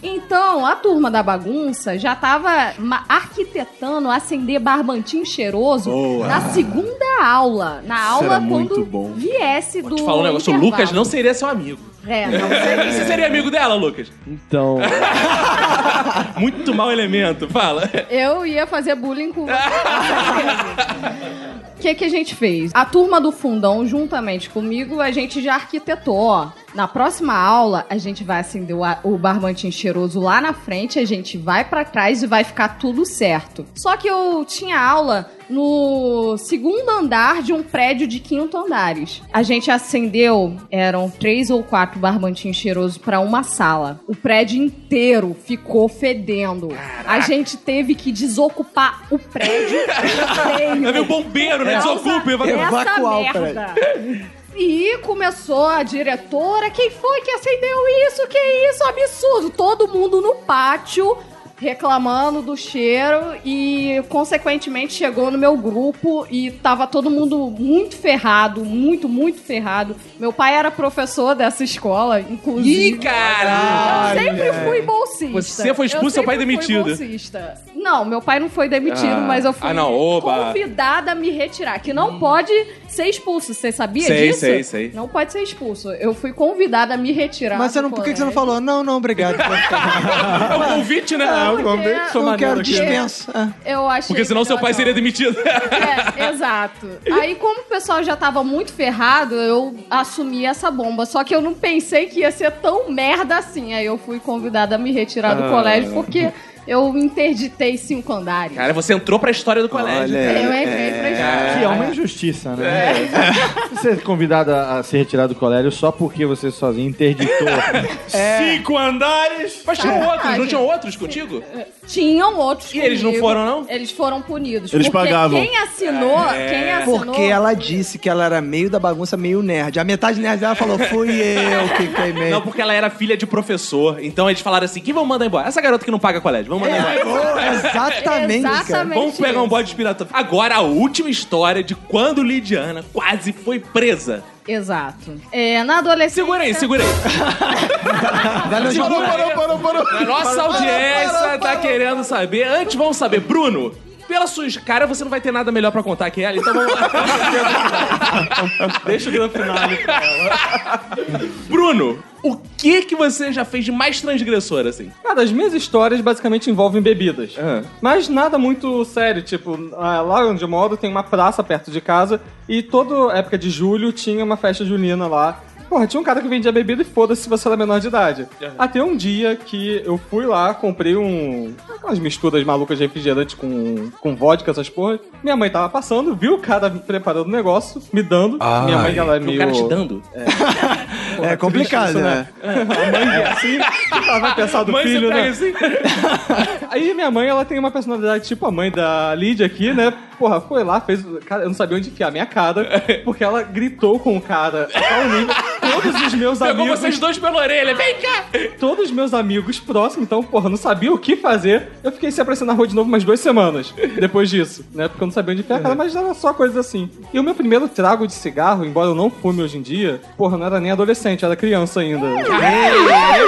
S15: Então, a turma da bagunça já tava ma- arquitetando acender barbantinho cheiroso
S1: Boa.
S15: na segunda aula. Na
S1: Isso
S15: aula
S1: era muito
S15: quando
S1: bom.
S15: viesse do.
S1: Te falar um negócio, o
S15: intervalo.
S1: Lucas não seria seu amigo.
S15: É, não
S1: E Você seria amigo dela, Lucas?
S7: Então.
S1: Muito mau elemento, fala.
S15: Eu ia fazer bullying com você. O que, que a gente fez? A turma do fundão, juntamente comigo, a gente já arquitetou. ó. Na próxima aula, a gente vai acender o, a- o barbantinho cheiroso lá na frente, a gente vai pra trás e vai ficar tudo certo. Só que eu tinha aula no segundo andar de um prédio de quinto andares. A gente acendeu, eram três ou quatro barbantinhos cheirosos pra uma sala. O prédio inteiro ficou fedendo. A gente teve que desocupar o prédio
S1: É meu bombeiro, né?
S15: Causa
S1: Desocupe, vai
S15: essa merda. E começou a diretora, quem foi que acendeu isso? Que isso, absurdo! Todo mundo no pátio reclamando do cheiro e consequentemente chegou no meu grupo e tava todo mundo muito ferrado, muito, muito ferrado. Meu pai era professor dessa escola, inclusive.
S1: Ih, caralho!
S15: Eu sempre fui bolsista.
S1: Você foi expulso,
S15: Eu
S1: seu pai
S15: sempre fui
S1: demitido.
S15: bolsista. Não, meu pai não foi demitido,
S1: Ah.
S15: mas eu fui
S1: Ah, não, oba. Hum.
S15: convidada a me retirar, que não pode ser expulso. Você sabia
S1: Sei,
S15: disso?
S1: sei, sei.
S15: Não pode ser expulso. Eu fui convidada a me retirar.
S2: Mas você não, por que que você não falou? Não, não, obrigado.
S1: É um convite, né?
S2: Não,
S1: É um convite.
S2: porque-
S1: Sou
S2: não
S1: maneiro
S2: quero
S1: aqui.
S2: dispensa. É.
S15: Eu achei
S1: Porque senão seu
S15: melhor
S1: pai seria demitido.
S15: É, exato. Aí, como o pessoal já tava muito ferrado, eu assumi essa bomba. Só que eu não pensei que ia ser tão merda assim. Aí eu fui convidada a me retirar do
S1: Ah.
S15: colégio porque eu interditei cinco andares.
S1: Cara, você entrou pra história do colégio.
S6: aí.
S15: Eu entrei pra
S6: Que é uma injustiça, né? Você é convidada a se retirar do colégio só porque você sozinho interditou.
S2: É.
S1: Cinco andares. Mas tinham
S15: Sacanagem.
S1: outros, não tinham outros contigo?
S15: Tinham outros
S1: E eles não
S15: comigo.
S1: foram, não?
S15: Eles foram punidos.
S2: Eles
S15: porque
S2: pagavam.
S15: Quem assinou,
S2: É.
S15: quem assinou.
S2: Porque ela disse que ela era meio da bagunça, meio nerd. A metade nerd dela falou, fui eu que queimei.
S1: Não, porque ela era filha de professor. Então eles falaram assim: que vão mandar embora? Essa garota que não paga colégio, vamos mandar
S2: É,
S1: embora.
S2: exatamente, tá cara. Exatamente
S1: Vamos pegar um bode inspiratório. Agora, a última história de quando Lidiana quase foi presa.
S15: Exato. É, na adolescência.
S1: Segura aí, segura aí. Segura aí.
S4: parou,
S1: A nossa
S8: Parou,
S1: audiência
S8: parou,
S1: tá querendo saber. Antes, vamos saber, Bruno. Pela sua cara, você não vai ter nada melhor pra contar que ela, então vamos lá. Deixa o grande final ali pra ela. Bruno, o que que você já fez de mais transgressor, assim?
S5: Cara, as minhas histórias basicamente envolvem bebidas. Mas nada muito sério, tipo, ah, lá onde eu moro tem uma praça perto de casa e toda época de julho tinha uma festa junina lá. Porra, tinha um cara que vendia bebida e foda-se se você era menor de idade. Até um dia que eu fui lá, comprei um. aquelas misturas malucas de refrigerante com, com vodka, essas porras. Minha mãe tava passando, viu o cara preparando o negócio, me dando. Minha mãe,
S1: Ai,
S5: ela é
S1: o
S5: meio.
S1: cara te dando?
S5: Pô,
S2: Ah, É
S5: triste
S2: complicado,
S5: isso,
S2: né?
S5: A mãe é assim, o que ela vai pensar do
S1: Mãe, você
S5: filho, né?
S1: pega assim?
S5: Aí minha mãe, ela tem uma personalidade tipo a mãe da Lídia aqui, né? Porra, foi lá, fez. Cara, eu não sabia onde enfiar minha cara, porque ela gritou com o cara. a tal nível. Todos os meus
S1: Pegou
S5: amigos.
S1: vocês dois pela orelha, vem cá!
S5: Todos os meus amigos próximos, então, porra, não sabia o que fazer. Eu fiquei sem aparecer na rua de novo umas duas semanas depois disso, né? Porque eu não sabia onde enfiar a cara, mas era só coisas assim. E o meu primeiro trago de cigarro, embora eu não fume hoje em dia, porra, não era nem adolescente, era criança ainda. é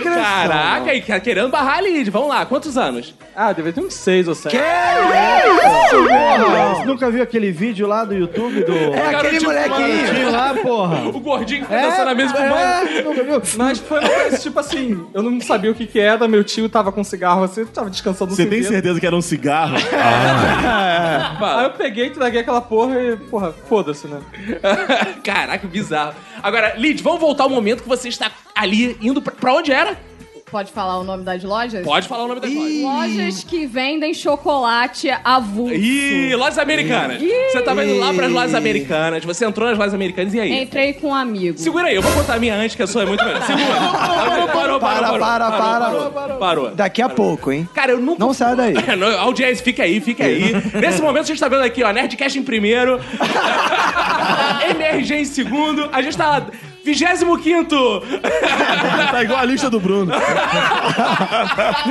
S1: Caraca, e tá querendo barrar a Lid, vamos lá, quantos anos?
S5: Ah, devia ter uns seis ou sete.
S6: Porra, você nunca viu aquele vídeo lá do YouTube do.
S1: É aquele
S6: garotinho lá, porra.
S1: O gordinho que tá dançando a mesma
S6: é, nunca viu?
S5: Mas foi uma coisa tipo assim, eu não sabia o que que era, meu tio tava com cigarro assim, tava descansando no
S4: Você tem
S5: cinzeiro.
S4: certeza que era um cigarro?
S5: Aí eu peguei, traguei aquela porra e, porra, foda-se, né?
S1: Caraca, bizarro. Agora, Lid, vamos voltar ao momento que você está ali indo pra, pra onde era?
S3: Pode falar o nome das lojas?
S1: Pode falar o nome da loja.
S3: Lojas que vendem chocolate avulso.
S1: Ih, lojas americanas.
S3: Ih.
S1: Você tava indo lá pras lojas americanas, você entrou nas lojas americanas e aí?
S3: Entrei com um amigo.
S1: Segura aí, eu vou contar a minha antes, que a sua é muito melhor. Segura. Parou, parou, parou,
S2: Para, para,
S1: parou,
S2: para.
S1: parou, parou.
S2: Daqui a pouco, hein?
S1: Cara, eu nunca
S2: Não sai daí.
S1: Não, Audiência, fica aí, fica aí. Nesse momento, a gente tá vendo aqui, ó, Nerdcast em primeiro, Emergência em segundo, a gente tá 25
S4: tá igual a lista do Bruno.
S1: tá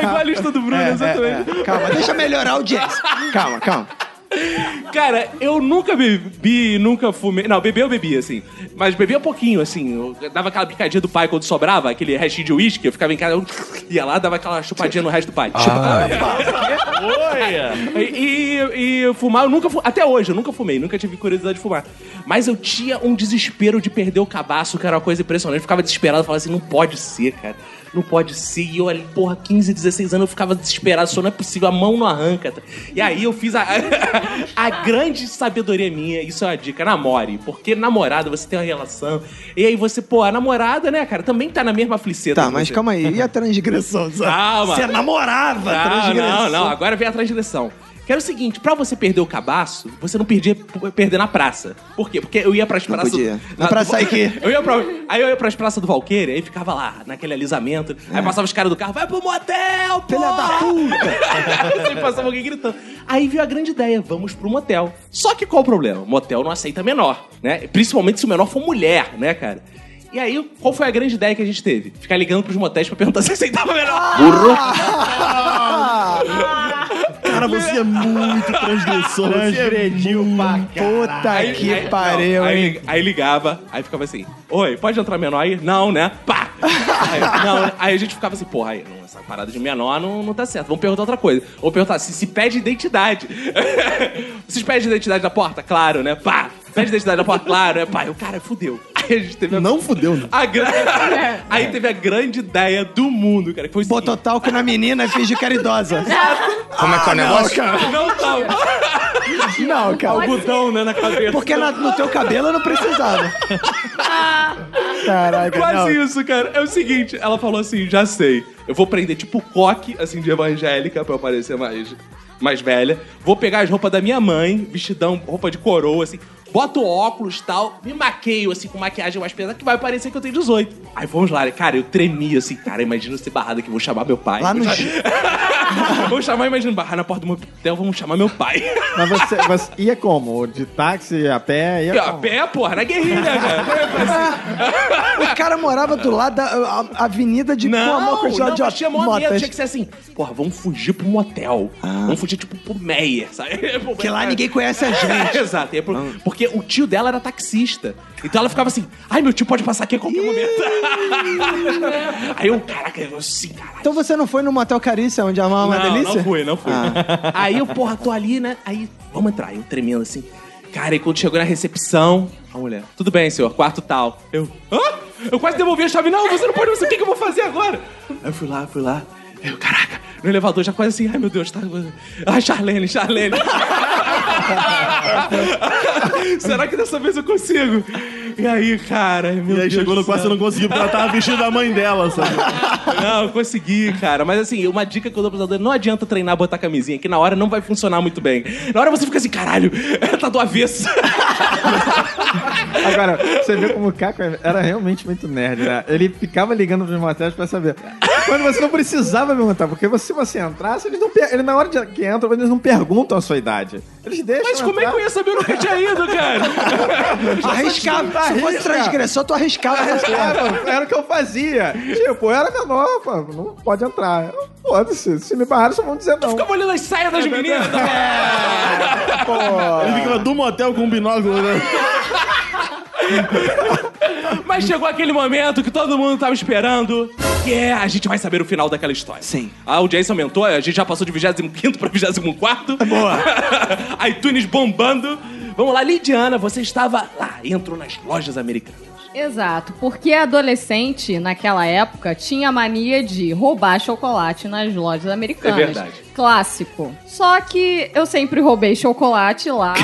S1: igual a lista do Bruno,
S4: É,
S1: exatamente.
S2: Calma, deixa eu melhorar a audiência. Calma, calma.
S1: Cara, eu nunca bebi, nunca fumei. Não, beber eu bebi, assim. Mas bebia pouquinho, assim. Eu dava aquela picadinha do pai quando sobrava, aquele restinho de uísque, eu ficava em casa, eu ia lá, dava aquela chupadinha no resto do pai. E, e- e fumar, eu nunca fu- Até hoje, eu nunca fumei, nunca tive curiosidade de fumar. Mas eu tinha um desespero de perder o cabaço, que era uma coisa impressionante. Eu ficava desesperado, eu falava assim, não pode ser, cara. Não pode ser. E eu ali, porra, 15, 16 anos, eu ficava desesperado, só não é possível, a mão não arranca. tá? E aí eu fiz a, a grande sabedoria minha, isso é uma dica, namore. Porque namorada, você tem uma relação. E aí você, pô, a namorada, né, cara, também tá na mesma fliceta.
S2: Tá,
S1: que
S2: mas
S1: você.
S2: calma aí. E a transgressão?
S1: Calma.
S2: Você namorava a
S1: Não,
S2: transgressão.
S1: não, não. Agora vem a transgressão. Que era o seguinte, pra você perder o cabaço, você não perdia perder na praça. Por quê? Porque eu ia pras praças...
S2: podia. Na praça aí que-
S1: Eu ia pra... Aí eu ia pras praças do Valqueira, aí ficava lá, naquele alisamento. Aí passava os caras do carro, vai pro motel, pô!
S2: É. Filha da puta!
S1: Sempre passava alguém gritando. Aí veio a grande ideia, vamos pro motel. Só que qual o problema? Motel não aceita menor, né? Principalmente se o menor for mulher, né, cara? E aí, qual foi a grande ideia que a gente teve? Ficar ligando pros motéis pra perguntar se aceitava menor.
S4: Cara, você é muito transgressor. Transgrediu pra
S2: Puta que pariu,
S1: não, aí,
S2: hein?
S1: li- aí ligava, aí ficava assim: Oi, pode entrar menor aí? Não, né? Pá! Aí, não, aí a gente ficava assim: Porra, aí, não, essa parada de menor não, não tá certo. Vamos perguntar outra coisa. Ou perguntar se se pede identidade. Vocês pedem identidade na porta? Claro, né? Pá! Pede identidade na porta? Claro, né? Pá! E o cara fudeu. Aí a gente teve a,
S4: Não fudeu, né?
S1: a gran- Aí teve a grande ideia do mundo, cara. Que foi o seguinte,
S2: Botou talco na menina e finge que era idosa. Como é que é o negócio?
S1: Não tava.
S2: Não, cara.
S5: Botão, né, na cabeça.
S2: Porque na- no teu cabelo eu não precisava. Caraca,
S1: É Quase
S2: não.
S1: isso, cara. É o seguinte, ela falou assim, já sei. Eu vou prender tipo o coque, assim, de evangélica, pra eu parecer mais, mais velha. Vou pegar as roupas da minha mãe, vestidão, roupa de coroa, assim. Boto óculos e tal, me maqueio, assim, com maquiagem mais pesada, que vai parecer que eu tenho 18. Aí vamos lá, né? Cara, eu tremi, assim, cara, imagina eu ser barrado aqui, vou chamar meu pai.
S2: Lá no
S1: Vou
S2: G-
S1: chamar- vou chamar, imagina, barrar na porta do meu hotel, vamos chamar meu pai.
S10: Mas você, você ia como? De táxi, a pé, ia
S1: A
S10: como?
S1: pé, porra, na guerrilha, cara.
S2: O cara morava do lado da a- a- avenida de
S1: Não,
S2: Pô, a maior quantidade
S1: não,
S2: de
S1: mas tinha mó medo,
S2: motas.
S1: tinha que ser assim, porra, vamos fugir pro motel. Vamos fugir, tipo, pro Meyer, sabe?
S2: Ah. Porque lá ninguém conhece a gente. Ah.
S1: Exato, é por- porque o tio dela era taxista. Então ela ficava assim, ai, meu tio pode passar aqui a qualquer momento. Aí eu, caraca, eu assim, caraca.
S2: Então você não foi no Motel Carícia, onde a mãe é uma
S1: não,
S2: delícia?
S1: não fui, não fui. Aí eu, porra, tô ali, né? Aí, vamos entrar, eu tremendo assim. Cara, e quando chegou na recepção, a mulher, tudo bem, senhor, quarto tal. Eu, hã? Eu quase devolvi a chave, não, você não pode, você, o que, que eu vou fazer agora? Aí eu fui lá, fui lá. Aí Eu, caraca, no elevador já quase assim, ai meu Deus, tá. Ai, Charlene, Charlene. Será que dessa vez eu consigo? E aí, cara, meu
S4: E aí
S1: Deus
S4: chegou
S1: do
S4: no quarto e
S1: céu.
S4: você não conseguiu, porque ela tava vestida da mãe dela, sabe?
S1: Não, eu consegui, cara. Mas assim, uma dica que eu dou pros adolescentes, não adianta treinar botar camisinha, que na hora não vai funcionar muito bem. Na hora você fica assim, caralho, tá do avesso.
S10: Agora, você vê como o Caco é, era realmente muito nerd, né? Ele ficava ligando pros motéis pra saber. Quando você não precisava perguntar, porque você- se você entrasse, eles não per- ele, na hora de- que entram, eles não perguntam a sua idade. Eles deixam.
S1: Mas como é que eu ia saber? Eu nunca tinha ido, cara.
S2: Arriscado.
S10: Arrisca.
S2: Se fosse transgressor, tu arriscava.
S10: Arriscava. Era o que eu fazia. Tipo, eu era menor, pô, não pode entrar. Eu, Foda-se, se me barraram, só vão dizer não.
S1: Ficava olhando as saias das meninas.
S4: É
S1: tá
S4: Ele ficava do motel com um binóculo, né?
S1: Mas chegou aquele momento que todo mundo tava esperando, que é a gente vai saber o final daquela história. Sim. A audiência aumentou, a gente já passou de 25 pra 24. É Boa. iTunes bombando. Vamos lá, Lidiana, você estava lá, entrou nas lojas americanas.
S15: Exato, porque adolescente, naquela época, tinha mania de roubar chocolate nas lojas americanas.
S1: É verdade.
S15: Clássico. Só que eu sempre roubei chocolate lá.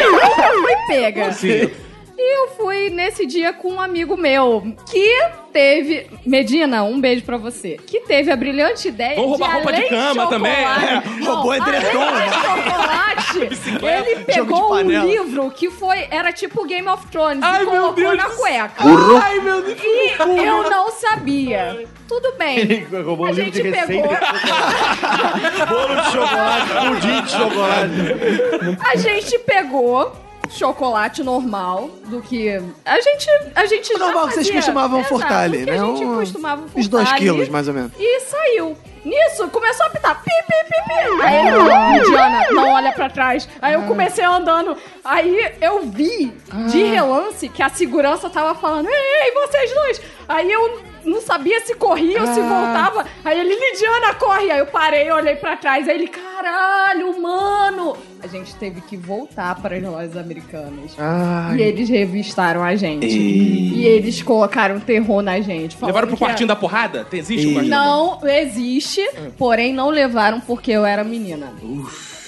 S15: Eu fui pega.
S1: Sim.
S15: E eu fui nesse dia com um amigo meu que teve. Medina, um beijo pra você. Que teve a brilhante ideia.
S1: Vamos roubar
S15: de,
S1: roupa de
S15: além
S1: cama
S15: chocolate-
S1: também.
S15: Não,
S2: Roubou edredom,
S15: além de
S2: né?
S15: chocolate. ele pegou um livro que foi. Era tipo Game of Thrones.
S1: Ai,
S15: e
S1: meu
S15: colocou
S1: Deus
S15: na
S1: do
S15: cueca.
S1: céu. Ai, meu Deus.
S15: E eu não sabia. Tudo bem.
S10: roubou um
S15: A gente pegou.
S10: bolo de chocolate, pudim de chocolate.
S15: A gente pegou chocolate normal do que a gente a gente já
S2: Normal que vocês
S15: fazia.
S2: costumavam
S15: Exato,
S2: furtar ali,
S15: o que
S2: né?
S15: a gente
S2: Um-
S15: costumava furtar
S2: Uns dois
S15: ali.
S2: quilos, mais ou menos.
S15: e saiu nisso começou a apitar pi pi pi pi aí ele falou, Diana não olha pra trás aí eu
S1: Ah.
S15: comecei andando aí eu vi de relance que a segurança tava falando ei vocês dois aí eu não sabia se corria ou se
S1: Ah.
S15: voltava. Aí ele, Lidiana, corre! Aí eu parei, olhei pra trás. Aí ele, caralho, mano! A gente teve que voltar para as lojas americanas. E eles revistaram a gente. E, eles colocaram terror na gente. falando
S1: Levaram pro
S15: que a-
S1: quartinho da porrada? Tem- Existe um quartinho da porrada?
S15: Não existe, porém não levaram porque eu era menina.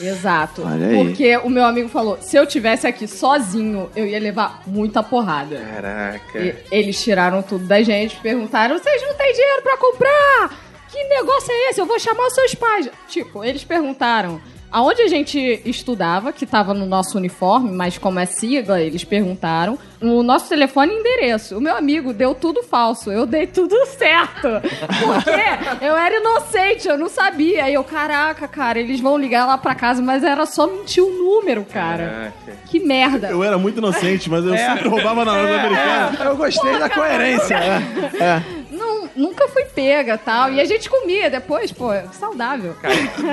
S15: Exato.
S2: Olha aí.
S15: Porque o meu amigo falou: se eu tivesse aqui sozinho, eu ia levar muita porrada.
S10: Caraca.
S15: E eles tiraram tudo da gente, perguntaram: vocês não têm dinheiro pra comprar? Que negócio é esse? Eu vou chamar os seus pais. Tipo, eles perguntaram. Aonde a gente estudava, que tava no nosso uniforme, mas como é sigla, eles perguntaram. O nosso telefone e endereço. O meu amigo deu tudo falso. Eu dei tudo certo. Porque eu era inocente, eu não sabia. Aí eu, caraca, cara, eles vão ligar lá pra casa, mas era só mentir o número, cara. Que merda.
S4: Eu era muito inocente, mas eu sempre roubava na
S5: É,
S4: loja americana.
S2: Eu gostei da coerência.
S15: Não, nunca fui pega tal. E a gente comia depois, pô, saudável.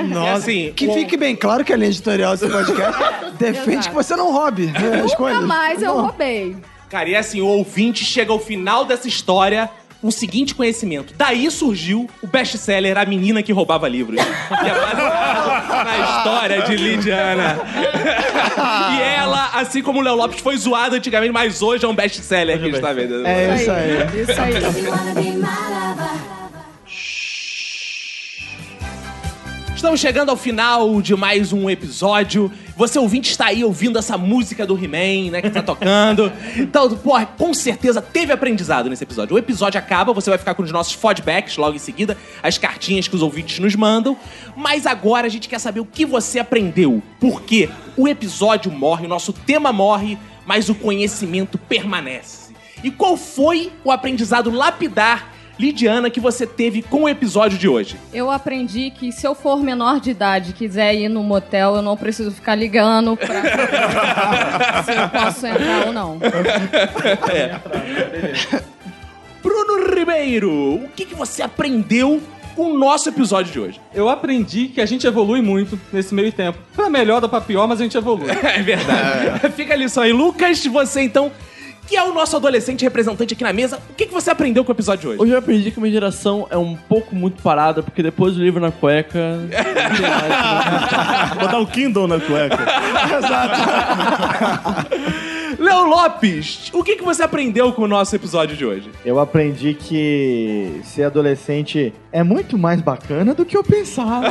S1: Nossa. assim,
S15: É.
S2: Que
S1: o-
S2: fique bem claro que a linha editorial desse podcast defende
S15: Exato.
S2: que você não roube né, as
S15: Nunca
S2: coisas.
S15: mais eu
S2: Não.
S15: roubei.
S1: Cara, e assim, o ouvinte chega ao final dessa história com o seguinte conhecimento. Daí surgiu o best-seller A Menina que Roubava Livros. Que é baseado na história de Lidiana. e ela, assim como o Léo Lopes, foi zoada antigamente, mas hoje é um best-seller que a gente tá vendendo.
S2: É isso aí.
S15: Isso aí.
S1: Estamos chegando ao final de mais um episódio. Você ouvinte está aí ouvindo essa música do He-Man, né, que tá tocando. Então, porra, com certeza teve aprendizado nesse episódio. O episódio acaba, você vai ficar com os nossos fodbacks logo em seguida, as cartinhas que os ouvintes nos mandam. Mas agora a gente quer saber o que você aprendeu. Porque o episódio morre, o nosso tema morre, mas o conhecimento permanece. E qual foi o aprendizado lapidar, Lidiana, que você teve com o episódio de hoje?
S15: Eu aprendi que se eu for menor de idade e quiser ir no motel, eu não preciso ficar ligando pra se eu posso entrar ou não.
S1: É. Bruno Ribeiro, o que, que você aprendeu com o nosso episódio de hoje?
S5: Eu aprendi que a gente evolui muito nesse meio tempo. Pra melhor dá pra pior, mas a gente evolui.
S1: É verdade. Fica ali só aí. Lucas, você então, que é o nosso adolescente representante aqui na mesa, o que, que você aprendeu com o episódio de hoje?
S7: Hoje eu aprendi que minha geração é um pouco muito parada, porque depois do livro na cueca. não tem mais, né?
S4: Botar o Kindle na cueca.
S1: Léo Lopes, o que, que você aprendeu com o nosso episódio de hoje?
S6: Eu aprendi que ser adolescente é muito mais bacana do que eu pensava.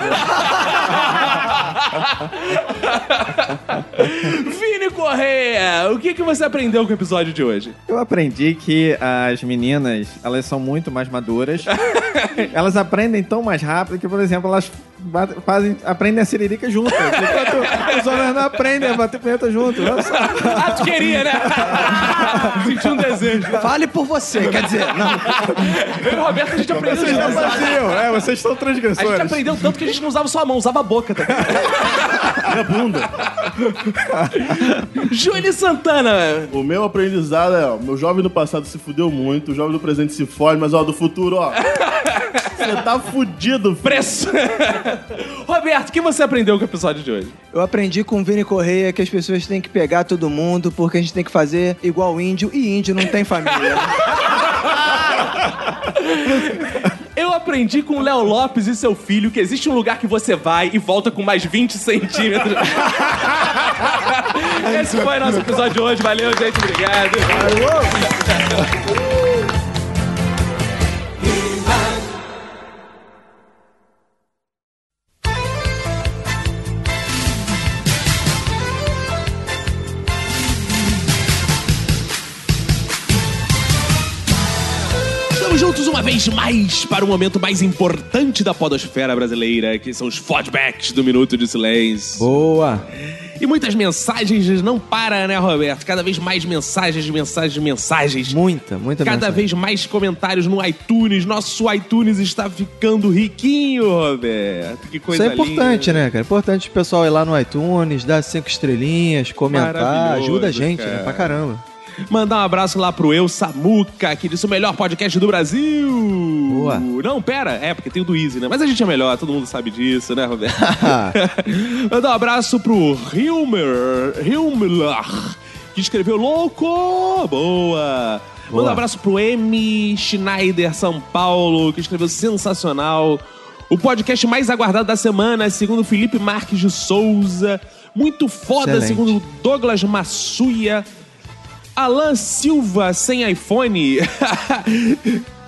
S1: Vini Correia, o que, que você aprendeu com o episódio de hoje?
S10: Eu aprendi que as meninas, elas são muito mais maduras. elas aprendem tão mais rápido que, por exemplo, elas bate- fazem, aprendem a siririca juntas.
S4: tá
S10: Enquanto os homens não aprendem a bater punheta junto.
S1: Ah, tu queria, né? Senti um desejo.
S2: Fale por você, quer dizer,
S1: Eu e o Roberto, a gente aprendeu...
S10: Vocês não faziam, é, vocês são
S1: A gente
S10: transgressores.
S1: aprendeu tanto que a gente não usava só a mão, usava a boca também.
S4: Minha bunda.
S1: Júlio Santana.
S4: O meu aprendizado é, ó, meu jovem do passado se fudeu muito, o jovem do presente se fode, mas ó, do futuro, ó. Você tá fudido, filho.
S1: Preço. Roberto, o que você aprendeu com o episódio de hoje?
S2: Eu aprendi com o Vini Correia que as pessoas têm que pegar todo mundo porque a gente tem que fazer igual índio e índio não tem família.
S1: Eu aprendi com o Léo Lopes e seu filho que existe um lugar que você vai e volta com mais 20 centímetros. Esse foi nosso episódio de hoje. Valeu, gente. Obrigado. Estamos juntos uma vez mais para o momento mais importante da podosfera brasileira, que são os fodbacks do Minuto de Silêncio.
S10: Boa.
S1: E muitas mensagens não para, né, Roberto? Cada vez mais mensagens, mensagens, mensagens.
S10: Muita, muita
S1: Cada
S10: mensagem.
S1: vez mais comentários no iTunes. Nosso iTunes está ficando riquinho, Roberto. Que coisa
S10: Isso é importante,
S1: linda.
S10: né, cara? Importante o pessoal ir lá no iTunes, dar cinco estrelinhas, comentar,
S1: Maravilhoso,
S10: ajuda a gente,
S1: cara.
S10: né? Pra caramba.
S1: Mandar um abraço lá pro Eu Samuca, que disse o melhor podcast do Brasil.
S10: Boa.
S1: Não, pera. É, porque tem o do Easy, né? Mas a gente é melhor, todo mundo sabe disso, né, Roberto? Mandar um abraço pro Hilmer. Hilmer. Que escreveu Louco! Boa! Manda um abraço pro M. Schneider São Paulo, que escreveu sensacional. O podcast mais aguardado da semana, segundo Felipe Marques de Souza. Muito foda,
S10: Excelente.
S1: segundo Douglas Massuia. Alan Silva sem iPhone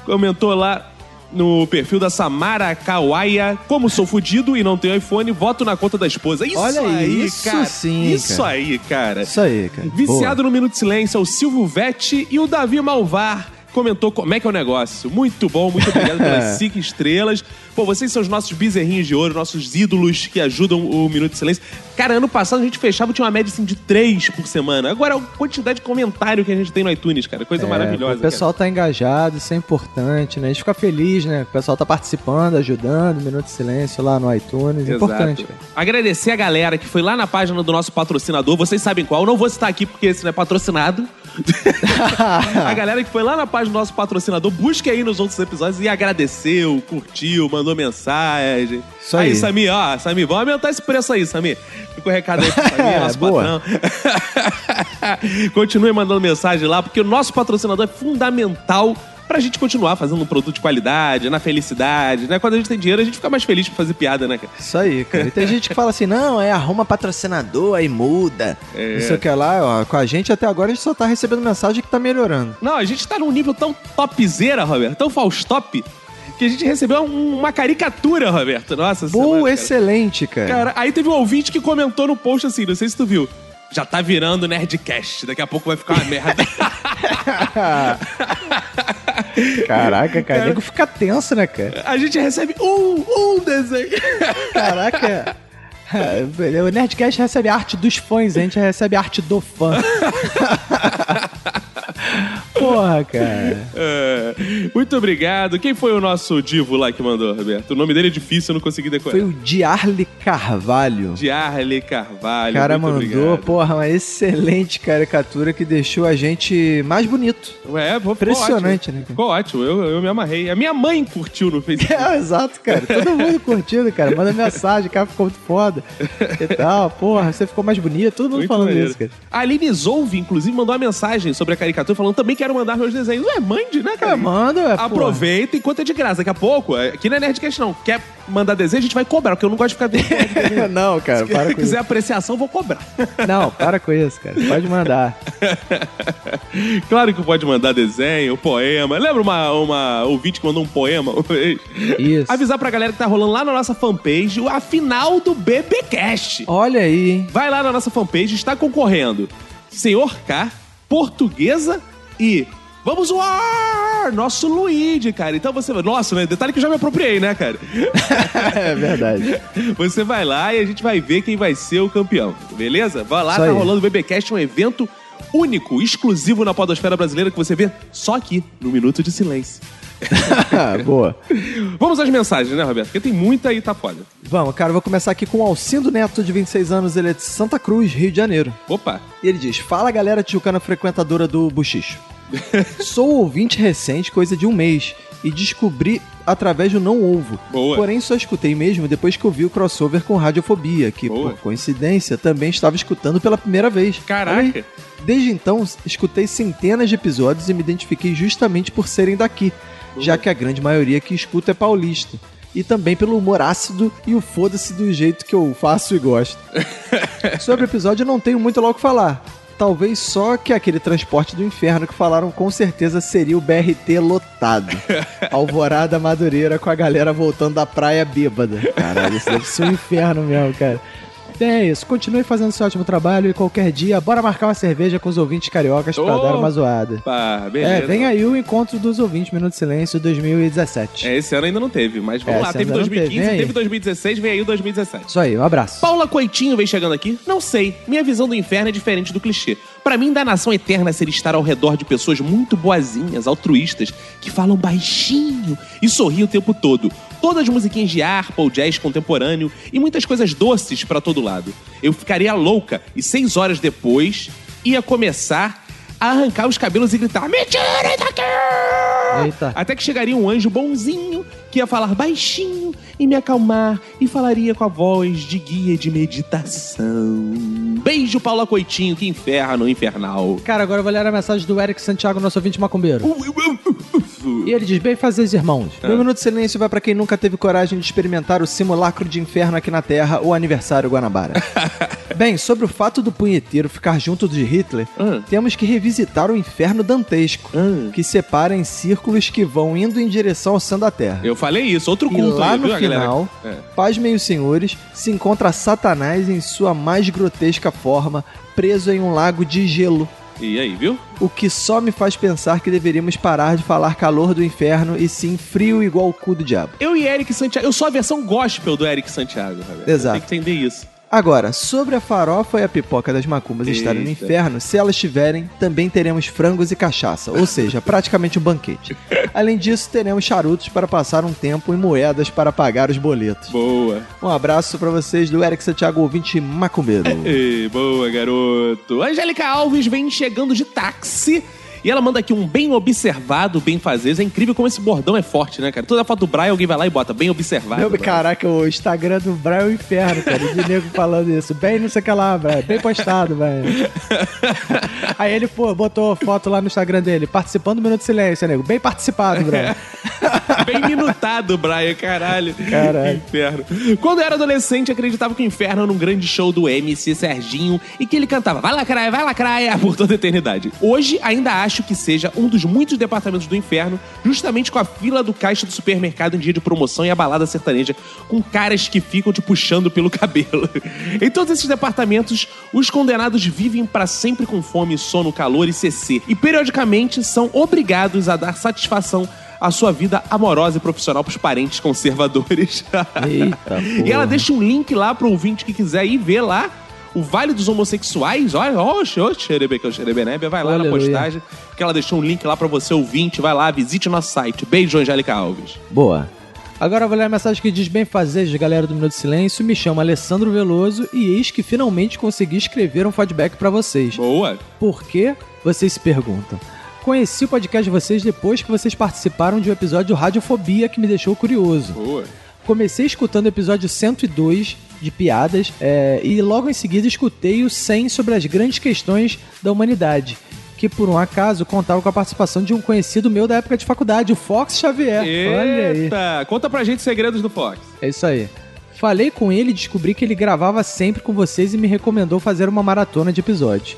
S1: comentou lá no perfil da Samara Kawaia, como sou fudido e não tenho iPhone, voto na conta da esposa. Isso
S10: Olha aí,
S1: aí,
S10: isso
S1: cara.
S10: sim,
S1: isso
S10: cara.
S1: aí, cara.
S10: Isso aí, cara.
S1: Viciado no Minuto de Silêncio, é o Silvio Vetti e o Davi Malvar comentou como é que é o negócio. Muito bom, muito obrigado pelas cinco estrelas. Pô, vocês são os nossos bezerrinhos de ouro, nossos ídolos que ajudam o Minuto de Silêncio. Cara, ano passado a gente fechava, tinha uma média assim, de três por semana. Agora, a quantidade de comentário que a gente tem no iTunes, cara. Coisa
S10: É,
S1: maravilhosa,
S10: O pessoal tá engajado, isso é importante, né? A gente fica feliz, né? O pessoal tá participando, ajudando, Minuto de Silêncio lá no iTunes. É
S1: Exato.
S10: Importante. cara.
S1: Agradecer a galera que foi lá na página do nosso patrocinador. Vocês sabem qual. Eu não vou citar aqui porque esse não é patrocinado. a galera que foi lá na página do nosso patrocinador, busque aí nos outros episódios e agradeceu, curtiu, mandou mensagem.
S10: Isso aí.
S1: Samir, ó, Samir, vamos aumentar esse preço aí, Samir. Fica o recado aí pro Samir,
S10: É,
S1: nosso
S10: boa.
S1: patrão. Continue mandando mensagem lá, porque o nosso patrocinador é fundamental pra gente continuar fazendo um produto de qualidade, na felicidade, né? Quando a gente tem dinheiro, a gente fica mais feliz pra fazer piada, né, cara?
S10: Isso aí, cara. E tem gente que fala assim, não, é arruma patrocinador, aí muda.
S1: É.
S10: Não sei o que lá, ó. Com a gente até agora a gente só tá recebendo mensagem que tá melhorando.
S1: Não, a gente tá num nível tão topzera, Roberto, tão faustop, que a gente recebeu um- uma caricatura, Roberto. Nossa
S10: Boa,
S1: semana, cara.
S10: excelente, cara.
S1: Cara, aí teve um ouvinte que comentou no post assim, não sei se tu viu. Já tá virando Nerdcast, daqui a pouco vai ficar uma merda.
S10: Caraca, cara, o nego fica tenso, né, cara?
S1: A gente recebe um, um desenho.
S10: Caraca. É, O Nerdcast recebe arte dos fãs, a gente recebe arte do fã. Porra, cara.
S1: É, muito obrigado. Quem foi o nosso divo lá que mandou, Roberto? O nome dele é difícil, eu não consegui decorar.
S10: Foi o Diarle Carvalho.
S1: Diarle Carvalho.
S10: O cara
S1: muito
S10: mandou,
S1: obrigado.
S10: porra, uma excelente caricatura que deixou a gente mais bonito.
S1: É, pô, ficou
S10: Impressionante,
S1: ótimo.
S10: né, cara?
S1: Ficou ótimo, eu, eu me amarrei. A minha mãe curtiu no Facebook.
S10: É, exato, cara. Todo mundo curtindo, cara. Manda mensagem, cara ficou muito foda. E tal, porra, você ficou mais bonito. Todo mundo
S1: Muito
S10: falando
S1: maneiro.
S10: isso, cara.
S1: A Aline Zouve, inclusive, mandou uma mensagem sobre a caricatura, falando também quero mandar meus desenhos. Ué, mande, né, cara?
S10: É,
S26: manda, é, pô.
S1: Aproveita enquanto é de graça. Daqui a pouco, é, aqui não é Nerdcast não. Quer mandar desejo, a gente vai cobrar, porque eu não gosto de ficar vendo.
S2: Não, cara,
S1: Se
S2: para com
S1: quiser apreciação, vou cobrar.
S2: Não, para com isso, cara. Pode mandar.
S1: Claro que pode mandar desenho, poema. Lembra uma, uma ouvinte que mandou um poema uma vez?
S2: Isso.
S1: Avisar pra galera que tá rolando lá na nossa fanpage a final do BBcast.
S2: Olha aí, hein?
S1: Vai lá na nossa fanpage, está concorrendo Senhor K, Portuguesa e... Vamos zoar! Nosso Luigi, cara. Então você... Nossa, né? Detalhe que eu já me apropriei, né, cara?
S2: É verdade.
S1: Você vai lá e a gente vai ver quem vai ser o campeão, beleza? Vai lá,
S2: Isso
S1: tá
S2: aí.
S1: rolando o BBcast, um evento único, exclusivo na podosfera brasileira que você vê só aqui, no Minuto de Silêncio.
S2: Boa.
S1: Vamos às mensagens, né, Roberto? Porque tem muita aí, tá foda.
S2: Vamos, cara, eu vou começar aqui com o Alcindo Neto, de 26 anos, ele é de Santa Cruz, Rio de Janeiro.
S1: Opa,
S2: E ele diz: Fala galera tchucana frequentadora do Buchicho. Sou ouvinte recente, coisa de um mês, e descobri através do Não Ovo.
S1: Boa.
S2: Porém, só escutei mesmo depois que ouvi o crossover com Radiofobia, que
S1: Boa.
S2: por coincidência também estava escutando pela primeira vez.
S1: Caraca.
S2: Olha aí. Desde então, escutei centenas de episódios e me identifiquei justamente por serem daqui, já que a grande maioria que escuta é paulista. E também pelo humor ácido e o foda-se do jeito que eu faço e gosto. Sobre o episódio, eu não tenho muito lá o que falar. Talvez só que é aquele transporte do inferno que falaram com certeza seria o BRT lotado. Alvorada Madureira É com a galera voltando da praia bêbada. Caralho, isso deve ser um inferno mesmo, cara. Então é isso. Continue fazendo seu ótimo trabalho e qualquer dia, bora marcar uma cerveja com os ouvintes cariocas pra
S1: Oh!
S2: dar uma zoada.
S1: pá,
S2: É,
S1: beleza.
S2: vem aí o encontro dos ouvintes Minuto de Silêncio 2017.
S1: É, esse ano ainda não teve, mas vamos
S2: É,
S1: lá.
S2: esse
S1: Teve
S2: ano não
S1: 2015,
S2: teve, vem aí.
S1: teve, 2016, vem aí o 2017.
S2: Isso aí, um abraço.
S1: Paula Coitinho vem chegando aqui? Não sei. Minha visão do inferno é diferente do clichê. Pra mim, da nação eterna é ser estar ao redor de pessoas muito boazinhas, altruístas, que falam baixinho e sorriem o tempo todo. Todas as musiquinhas de harpa ou jazz contemporâneo e muitas coisas doces pra todo lado. Eu ficaria louca e seis horas depois ia começar a arrancar os cabelos e gritar: Me tirem daqui!
S2: Eita.
S1: Até que chegaria um anjo bonzinho que ia falar baixinho e me acalmar e falaria com a voz de guia de meditação. Beijo, Paula Coitinho, que inferno, infernal.
S2: Cara, agora eu vou ler a mensagem do Eric Santiago, nosso ouvinte macumbeiro. E ele diz: Bem fazer, irmãos.
S1: Tá.
S2: Meu minuto de silêncio vai pra quem nunca teve coragem de experimentar o simulacro de inferno aqui na Terra ou aniversário Guanabara. Bem, sobre o fato do punheteiro ficar junto de Hitler,
S1: Hum.
S2: temos que revisitar o inferno dantesco,
S1: Hum.
S2: que separa em círculos que vão indo em direção ao céu da Terra.
S1: Eu falei isso, outro
S2: E
S1: culto
S2: lá
S1: aí,
S2: no
S1: viu,
S2: final,
S1: galera? É.
S2: Paz Meio Senhores se encontra Satanás em sua mais grotesca forma, preso em um lago de gelo.
S1: É. E aí, viu?
S2: O que só me faz pensar que deveríamos parar de falar calor do inferno e sim frio igual o cu do diabo.
S1: Eu e Eric Santiago. Eu sou a versão gospel do Eric Santiago, galera.
S2: Exato.
S1: Tem que entender isso.
S2: Agora, sobre a farofa e a pipoca das macumbas estarem no
S1: Eita.
S2: inferno, se elas tiverem, também teremos frangos e cachaça, ou seja, praticamente um banquete. Além disso, teremos charutos para passar um tempo e moedas para pagar os boletos.
S1: Boa.
S2: Um abraço pra vocês do Eric Santiago ouvinte macumbeiro.
S1: Ei, boa, garoto. Angélica Alves vem chegando de táxi. E ela manda aqui um bem observado, bem fazer. É incrível como esse bordão é forte, né, cara? Toda foto do Brian, alguém vai lá e bota bem observado.
S2: Meu,
S1: Brian.
S2: caraca, o Instagram do Brian é um inferno, cara. De nego falando isso. Bem, não sei o que lá, Brian. Bem postado, velho. Aí ele, pô, botou foto lá no Instagram dele, participando do Minuto de Silêncio, nego. Bem participado, Brian.
S1: Bem minutado, Brian, caralho.
S2: Caralho.
S1: Que Inferno. Quando eu era adolescente, acreditava que o inferno era um grande show do MC Serginho e que ele cantava Vai Lacraia, Vai Lacraia por toda a eternidade. Hoje, ainda acho que seja um dos muitos departamentos do inferno, justamente com a fila do caixa do supermercado em dia de promoção e a balada sertaneja, com caras que ficam te puxando pelo cabelo. Em todos esses departamentos, os condenados vivem para sempre com fome, sono, calor e CC. E periodicamente são obrigados a dar satisfação a sua vida amorosa e profissional pros parentes conservadores.
S2: Eita,
S1: e ela deixa um link lá pro ouvinte que quiser ir ver lá. O Vale dos Homossexuais, olha, oxe, oxe, xerebe, que é o xerebenebe, vai lá na
S2: Aleluia.
S1: postagem, que ela deixou um link lá pra você, ouvinte, vai lá, visite o nosso site. Beijo, Angélica Alves.
S2: Boa. Agora eu vou ler a mensagem que diz bem fazer, galera do Minuto de Silêncio. Me chamo Alessandro Veloso e eis que finalmente consegui escrever um feedback pra vocês.
S1: Boa.
S2: Por quê? Vocês se perguntam. Conheci o podcast de vocês depois que vocês participaram de um episódio de Radiofobia que me deixou curioso.
S1: Boa.
S2: Comecei escutando o episódio 102 de piadas é, e logo em seguida escutei o 100 sobre as grandes questões da humanidade, que
S19: que por um acaso contava com a participação de um conhecido meu da época de faculdade, o Fox Xavier. Olha aí.
S1: Eita! Conta pra gente os segredos do Fox.
S19: É isso aí. Falei com ele e descobri que ele gravava sempre com vocês e me recomendou fazer uma maratona de episódios.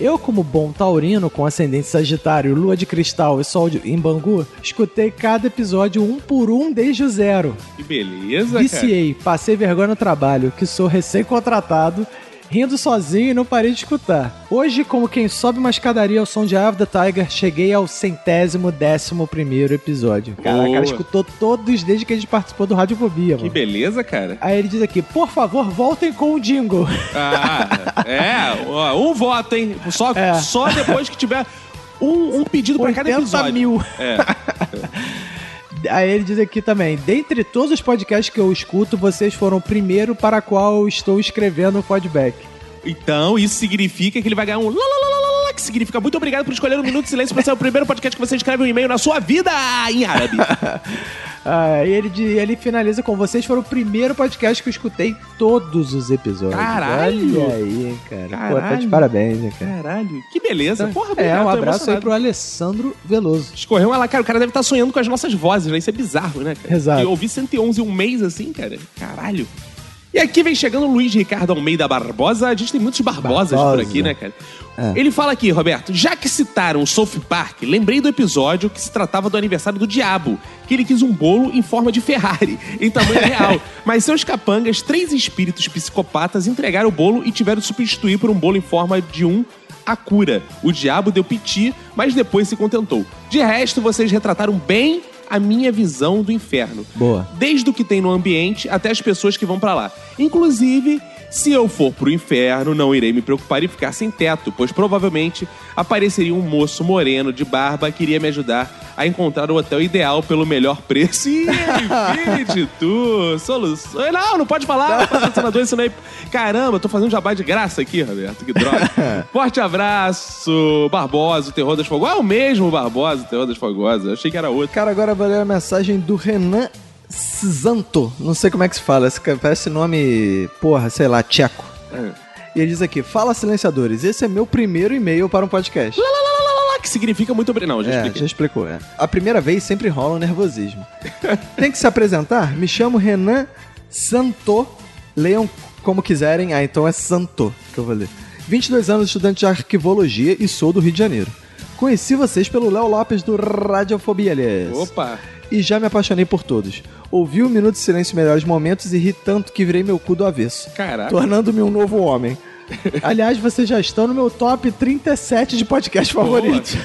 S19: Eu, como bom taurino, com ascendente sagitário, lua de cristal e sol de... em Bangu, escutei cada episódio um por um desde o zero.
S1: Que beleza, é, cara.
S19: Viciei, passei vergonha no trabalho, que sou recém-contratado, rindo sozinho e não parei de escutar. Hoje, como quem sobe uma escadaria ao som de Eye of the Tiger, cheguei ao centésimo décimo primeiro episódio. Caraca,
S1: Boa.
S19: cara escutou todos desde que a gente participou do Radiofobia,
S1: Que
S19: mano.
S1: beleza, cara.
S19: Aí ele diz aqui, por favor, voltem com o jingle.
S1: Ah, é, ó, um voto, hein? Só, só depois que tiver um, um pedido pra cada
S19: 80
S1: episódio.
S19: mil.
S1: É.
S19: Aí ele diz aqui também: dentre todos os podcasts que eu escuto, vocês foram o primeiro para qual eu estou escrevendo o feedback.
S1: Então, isso significa que ele vai ganhar um lá, lá, lá, lá, lá, lá, lá, que significa muito obrigado por escolher um Minuto de Silêncio pra ser o primeiro podcast que você escreve um e-mail na sua vida em árabe.
S19: Ah, e ele, di- ele finaliza com: vocês foram o primeiro podcast que eu escutei todos os episódios.
S1: Caralho!
S19: Olha aí, hein, cara. Pô, tá de
S1: Caralho!
S19: parabéns, né, cara?
S1: Caralho, que beleza. Porra,
S19: É,
S1: obrigado,
S19: um
S1: tô
S19: abraço aí
S1: emocionado.
S19: pro Alessandro Veloso.
S1: Escorreu uma lá, cara. O cara deve estar sonhando com as nossas vozes, né? Isso é bizarro, né, cara?
S19: Exato.
S1: E ouvir 111 em um mês assim, cara. Caralho. E aqui vem chegando o Luiz Ricardo Almeida Barbosa. A gente tem muitos Barbosas por
S19: Barbosa.
S1: aqui, né, cara? Ele fala aqui, Roberto, já que citaram o South Park, lembrei do episódio que se tratava do aniversário do diabo, que ele quis um bolo em forma de Ferrari, em tamanho real. Mas seus capangas, três espíritos psicopatas, entregaram o bolo e tiveram de substituir por um bolo em forma de um a cura. O diabo deu piti, mas depois se contentou. De resto, vocês retrataram bem a minha visão do inferno
S19: Boa.
S1: desde o que tem no ambiente até as pessoas que vão pra lá. Inclusive, se eu for pro inferno, não irei me preocupar em ficar sem teto, pois provavelmente apareceria um moço moreno de barba que iria me ajudar a encontrar o hotel ideal pelo melhor preço. E Infinity Tour, solução. Não, não pode falar, patrocinador, isso não é. Caramba, eu tô fazendo jabá de graça aqui, Roberto, que droga. Forte abraço, Barbosa, o terror das fogosas. É o mesmo Barbosa, o terror das fogosas. Eu achei que era outro.
S19: Cara, agora vou ler a mensagem do Renan Szanto. Não sei como é que se fala. Esse, cara parece nome, porra, sei lá, tcheco.
S1: É.
S19: E ele diz aqui: Fala, silenciadores, esse é meu primeiro e-mail para um podcast.
S1: Lá, lá, lá, lá, lá, lá, que significa muito obrigado. Não, já
S19: é,
S1: expliquei.
S19: já explicou, é. A primeira vez sempre rola um nervosismo. Tem que se apresentar? Me chamo Renan Santo. Leiam como quiserem. Ah, então é Santo que eu vou ler. 22 anos, estudante de arquivologia e sou do Rio de Janeiro. Conheci vocês pelo Léo Lopes do Radiofobia, aliás.
S1: Opa!
S19: E já me apaixonei por todos. Ouvi o Minuto de Silêncio Melhores Momentos e ri tanto que virei meu cu do avesso.
S1: Caraca.
S19: Tornando-me um novo homem. Aliás, vocês já estão no meu top 37 de podcast
S1: Boa.
S19: favoritos.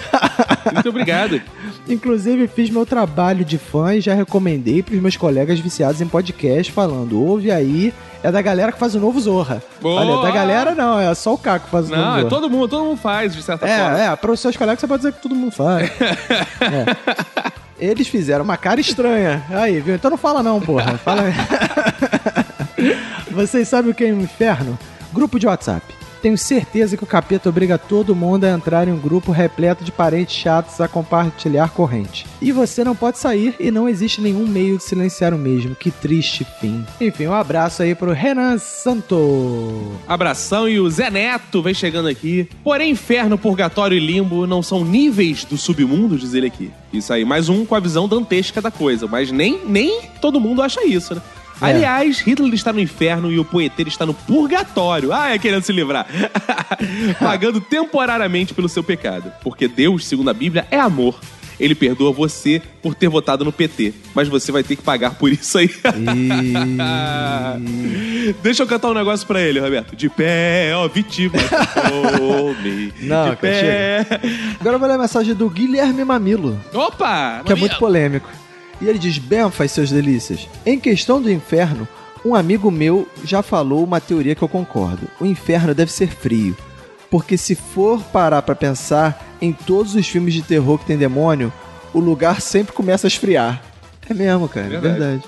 S1: Muito obrigado.
S19: Inclusive, fiz meu trabalho de fã e já recomendei pros meus colegas viciados em podcast, falando: ouve aí, é da galera que faz o novo Zorra.
S1: Boa!
S19: Olha, da galera não, é só o Caco que faz o novo
S1: Não,
S19: Zorra.
S1: é todo mundo, todo mundo faz, de certa forma.
S19: É, é, para os seus colegas você pode dizer que todo mundo faz. É. Eles fizeram uma cara estranha. Aí, viu? Então não fala não, porra. Fala aí. Vocês sabem o que é um inferno? Grupo de WhatsApp. Tenho certeza que o capeta obriga todo mundo a entrar em um grupo repleto de parentes chatos a compartilhar corrente. E você não pode sair e não existe nenhum meio de silenciar o mesmo. Que triste fim. Enfim, um abraço aí pro Renan Santo.
S1: Abração e o Zé Neto vem chegando aqui. Porém, inferno, purgatório e limbo não são níveis do submundo, diz ele aqui. Isso aí, mais um com a visão dantesca da coisa. Mas nem, nem todo mundo acha isso, né?
S8: É.
S1: Aliás, Hitler está no inferno e o poeteiro está no purgatório. Ah, é querendo se livrar. Pagando temporariamente pelo seu pecado. Porque Deus, segundo a Bíblia, é amor. Ele perdoa você por ter votado no PT. Mas você vai ter que pagar por isso aí. Deixa eu cantar um negócio pra ele, Roberto. De pé, ó, vítima. Homem.
S19: Não,
S1: de
S19: cara,
S1: pé.
S19: Agora eu vou ler a mensagem do Guilherme Mamilo,
S1: Opa!
S19: que é muito polêmico. E ele diz: Benfas, seus delícias. Em questão do inferno, um amigo meu já falou uma teoria que eu concordo. O inferno deve ser frio. Porque se for parar pra pensar em todos os filmes de terror que tem demônio, o lugar sempre começa a esfriar. É mesmo, cara, é
S2: Verdade.
S19: verdade.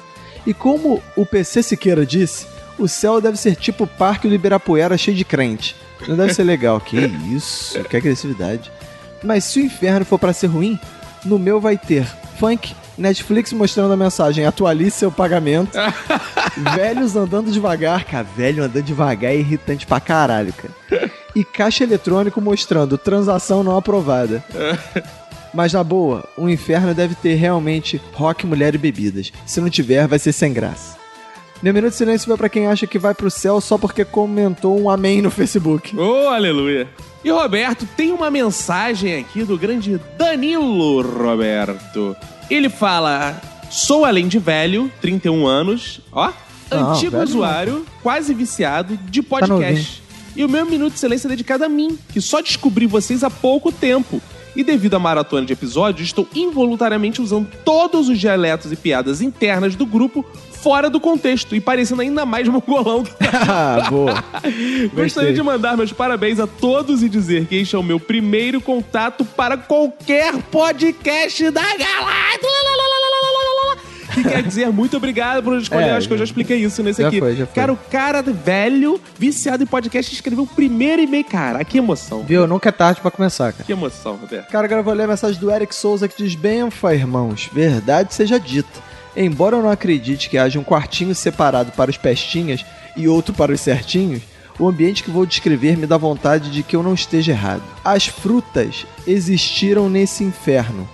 S19: E como o PC Siqueira disse, o céu deve ser tipo o parque do Ibirapuera cheio de crente. Não deve ser legal. Que isso, que agressividade. Mas se o inferno for pra ser ruim, no meu vai ter funk, Netflix mostrando a mensagem atualize seu pagamento, velhos andando devagar, cara, velho andando devagar é irritante pra caralho, cara. e caixa eletrônico mostrando transação não aprovada. Mas na boa, o inferno deve ter realmente rock, mulher e bebidas. Se não tiver, vai ser sem graça. Meu minuto de silêncio vai pra quem acha que vai pro céu só porque comentou um amém no Facebook.
S4: é.
S1: Oh, aleluia. E Roberto, tem uma mensagem aqui do grande Danilo Roberto. Ele fala: Sou além de velho, 31 anos, ó,
S8: Não,
S1: antigo
S8: velho
S1: usuário, quase viciado de podcast. e o meu minuto de silêncio é dedicado a mim, que só descobri vocês há pouco tempo. E devido à maratona de episódios, estou involuntariamente usando todos os dialetos e piadas internas do grupo fora do contexto e parecendo ainda mais mongolão que
S19: Ah, boa.
S1: Gostaria de mandar meus parabéns a todos e dizer que este é o meu primeiro contato para qualquer podcast da galáxia. Que quer dizer muito obrigado por escolher.
S19: É,
S1: acho que eu já expliquei isso nesse
S19: já
S1: aqui.
S19: foi, já foi.
S1: Cara, o cara velho, viciado em podcast, escreveu o primeiro e-mail. Cara, que emoção.
S19: Viu? Nunca é tarde pra começar, cara.
S1: Que emoção, Roberto.
S19: Cara, agora eu vou ler a mensagem do Eric Souza que diz: Benfa, irmãos, verdade seja dita. Embora eu não acredite que haja um quartinho separado para os pestinhas e outro para os certinhos, o ambiente que vou descrever me dá vontade de que eu não esteja errado. As frutas existiram nesse inferno,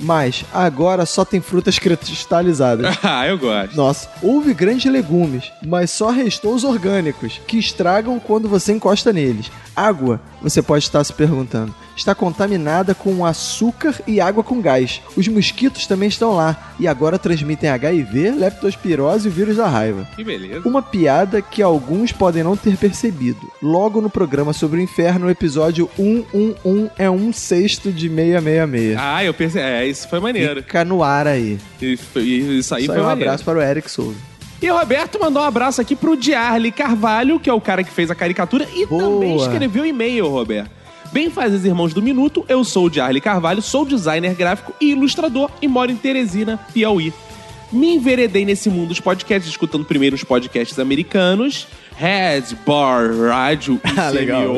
S19: mas agora só tem frutas cristalizadas.
S1: Ah, eu gosto.
S19: Nossa, houve grandes legumes, mas só restou os orgânicos, que estragam quando você encosta neles. Água, você pode estar se perguntando, está contaminada com açúcar e água com gás. Os mosquitos também estão lá e agora transmitem HIV, leptospirose e o vírus da raiva.
S1: Que beleza.
S19: Uma piada que alguns podem não ter percebido. Logo no programa sobre o inferno, o episódio 111 é um sexto de 666.
S1: Ah, eu pensei. É, isso foi maneiro.
S19: Fica no ar aí.
S1: Isso, isso aí
S19: Só
S1: foi
S19: um
S1: maneiro.
S19: abraço para o Eric Souza.
S1: E o Roberto mandou um abraço aqui pro Diarly Carvalho, que é o cara que fez a caricatura e também escreveu e-mail, Roberto. Bem fazes irmãos do Minuto, eu sou o Diarly Carvalho, sou designer gráfico e ilustrador e moro em Teresina, Piauí. Me enveredei nesse mundo dos podcasts, escutando primeiro os podcasts americanos, Red Bar Radio
S8: Ah,
S1: e
S8: legal.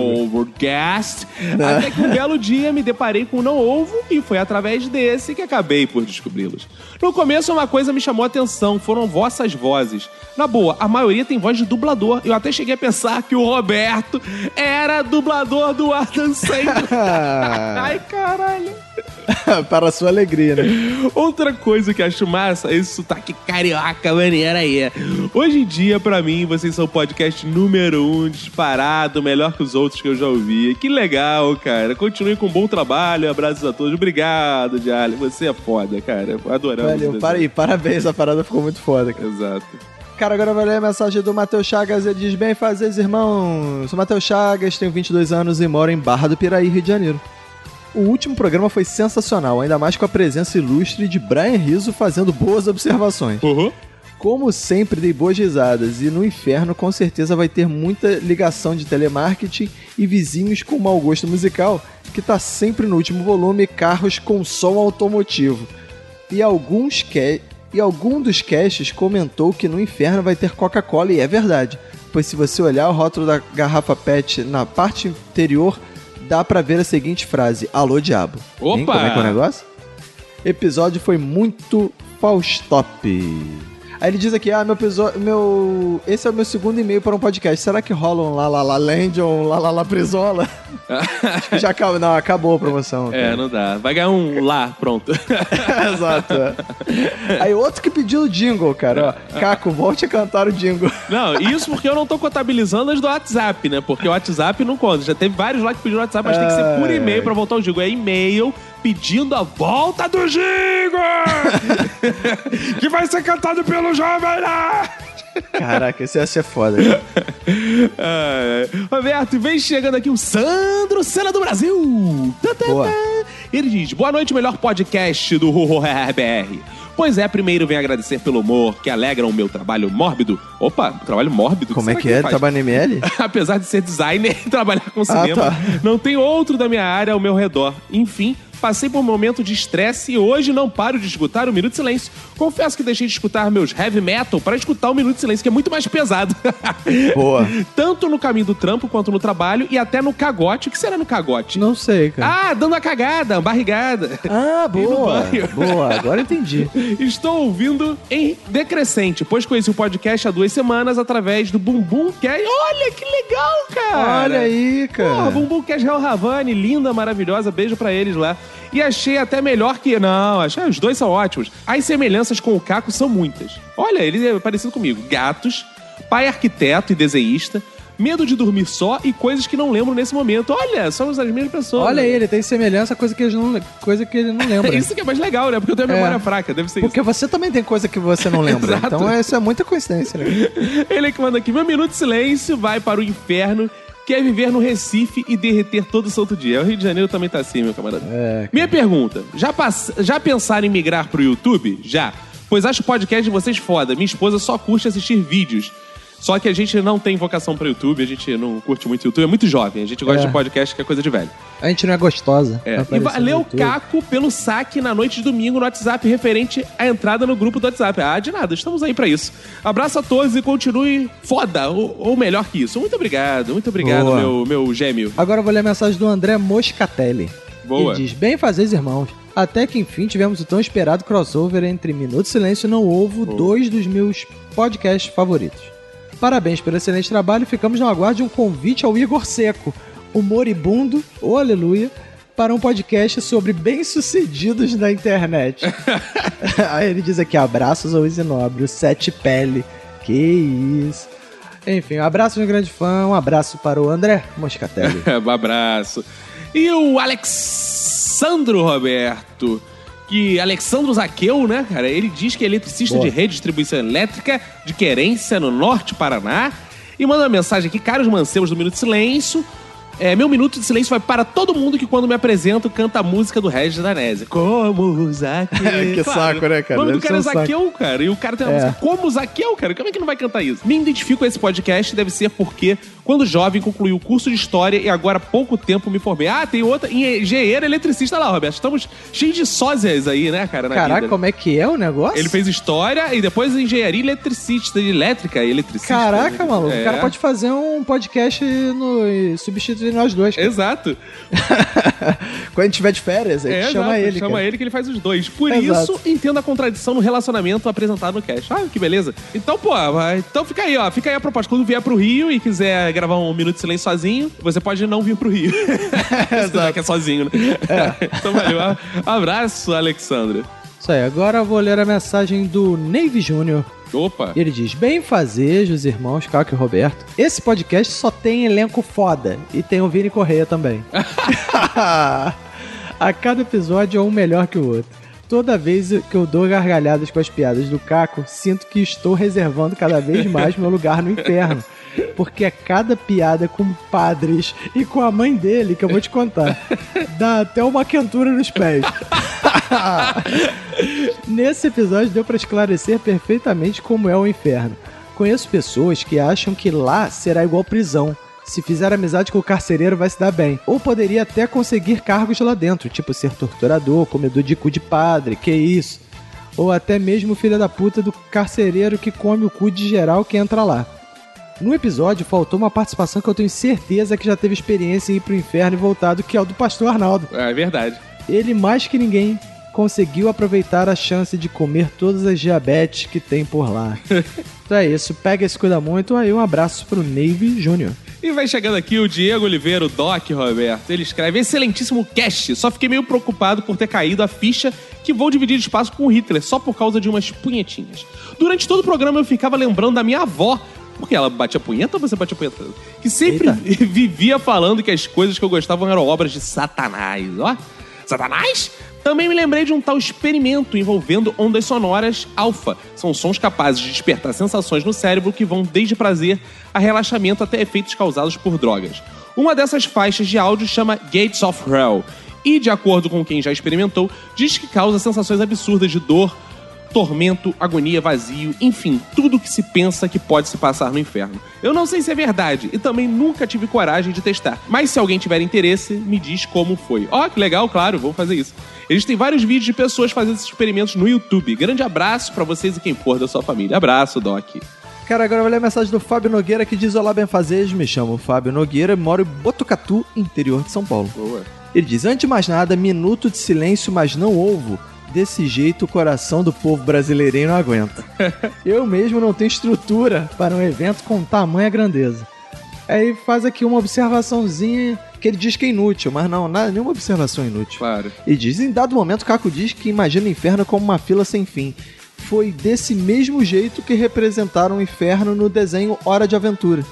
S1: Overcast, até que um belo dia me deparei com o Não Ovo e foi através desse que acabei por descobri-los. No começo, uma coisa me chamou a atenção: foram vossas vozes. Na boa, a maioria tem voz de dublador. Eu até cheguei a pensar que o Roberto era dublador do Adam Sandler. Ai, caralho.
S19: Para a sua alegria, né?
S1: Outra coisa que acho massa é esse sotaque carioca maneiro aí. Hoje em dia, pra mim, vocês são o podcast número um, disparado, melhor que os outros que eu já ouvi. Que legal, cara. Continue com um bom trabalho. Abraços a todos. Obrigado, Diário. Você é foda, cara. Adoramos.
S19: Valeu,
S1: você.
S19: para aí, parabéns, a parada ficou muito foda, cara.
S1: Exato.
S19: Cara, agora eu vou ler a mensagem do Matheus Chagas, ele diz, bem fazeres, irmãos. Sou Matheus Chagas, tenho 22 anos e moro em Barra do Piraí, Rio de Janeiro. O último programa foi sensacional, ainda mais com a presença ilustre de Brian Rizzo fazendo boas observações. Como sempre, dei boas risadas e no inferno com certeza vai ter muita ligação de telemarketing e vizinhos com mau gosto musical que tá sempre no último volume carros com som automotivo. E alguns que e algum dos casts comentou que no inferno vai ter Coca-Cola e é verdade, pois se você olhar o rótulo da garrafa PET na parte interior dá pra ver a seguinte frase: Alô diabo.
S1: Opa!
S19: Hein, como é que é o negócio? Episódio foi muito Faustop. Aí ele diz aqui, ah, meu episódio, meu, esse é o meu segundo e-mail para um podcast. Será que rola um lá lá lá land ou um lá lá lá prisola? Acho que já acabou, não, acabou a promoção.
S1: É, não dá. Vai ganhar um lá, pronto.
S19: Exato. é. Aí outro que pediu o jingle, cara. Ó, Caco, volte a cantar o jingle.
S1: Não, isso porque eu não tô contabilizando as do WhatsApp, né? Porque o WhatsApp não conta. Já teve vários lá que pediram WhatsApp, mas tem que ser por
S19: Ai,
S1: e-mail
S19: ai.
S1: pra voltar o Gigo. É e-mail pedindo a volta do Gigo!
S8: Que vai ser cantado pelo jovem lá!
S19: Caraca, esse ia ser foda. cara.
S1: Ai, ai. Roberto, e vem chegando aqui o Sandro Senna do Brasil. Tá, tá, tá. Ele diz: Boa noite, melhor podcast do RBR. Pois é, primeiro venho agradecer pelo humor que alegra o meu trabalho mórbido. Opa, trabalho mórbido?
S19: Como é
S1: será
S19: que é?
S1: faz?
S19: Trabalha no ML?
S1: Apesar de ser designer e trabalhar com
S19: Ah,
S1: cinema,
S19: tá.
S1: não tem outro da minha área ao meu redor. Enfim, Passei por um momento de estresse e hoje não paro de escutar o Minuto de Silêncio. Confesso que deixei de escutar meus heavy metal para escutar o Minuto de Silêncio, que é muito mais pesado.
S19: Boa.
S1: Tanto no caminho do trampo quanto no trabalho e até no cagote. O que será no cagote?
S19: Não sei, cara.
S1: Ah, dando a cagada, uma barrigada.
S19: Ah, boa. Boa, agora entendi.
S1: Estou ouvindo em decrescente, pois conheci o podcast há duas semanas através do Bumbum Cast. Olha que legal, cara!
S19: Olha aí, cara.
S1: Porra, Bumbum Cast Real Havane, linda, maravilhosa. Beijo pra eles lá. E achei até melhor que. Não, achei, os dois são ótimos. As semelhanças com o Caco são muitas. Olha, ele é parecido comigo. Gatos, pai arquiteto e desenhista. Medo de dormir só e coisas que não lembro nesse momento. Olha, somos as mesmas pessoas.
S19: Olha aí, ele tem semelhança, coisa que ele não, le- coisa que ele não lembra.
S1: Isso que é mais legal, né? Porque eu tenho a memória
S19: É.
S1: fraca, deve ser isso.
S19: Porque você também tem coisa que você não lembra.
S1: Exato.
S19: então isso é muita coincidência, né?
S1: Ele é que manda aqui: meu minuto de silêncio vai para o inferno. Quer viver no Recife e derreter todo santo dia. O Rio de Janeiro também tá assim, meu camarada. Minha pergunta: já, pass... já pensaram em migrar pro YouTube? Já. Pois acho o podcast de vocês foda. Minha esposa só curte assistir vídeos. Só que a gente não tem vocação pro YouTube, a gente não curte muito YouTube, é muito jovem. A gente gosta
S19: É.
S1: de podcast que é coisa de velho.
S19: A gente não é gostosa. Pra
S1: É. E
S19: aparecer no
S1: valeu,
S19: YouTube.
S1: Caco, pelo saque na noite de domingo no WhatsApp referente à entrada no grupo do WhatsApp. Ah, de nada, estamos aí pra isso. Abraço a todos e continue foda, ou, ou melhor que isso. Muito obrigado, muito obrigado,
S19: Boa.
S1: meu, meu gêmeo.
S19: Agora eu vou ler a mensagem do André Moscatelli.
S1: Boa.
S19: Ele diz: Bem fazeres, irmãos. Até que enfim tivemos o tão esperado crossover entre Minuto e Silêncio e Não Ovo, dois dos meus podcasts favoritos. Parabéns pelo excelente trabalho e ficamos no aguardo de um convite ao Igor Seco, o moribundo, ô aleluia, para um podcast sobre bem-sucedidos na internet. Aí ele diz aqui: abraços ao Isinobre, o Sete Pele. Que isso. Enfim, um abraço, meu grande fã. Um abraço para o André Moscatelli.
S1: um abraço. E o Alexandro Roberto, que Alexandro Zaqueu, né, cara? Ele diz que é eletricista
S19: Boa.
S1: de redistribuição elétrica de Querência, no Norte Paraná. E manda uma mensagem aqui, caros mancebos do Minuto de Silêncio. É, meu minuto de silêncio vai para todo mundo que, quando me apresento, canta a música do Regis Danese. Como Zaqueu.
S10: Que saco, né, cara?
S1: O nome do
S10: Deve ser
S1: cara é
S10: um saco.
S1: Zaqueu, Zaqueu, cara. E o cara tem uma
S10: É.
S1: música como Zaqueu, cara. Como é que não vai cantar isso? Me identifico com esse podcast, deve ser porque, quando jovem, concluí o curso de História e agora há pouco tempo me formei. Ah, tem outra engenheiro eletricista lá, Roberto. Estamos cheios de sósias aí, né, cara? na
S19: Caraca,
S1: vida.
S19: como é que é o negócio?
S1: Ele fez História e depois Engenharia Eletricista, Elétrica e Eletricista.
S19: Caraca, maluco,
S1: É.
S19: o cara pode fazer um podcast no, e substituir nós dois. cara.
S1: Exato.
S19: Quando a gente tiver de férias, a gente
S1: É,
S19: chama
S1: exato,
S19: ele.
S1: Chama
S19: cara.
S1: ele que ele faz os dois. Por
S19: Exato.
S1: isso, entendo a contradição no relacionamento apresentado no cast. Ah, que beleza. Então, pô, vai- então fica aí, ó. Fica aí a proposta. Quando vier pro Rio e quiser gravar um Minuto de Silêncio sozinho, você pode não vir pro Rio. Já que é sozinho, né?
S4: É.
S1: então valeu. A- Abraço, Alexandre.
S19: Isso aí, agora eu vou ler a mensagem do Navy Júnior.
S1: Opa.
S19: Ele diz: Bem fazejos, irmãos Caco e Roberto. Esse podcast só tem elenco foda. E tem o Vini Correia também. a cada episódio é um melhor que o outro. Toda vez que eu dou gargalhadas com as piadas do Caco, sinto que estou reservando cada vez mais meu lugar no inferno. Porque é cada piada com padres e com a mãe dele que eu vou te contar. Dá até uma quentura nos pés. Nesse episódio deu pra esclarecer perfeitamente como é o inferno. Conheço pessoas que acham que lá será igual prisão. Se fizer amizade com o carcereiro, vai se dar bem. Ou poderia até conseguir cargos lá dentro, tipo ser torturador, comedor de cu de padre, que isso. Ou até mesmo filha da puta do carcereiro que come o cu de geral que entra lá. No episódio faltou uma participação que eu tenho certeza que já teve experiência em ir pro inferno e voltado, que é o do pastor Arnaldo.
S1: É verdade.
S19: Ele, mais que ninguém, conseguiu aproveitar a chance de comer todas as diabetes que tem por lá. então é isso, pega e se cuida muito. Aí um abraço pro Navy Júnior.
S1: E vai chegando aqui o Diego Oliveira, o Doc Roberto. Ele escreve: Excelentíssimo cast. Só fiquei meio preocupado por ter caído a ficha que vou dividir espaço com o Hitler só por causa de umas punhetinhas. Durante todo o programa eu ficava lembrando da minha avó. Porque ela batia punheta ou você batia punheta? Que sempre vivia falando que as coisas que eu gostava eram obras de Satanás. Ó, Satanás? Também me lembrei de um tal experimento envolvendo ondas sonoras alfa. São sons capazes de despertar sensações no cérebro que vão desde prazer a relaxamento até efeitos causados por drogas. Uma dessas faixas de áudio chama Gates of Hell e, de acordo com quem já experimentou, diz que causa sensações absurdas de dor, tormento, agonia, vazio, enfim, tudo que se pensa que pode se passar no inferno. Eu não sei se é verdade e também nunca tive coragem de testar, mas se alguém tiver interesse, me diz como foi. Ó, que legal, claro, vamos fazer isso. Eles têm vários vídeos de pessoas fazendo esses experimentos no YouTube. Grande abraço pra vocês e quem for da sua família. Abraço, Doc.
S19: Cara, agora eu vou ler a mensagem do Fábio Nogueira que diz: Olá, benfazejos, me chamo Fábio Nogueira, moro em Botucatu, interior de São Paulo.
S1: Boa.
S19: Ele diz: Antes de mais nada, minuto de silêncio, mas não ovo. Desse jeito, o coração do povo brasileirinho não aguenta. eu mesmo não tenho estrutura para um evento com tamanha grandeza. Aí faz aqui uma observaçãozinha que ele diz que é inútil, mas não, nada, nenhuma observação é inútil.
S1: Claro.
S19: E diz: em dado momento, Caco diz que imagina o inferno como uma fila sem fim. Foi desse mesmo jeito que representaram o inferno no desenho Hora de Aventura.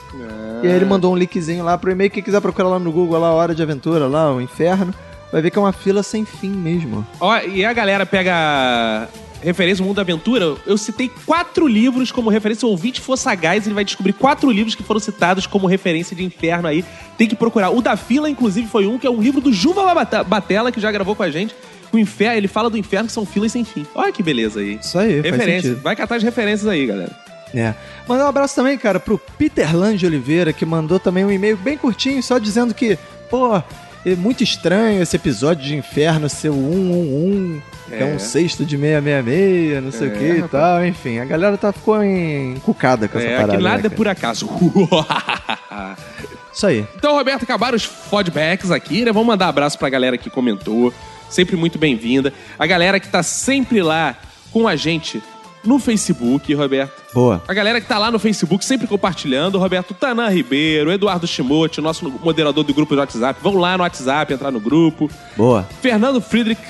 S19: E aí ele mandou um linkzinho lá pro e-mail. Quem quiser procurar lá no Google, lá, Hora de Aventura, lá, o inferno, vai ver que é uma fila sem fim mesmo.
S1: Ó, e a galera pega referência ao Mundo da Aventura. Eu citei quatro livros como referência. Se o ouvinte for sagaz, ele vai descobrir quatro livros que foram citados como referência de inferno aí. Tem que procurar. O da fila, inclusive, foi um, que é um livro do Juva Labata- Batella, que já gravou com a gente. O inferno, ele fala do inferno que são filas sem fim. Olha que beleza aí.
S19: Isso aí, faz
S1: Referência.
S19: sentido.
S1: Vai catar as referências aí, galera.
S19: É. Mandar um abraço também, cara, pro Peter Lange Oliveira, que mandou também um e-mail bem curtinho, só dizendo que, pô, é muito estranho esse episódio de inferno ser o 111, que é.
S10: É.
S19: um sexto de 666, não sei
S10: É,
S19: o que e
S10: rapaz.
S19: tal, enfim. A galera tá, ficou encucada com essa
S1: É,
S19: parada.
S1: que nada
S19: né,
S1: é
S19: cara?
S1: por acaso.
S19: Isso aí.
S1: Então, Roberto, acabaram os fodbacks aqui, né? Vamos mandar abraço pra galera que comentou. Sempre muito bem-vinda. A galera que tá sempre lá com a gente no Facebook, Roberto.
S19: Boa.
S1: A galera que tá lá no Facebook sempre compartilhando, Roberto Tanã Ribeiro, Eduardo Shimote, nosso moderador do grupo de WhatsApp. Vão lá no WhatsApp, entrar no grupo.
S19: Boa.
S1: Fernando Friedrich,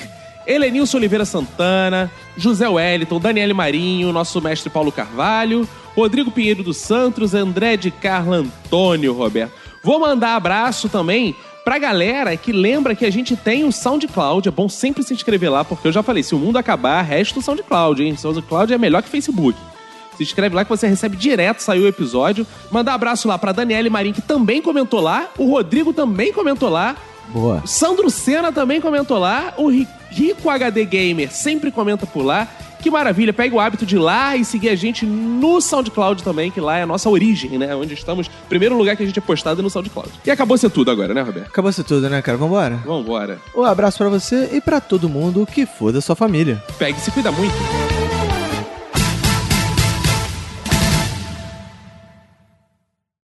S1: Helenilson Oliveira Santana, José Wellington, Daniele Marinho, nosso mestre Paulo Carvalho, Rodrigo Pinheiro dos Santos, André de Carla Antônio, Roberto. Vou mandar abraço também pra galera que lembra que a gente tem o SoundCloud. É bom sempre se inscrever lá, porque eu já falei, se o mundo acabar, resta o SoundCloud, hein? SoundCloud é melhor que Facebook. Se inscreve lá que você recebe direto, saiu o episódio. Mandar abraço lá pra Daniele Marim, que também comentou lá. O Rodrigo também comentou lá.
S19: Boa.
S1: Sandro Senna também comentou lá. O Ri- Rico HD Gamer sempre comenta por lá. Que maravilha, pega o hábito de ir lá e seguir a gente no SoundCloud também, que lá é a nossa origem, né? Onde estamos, primeiro lugar que a gente é postado é no SoundCloud. E acabou ser tudo agora, né, Roberto?
S19: Acabou isso tudo, né, cara? Vambora?
S1: Vambora.
S19: Um abraço pra você e pra todo mundo que for da sua família.
S1: Pega e se cuida muito.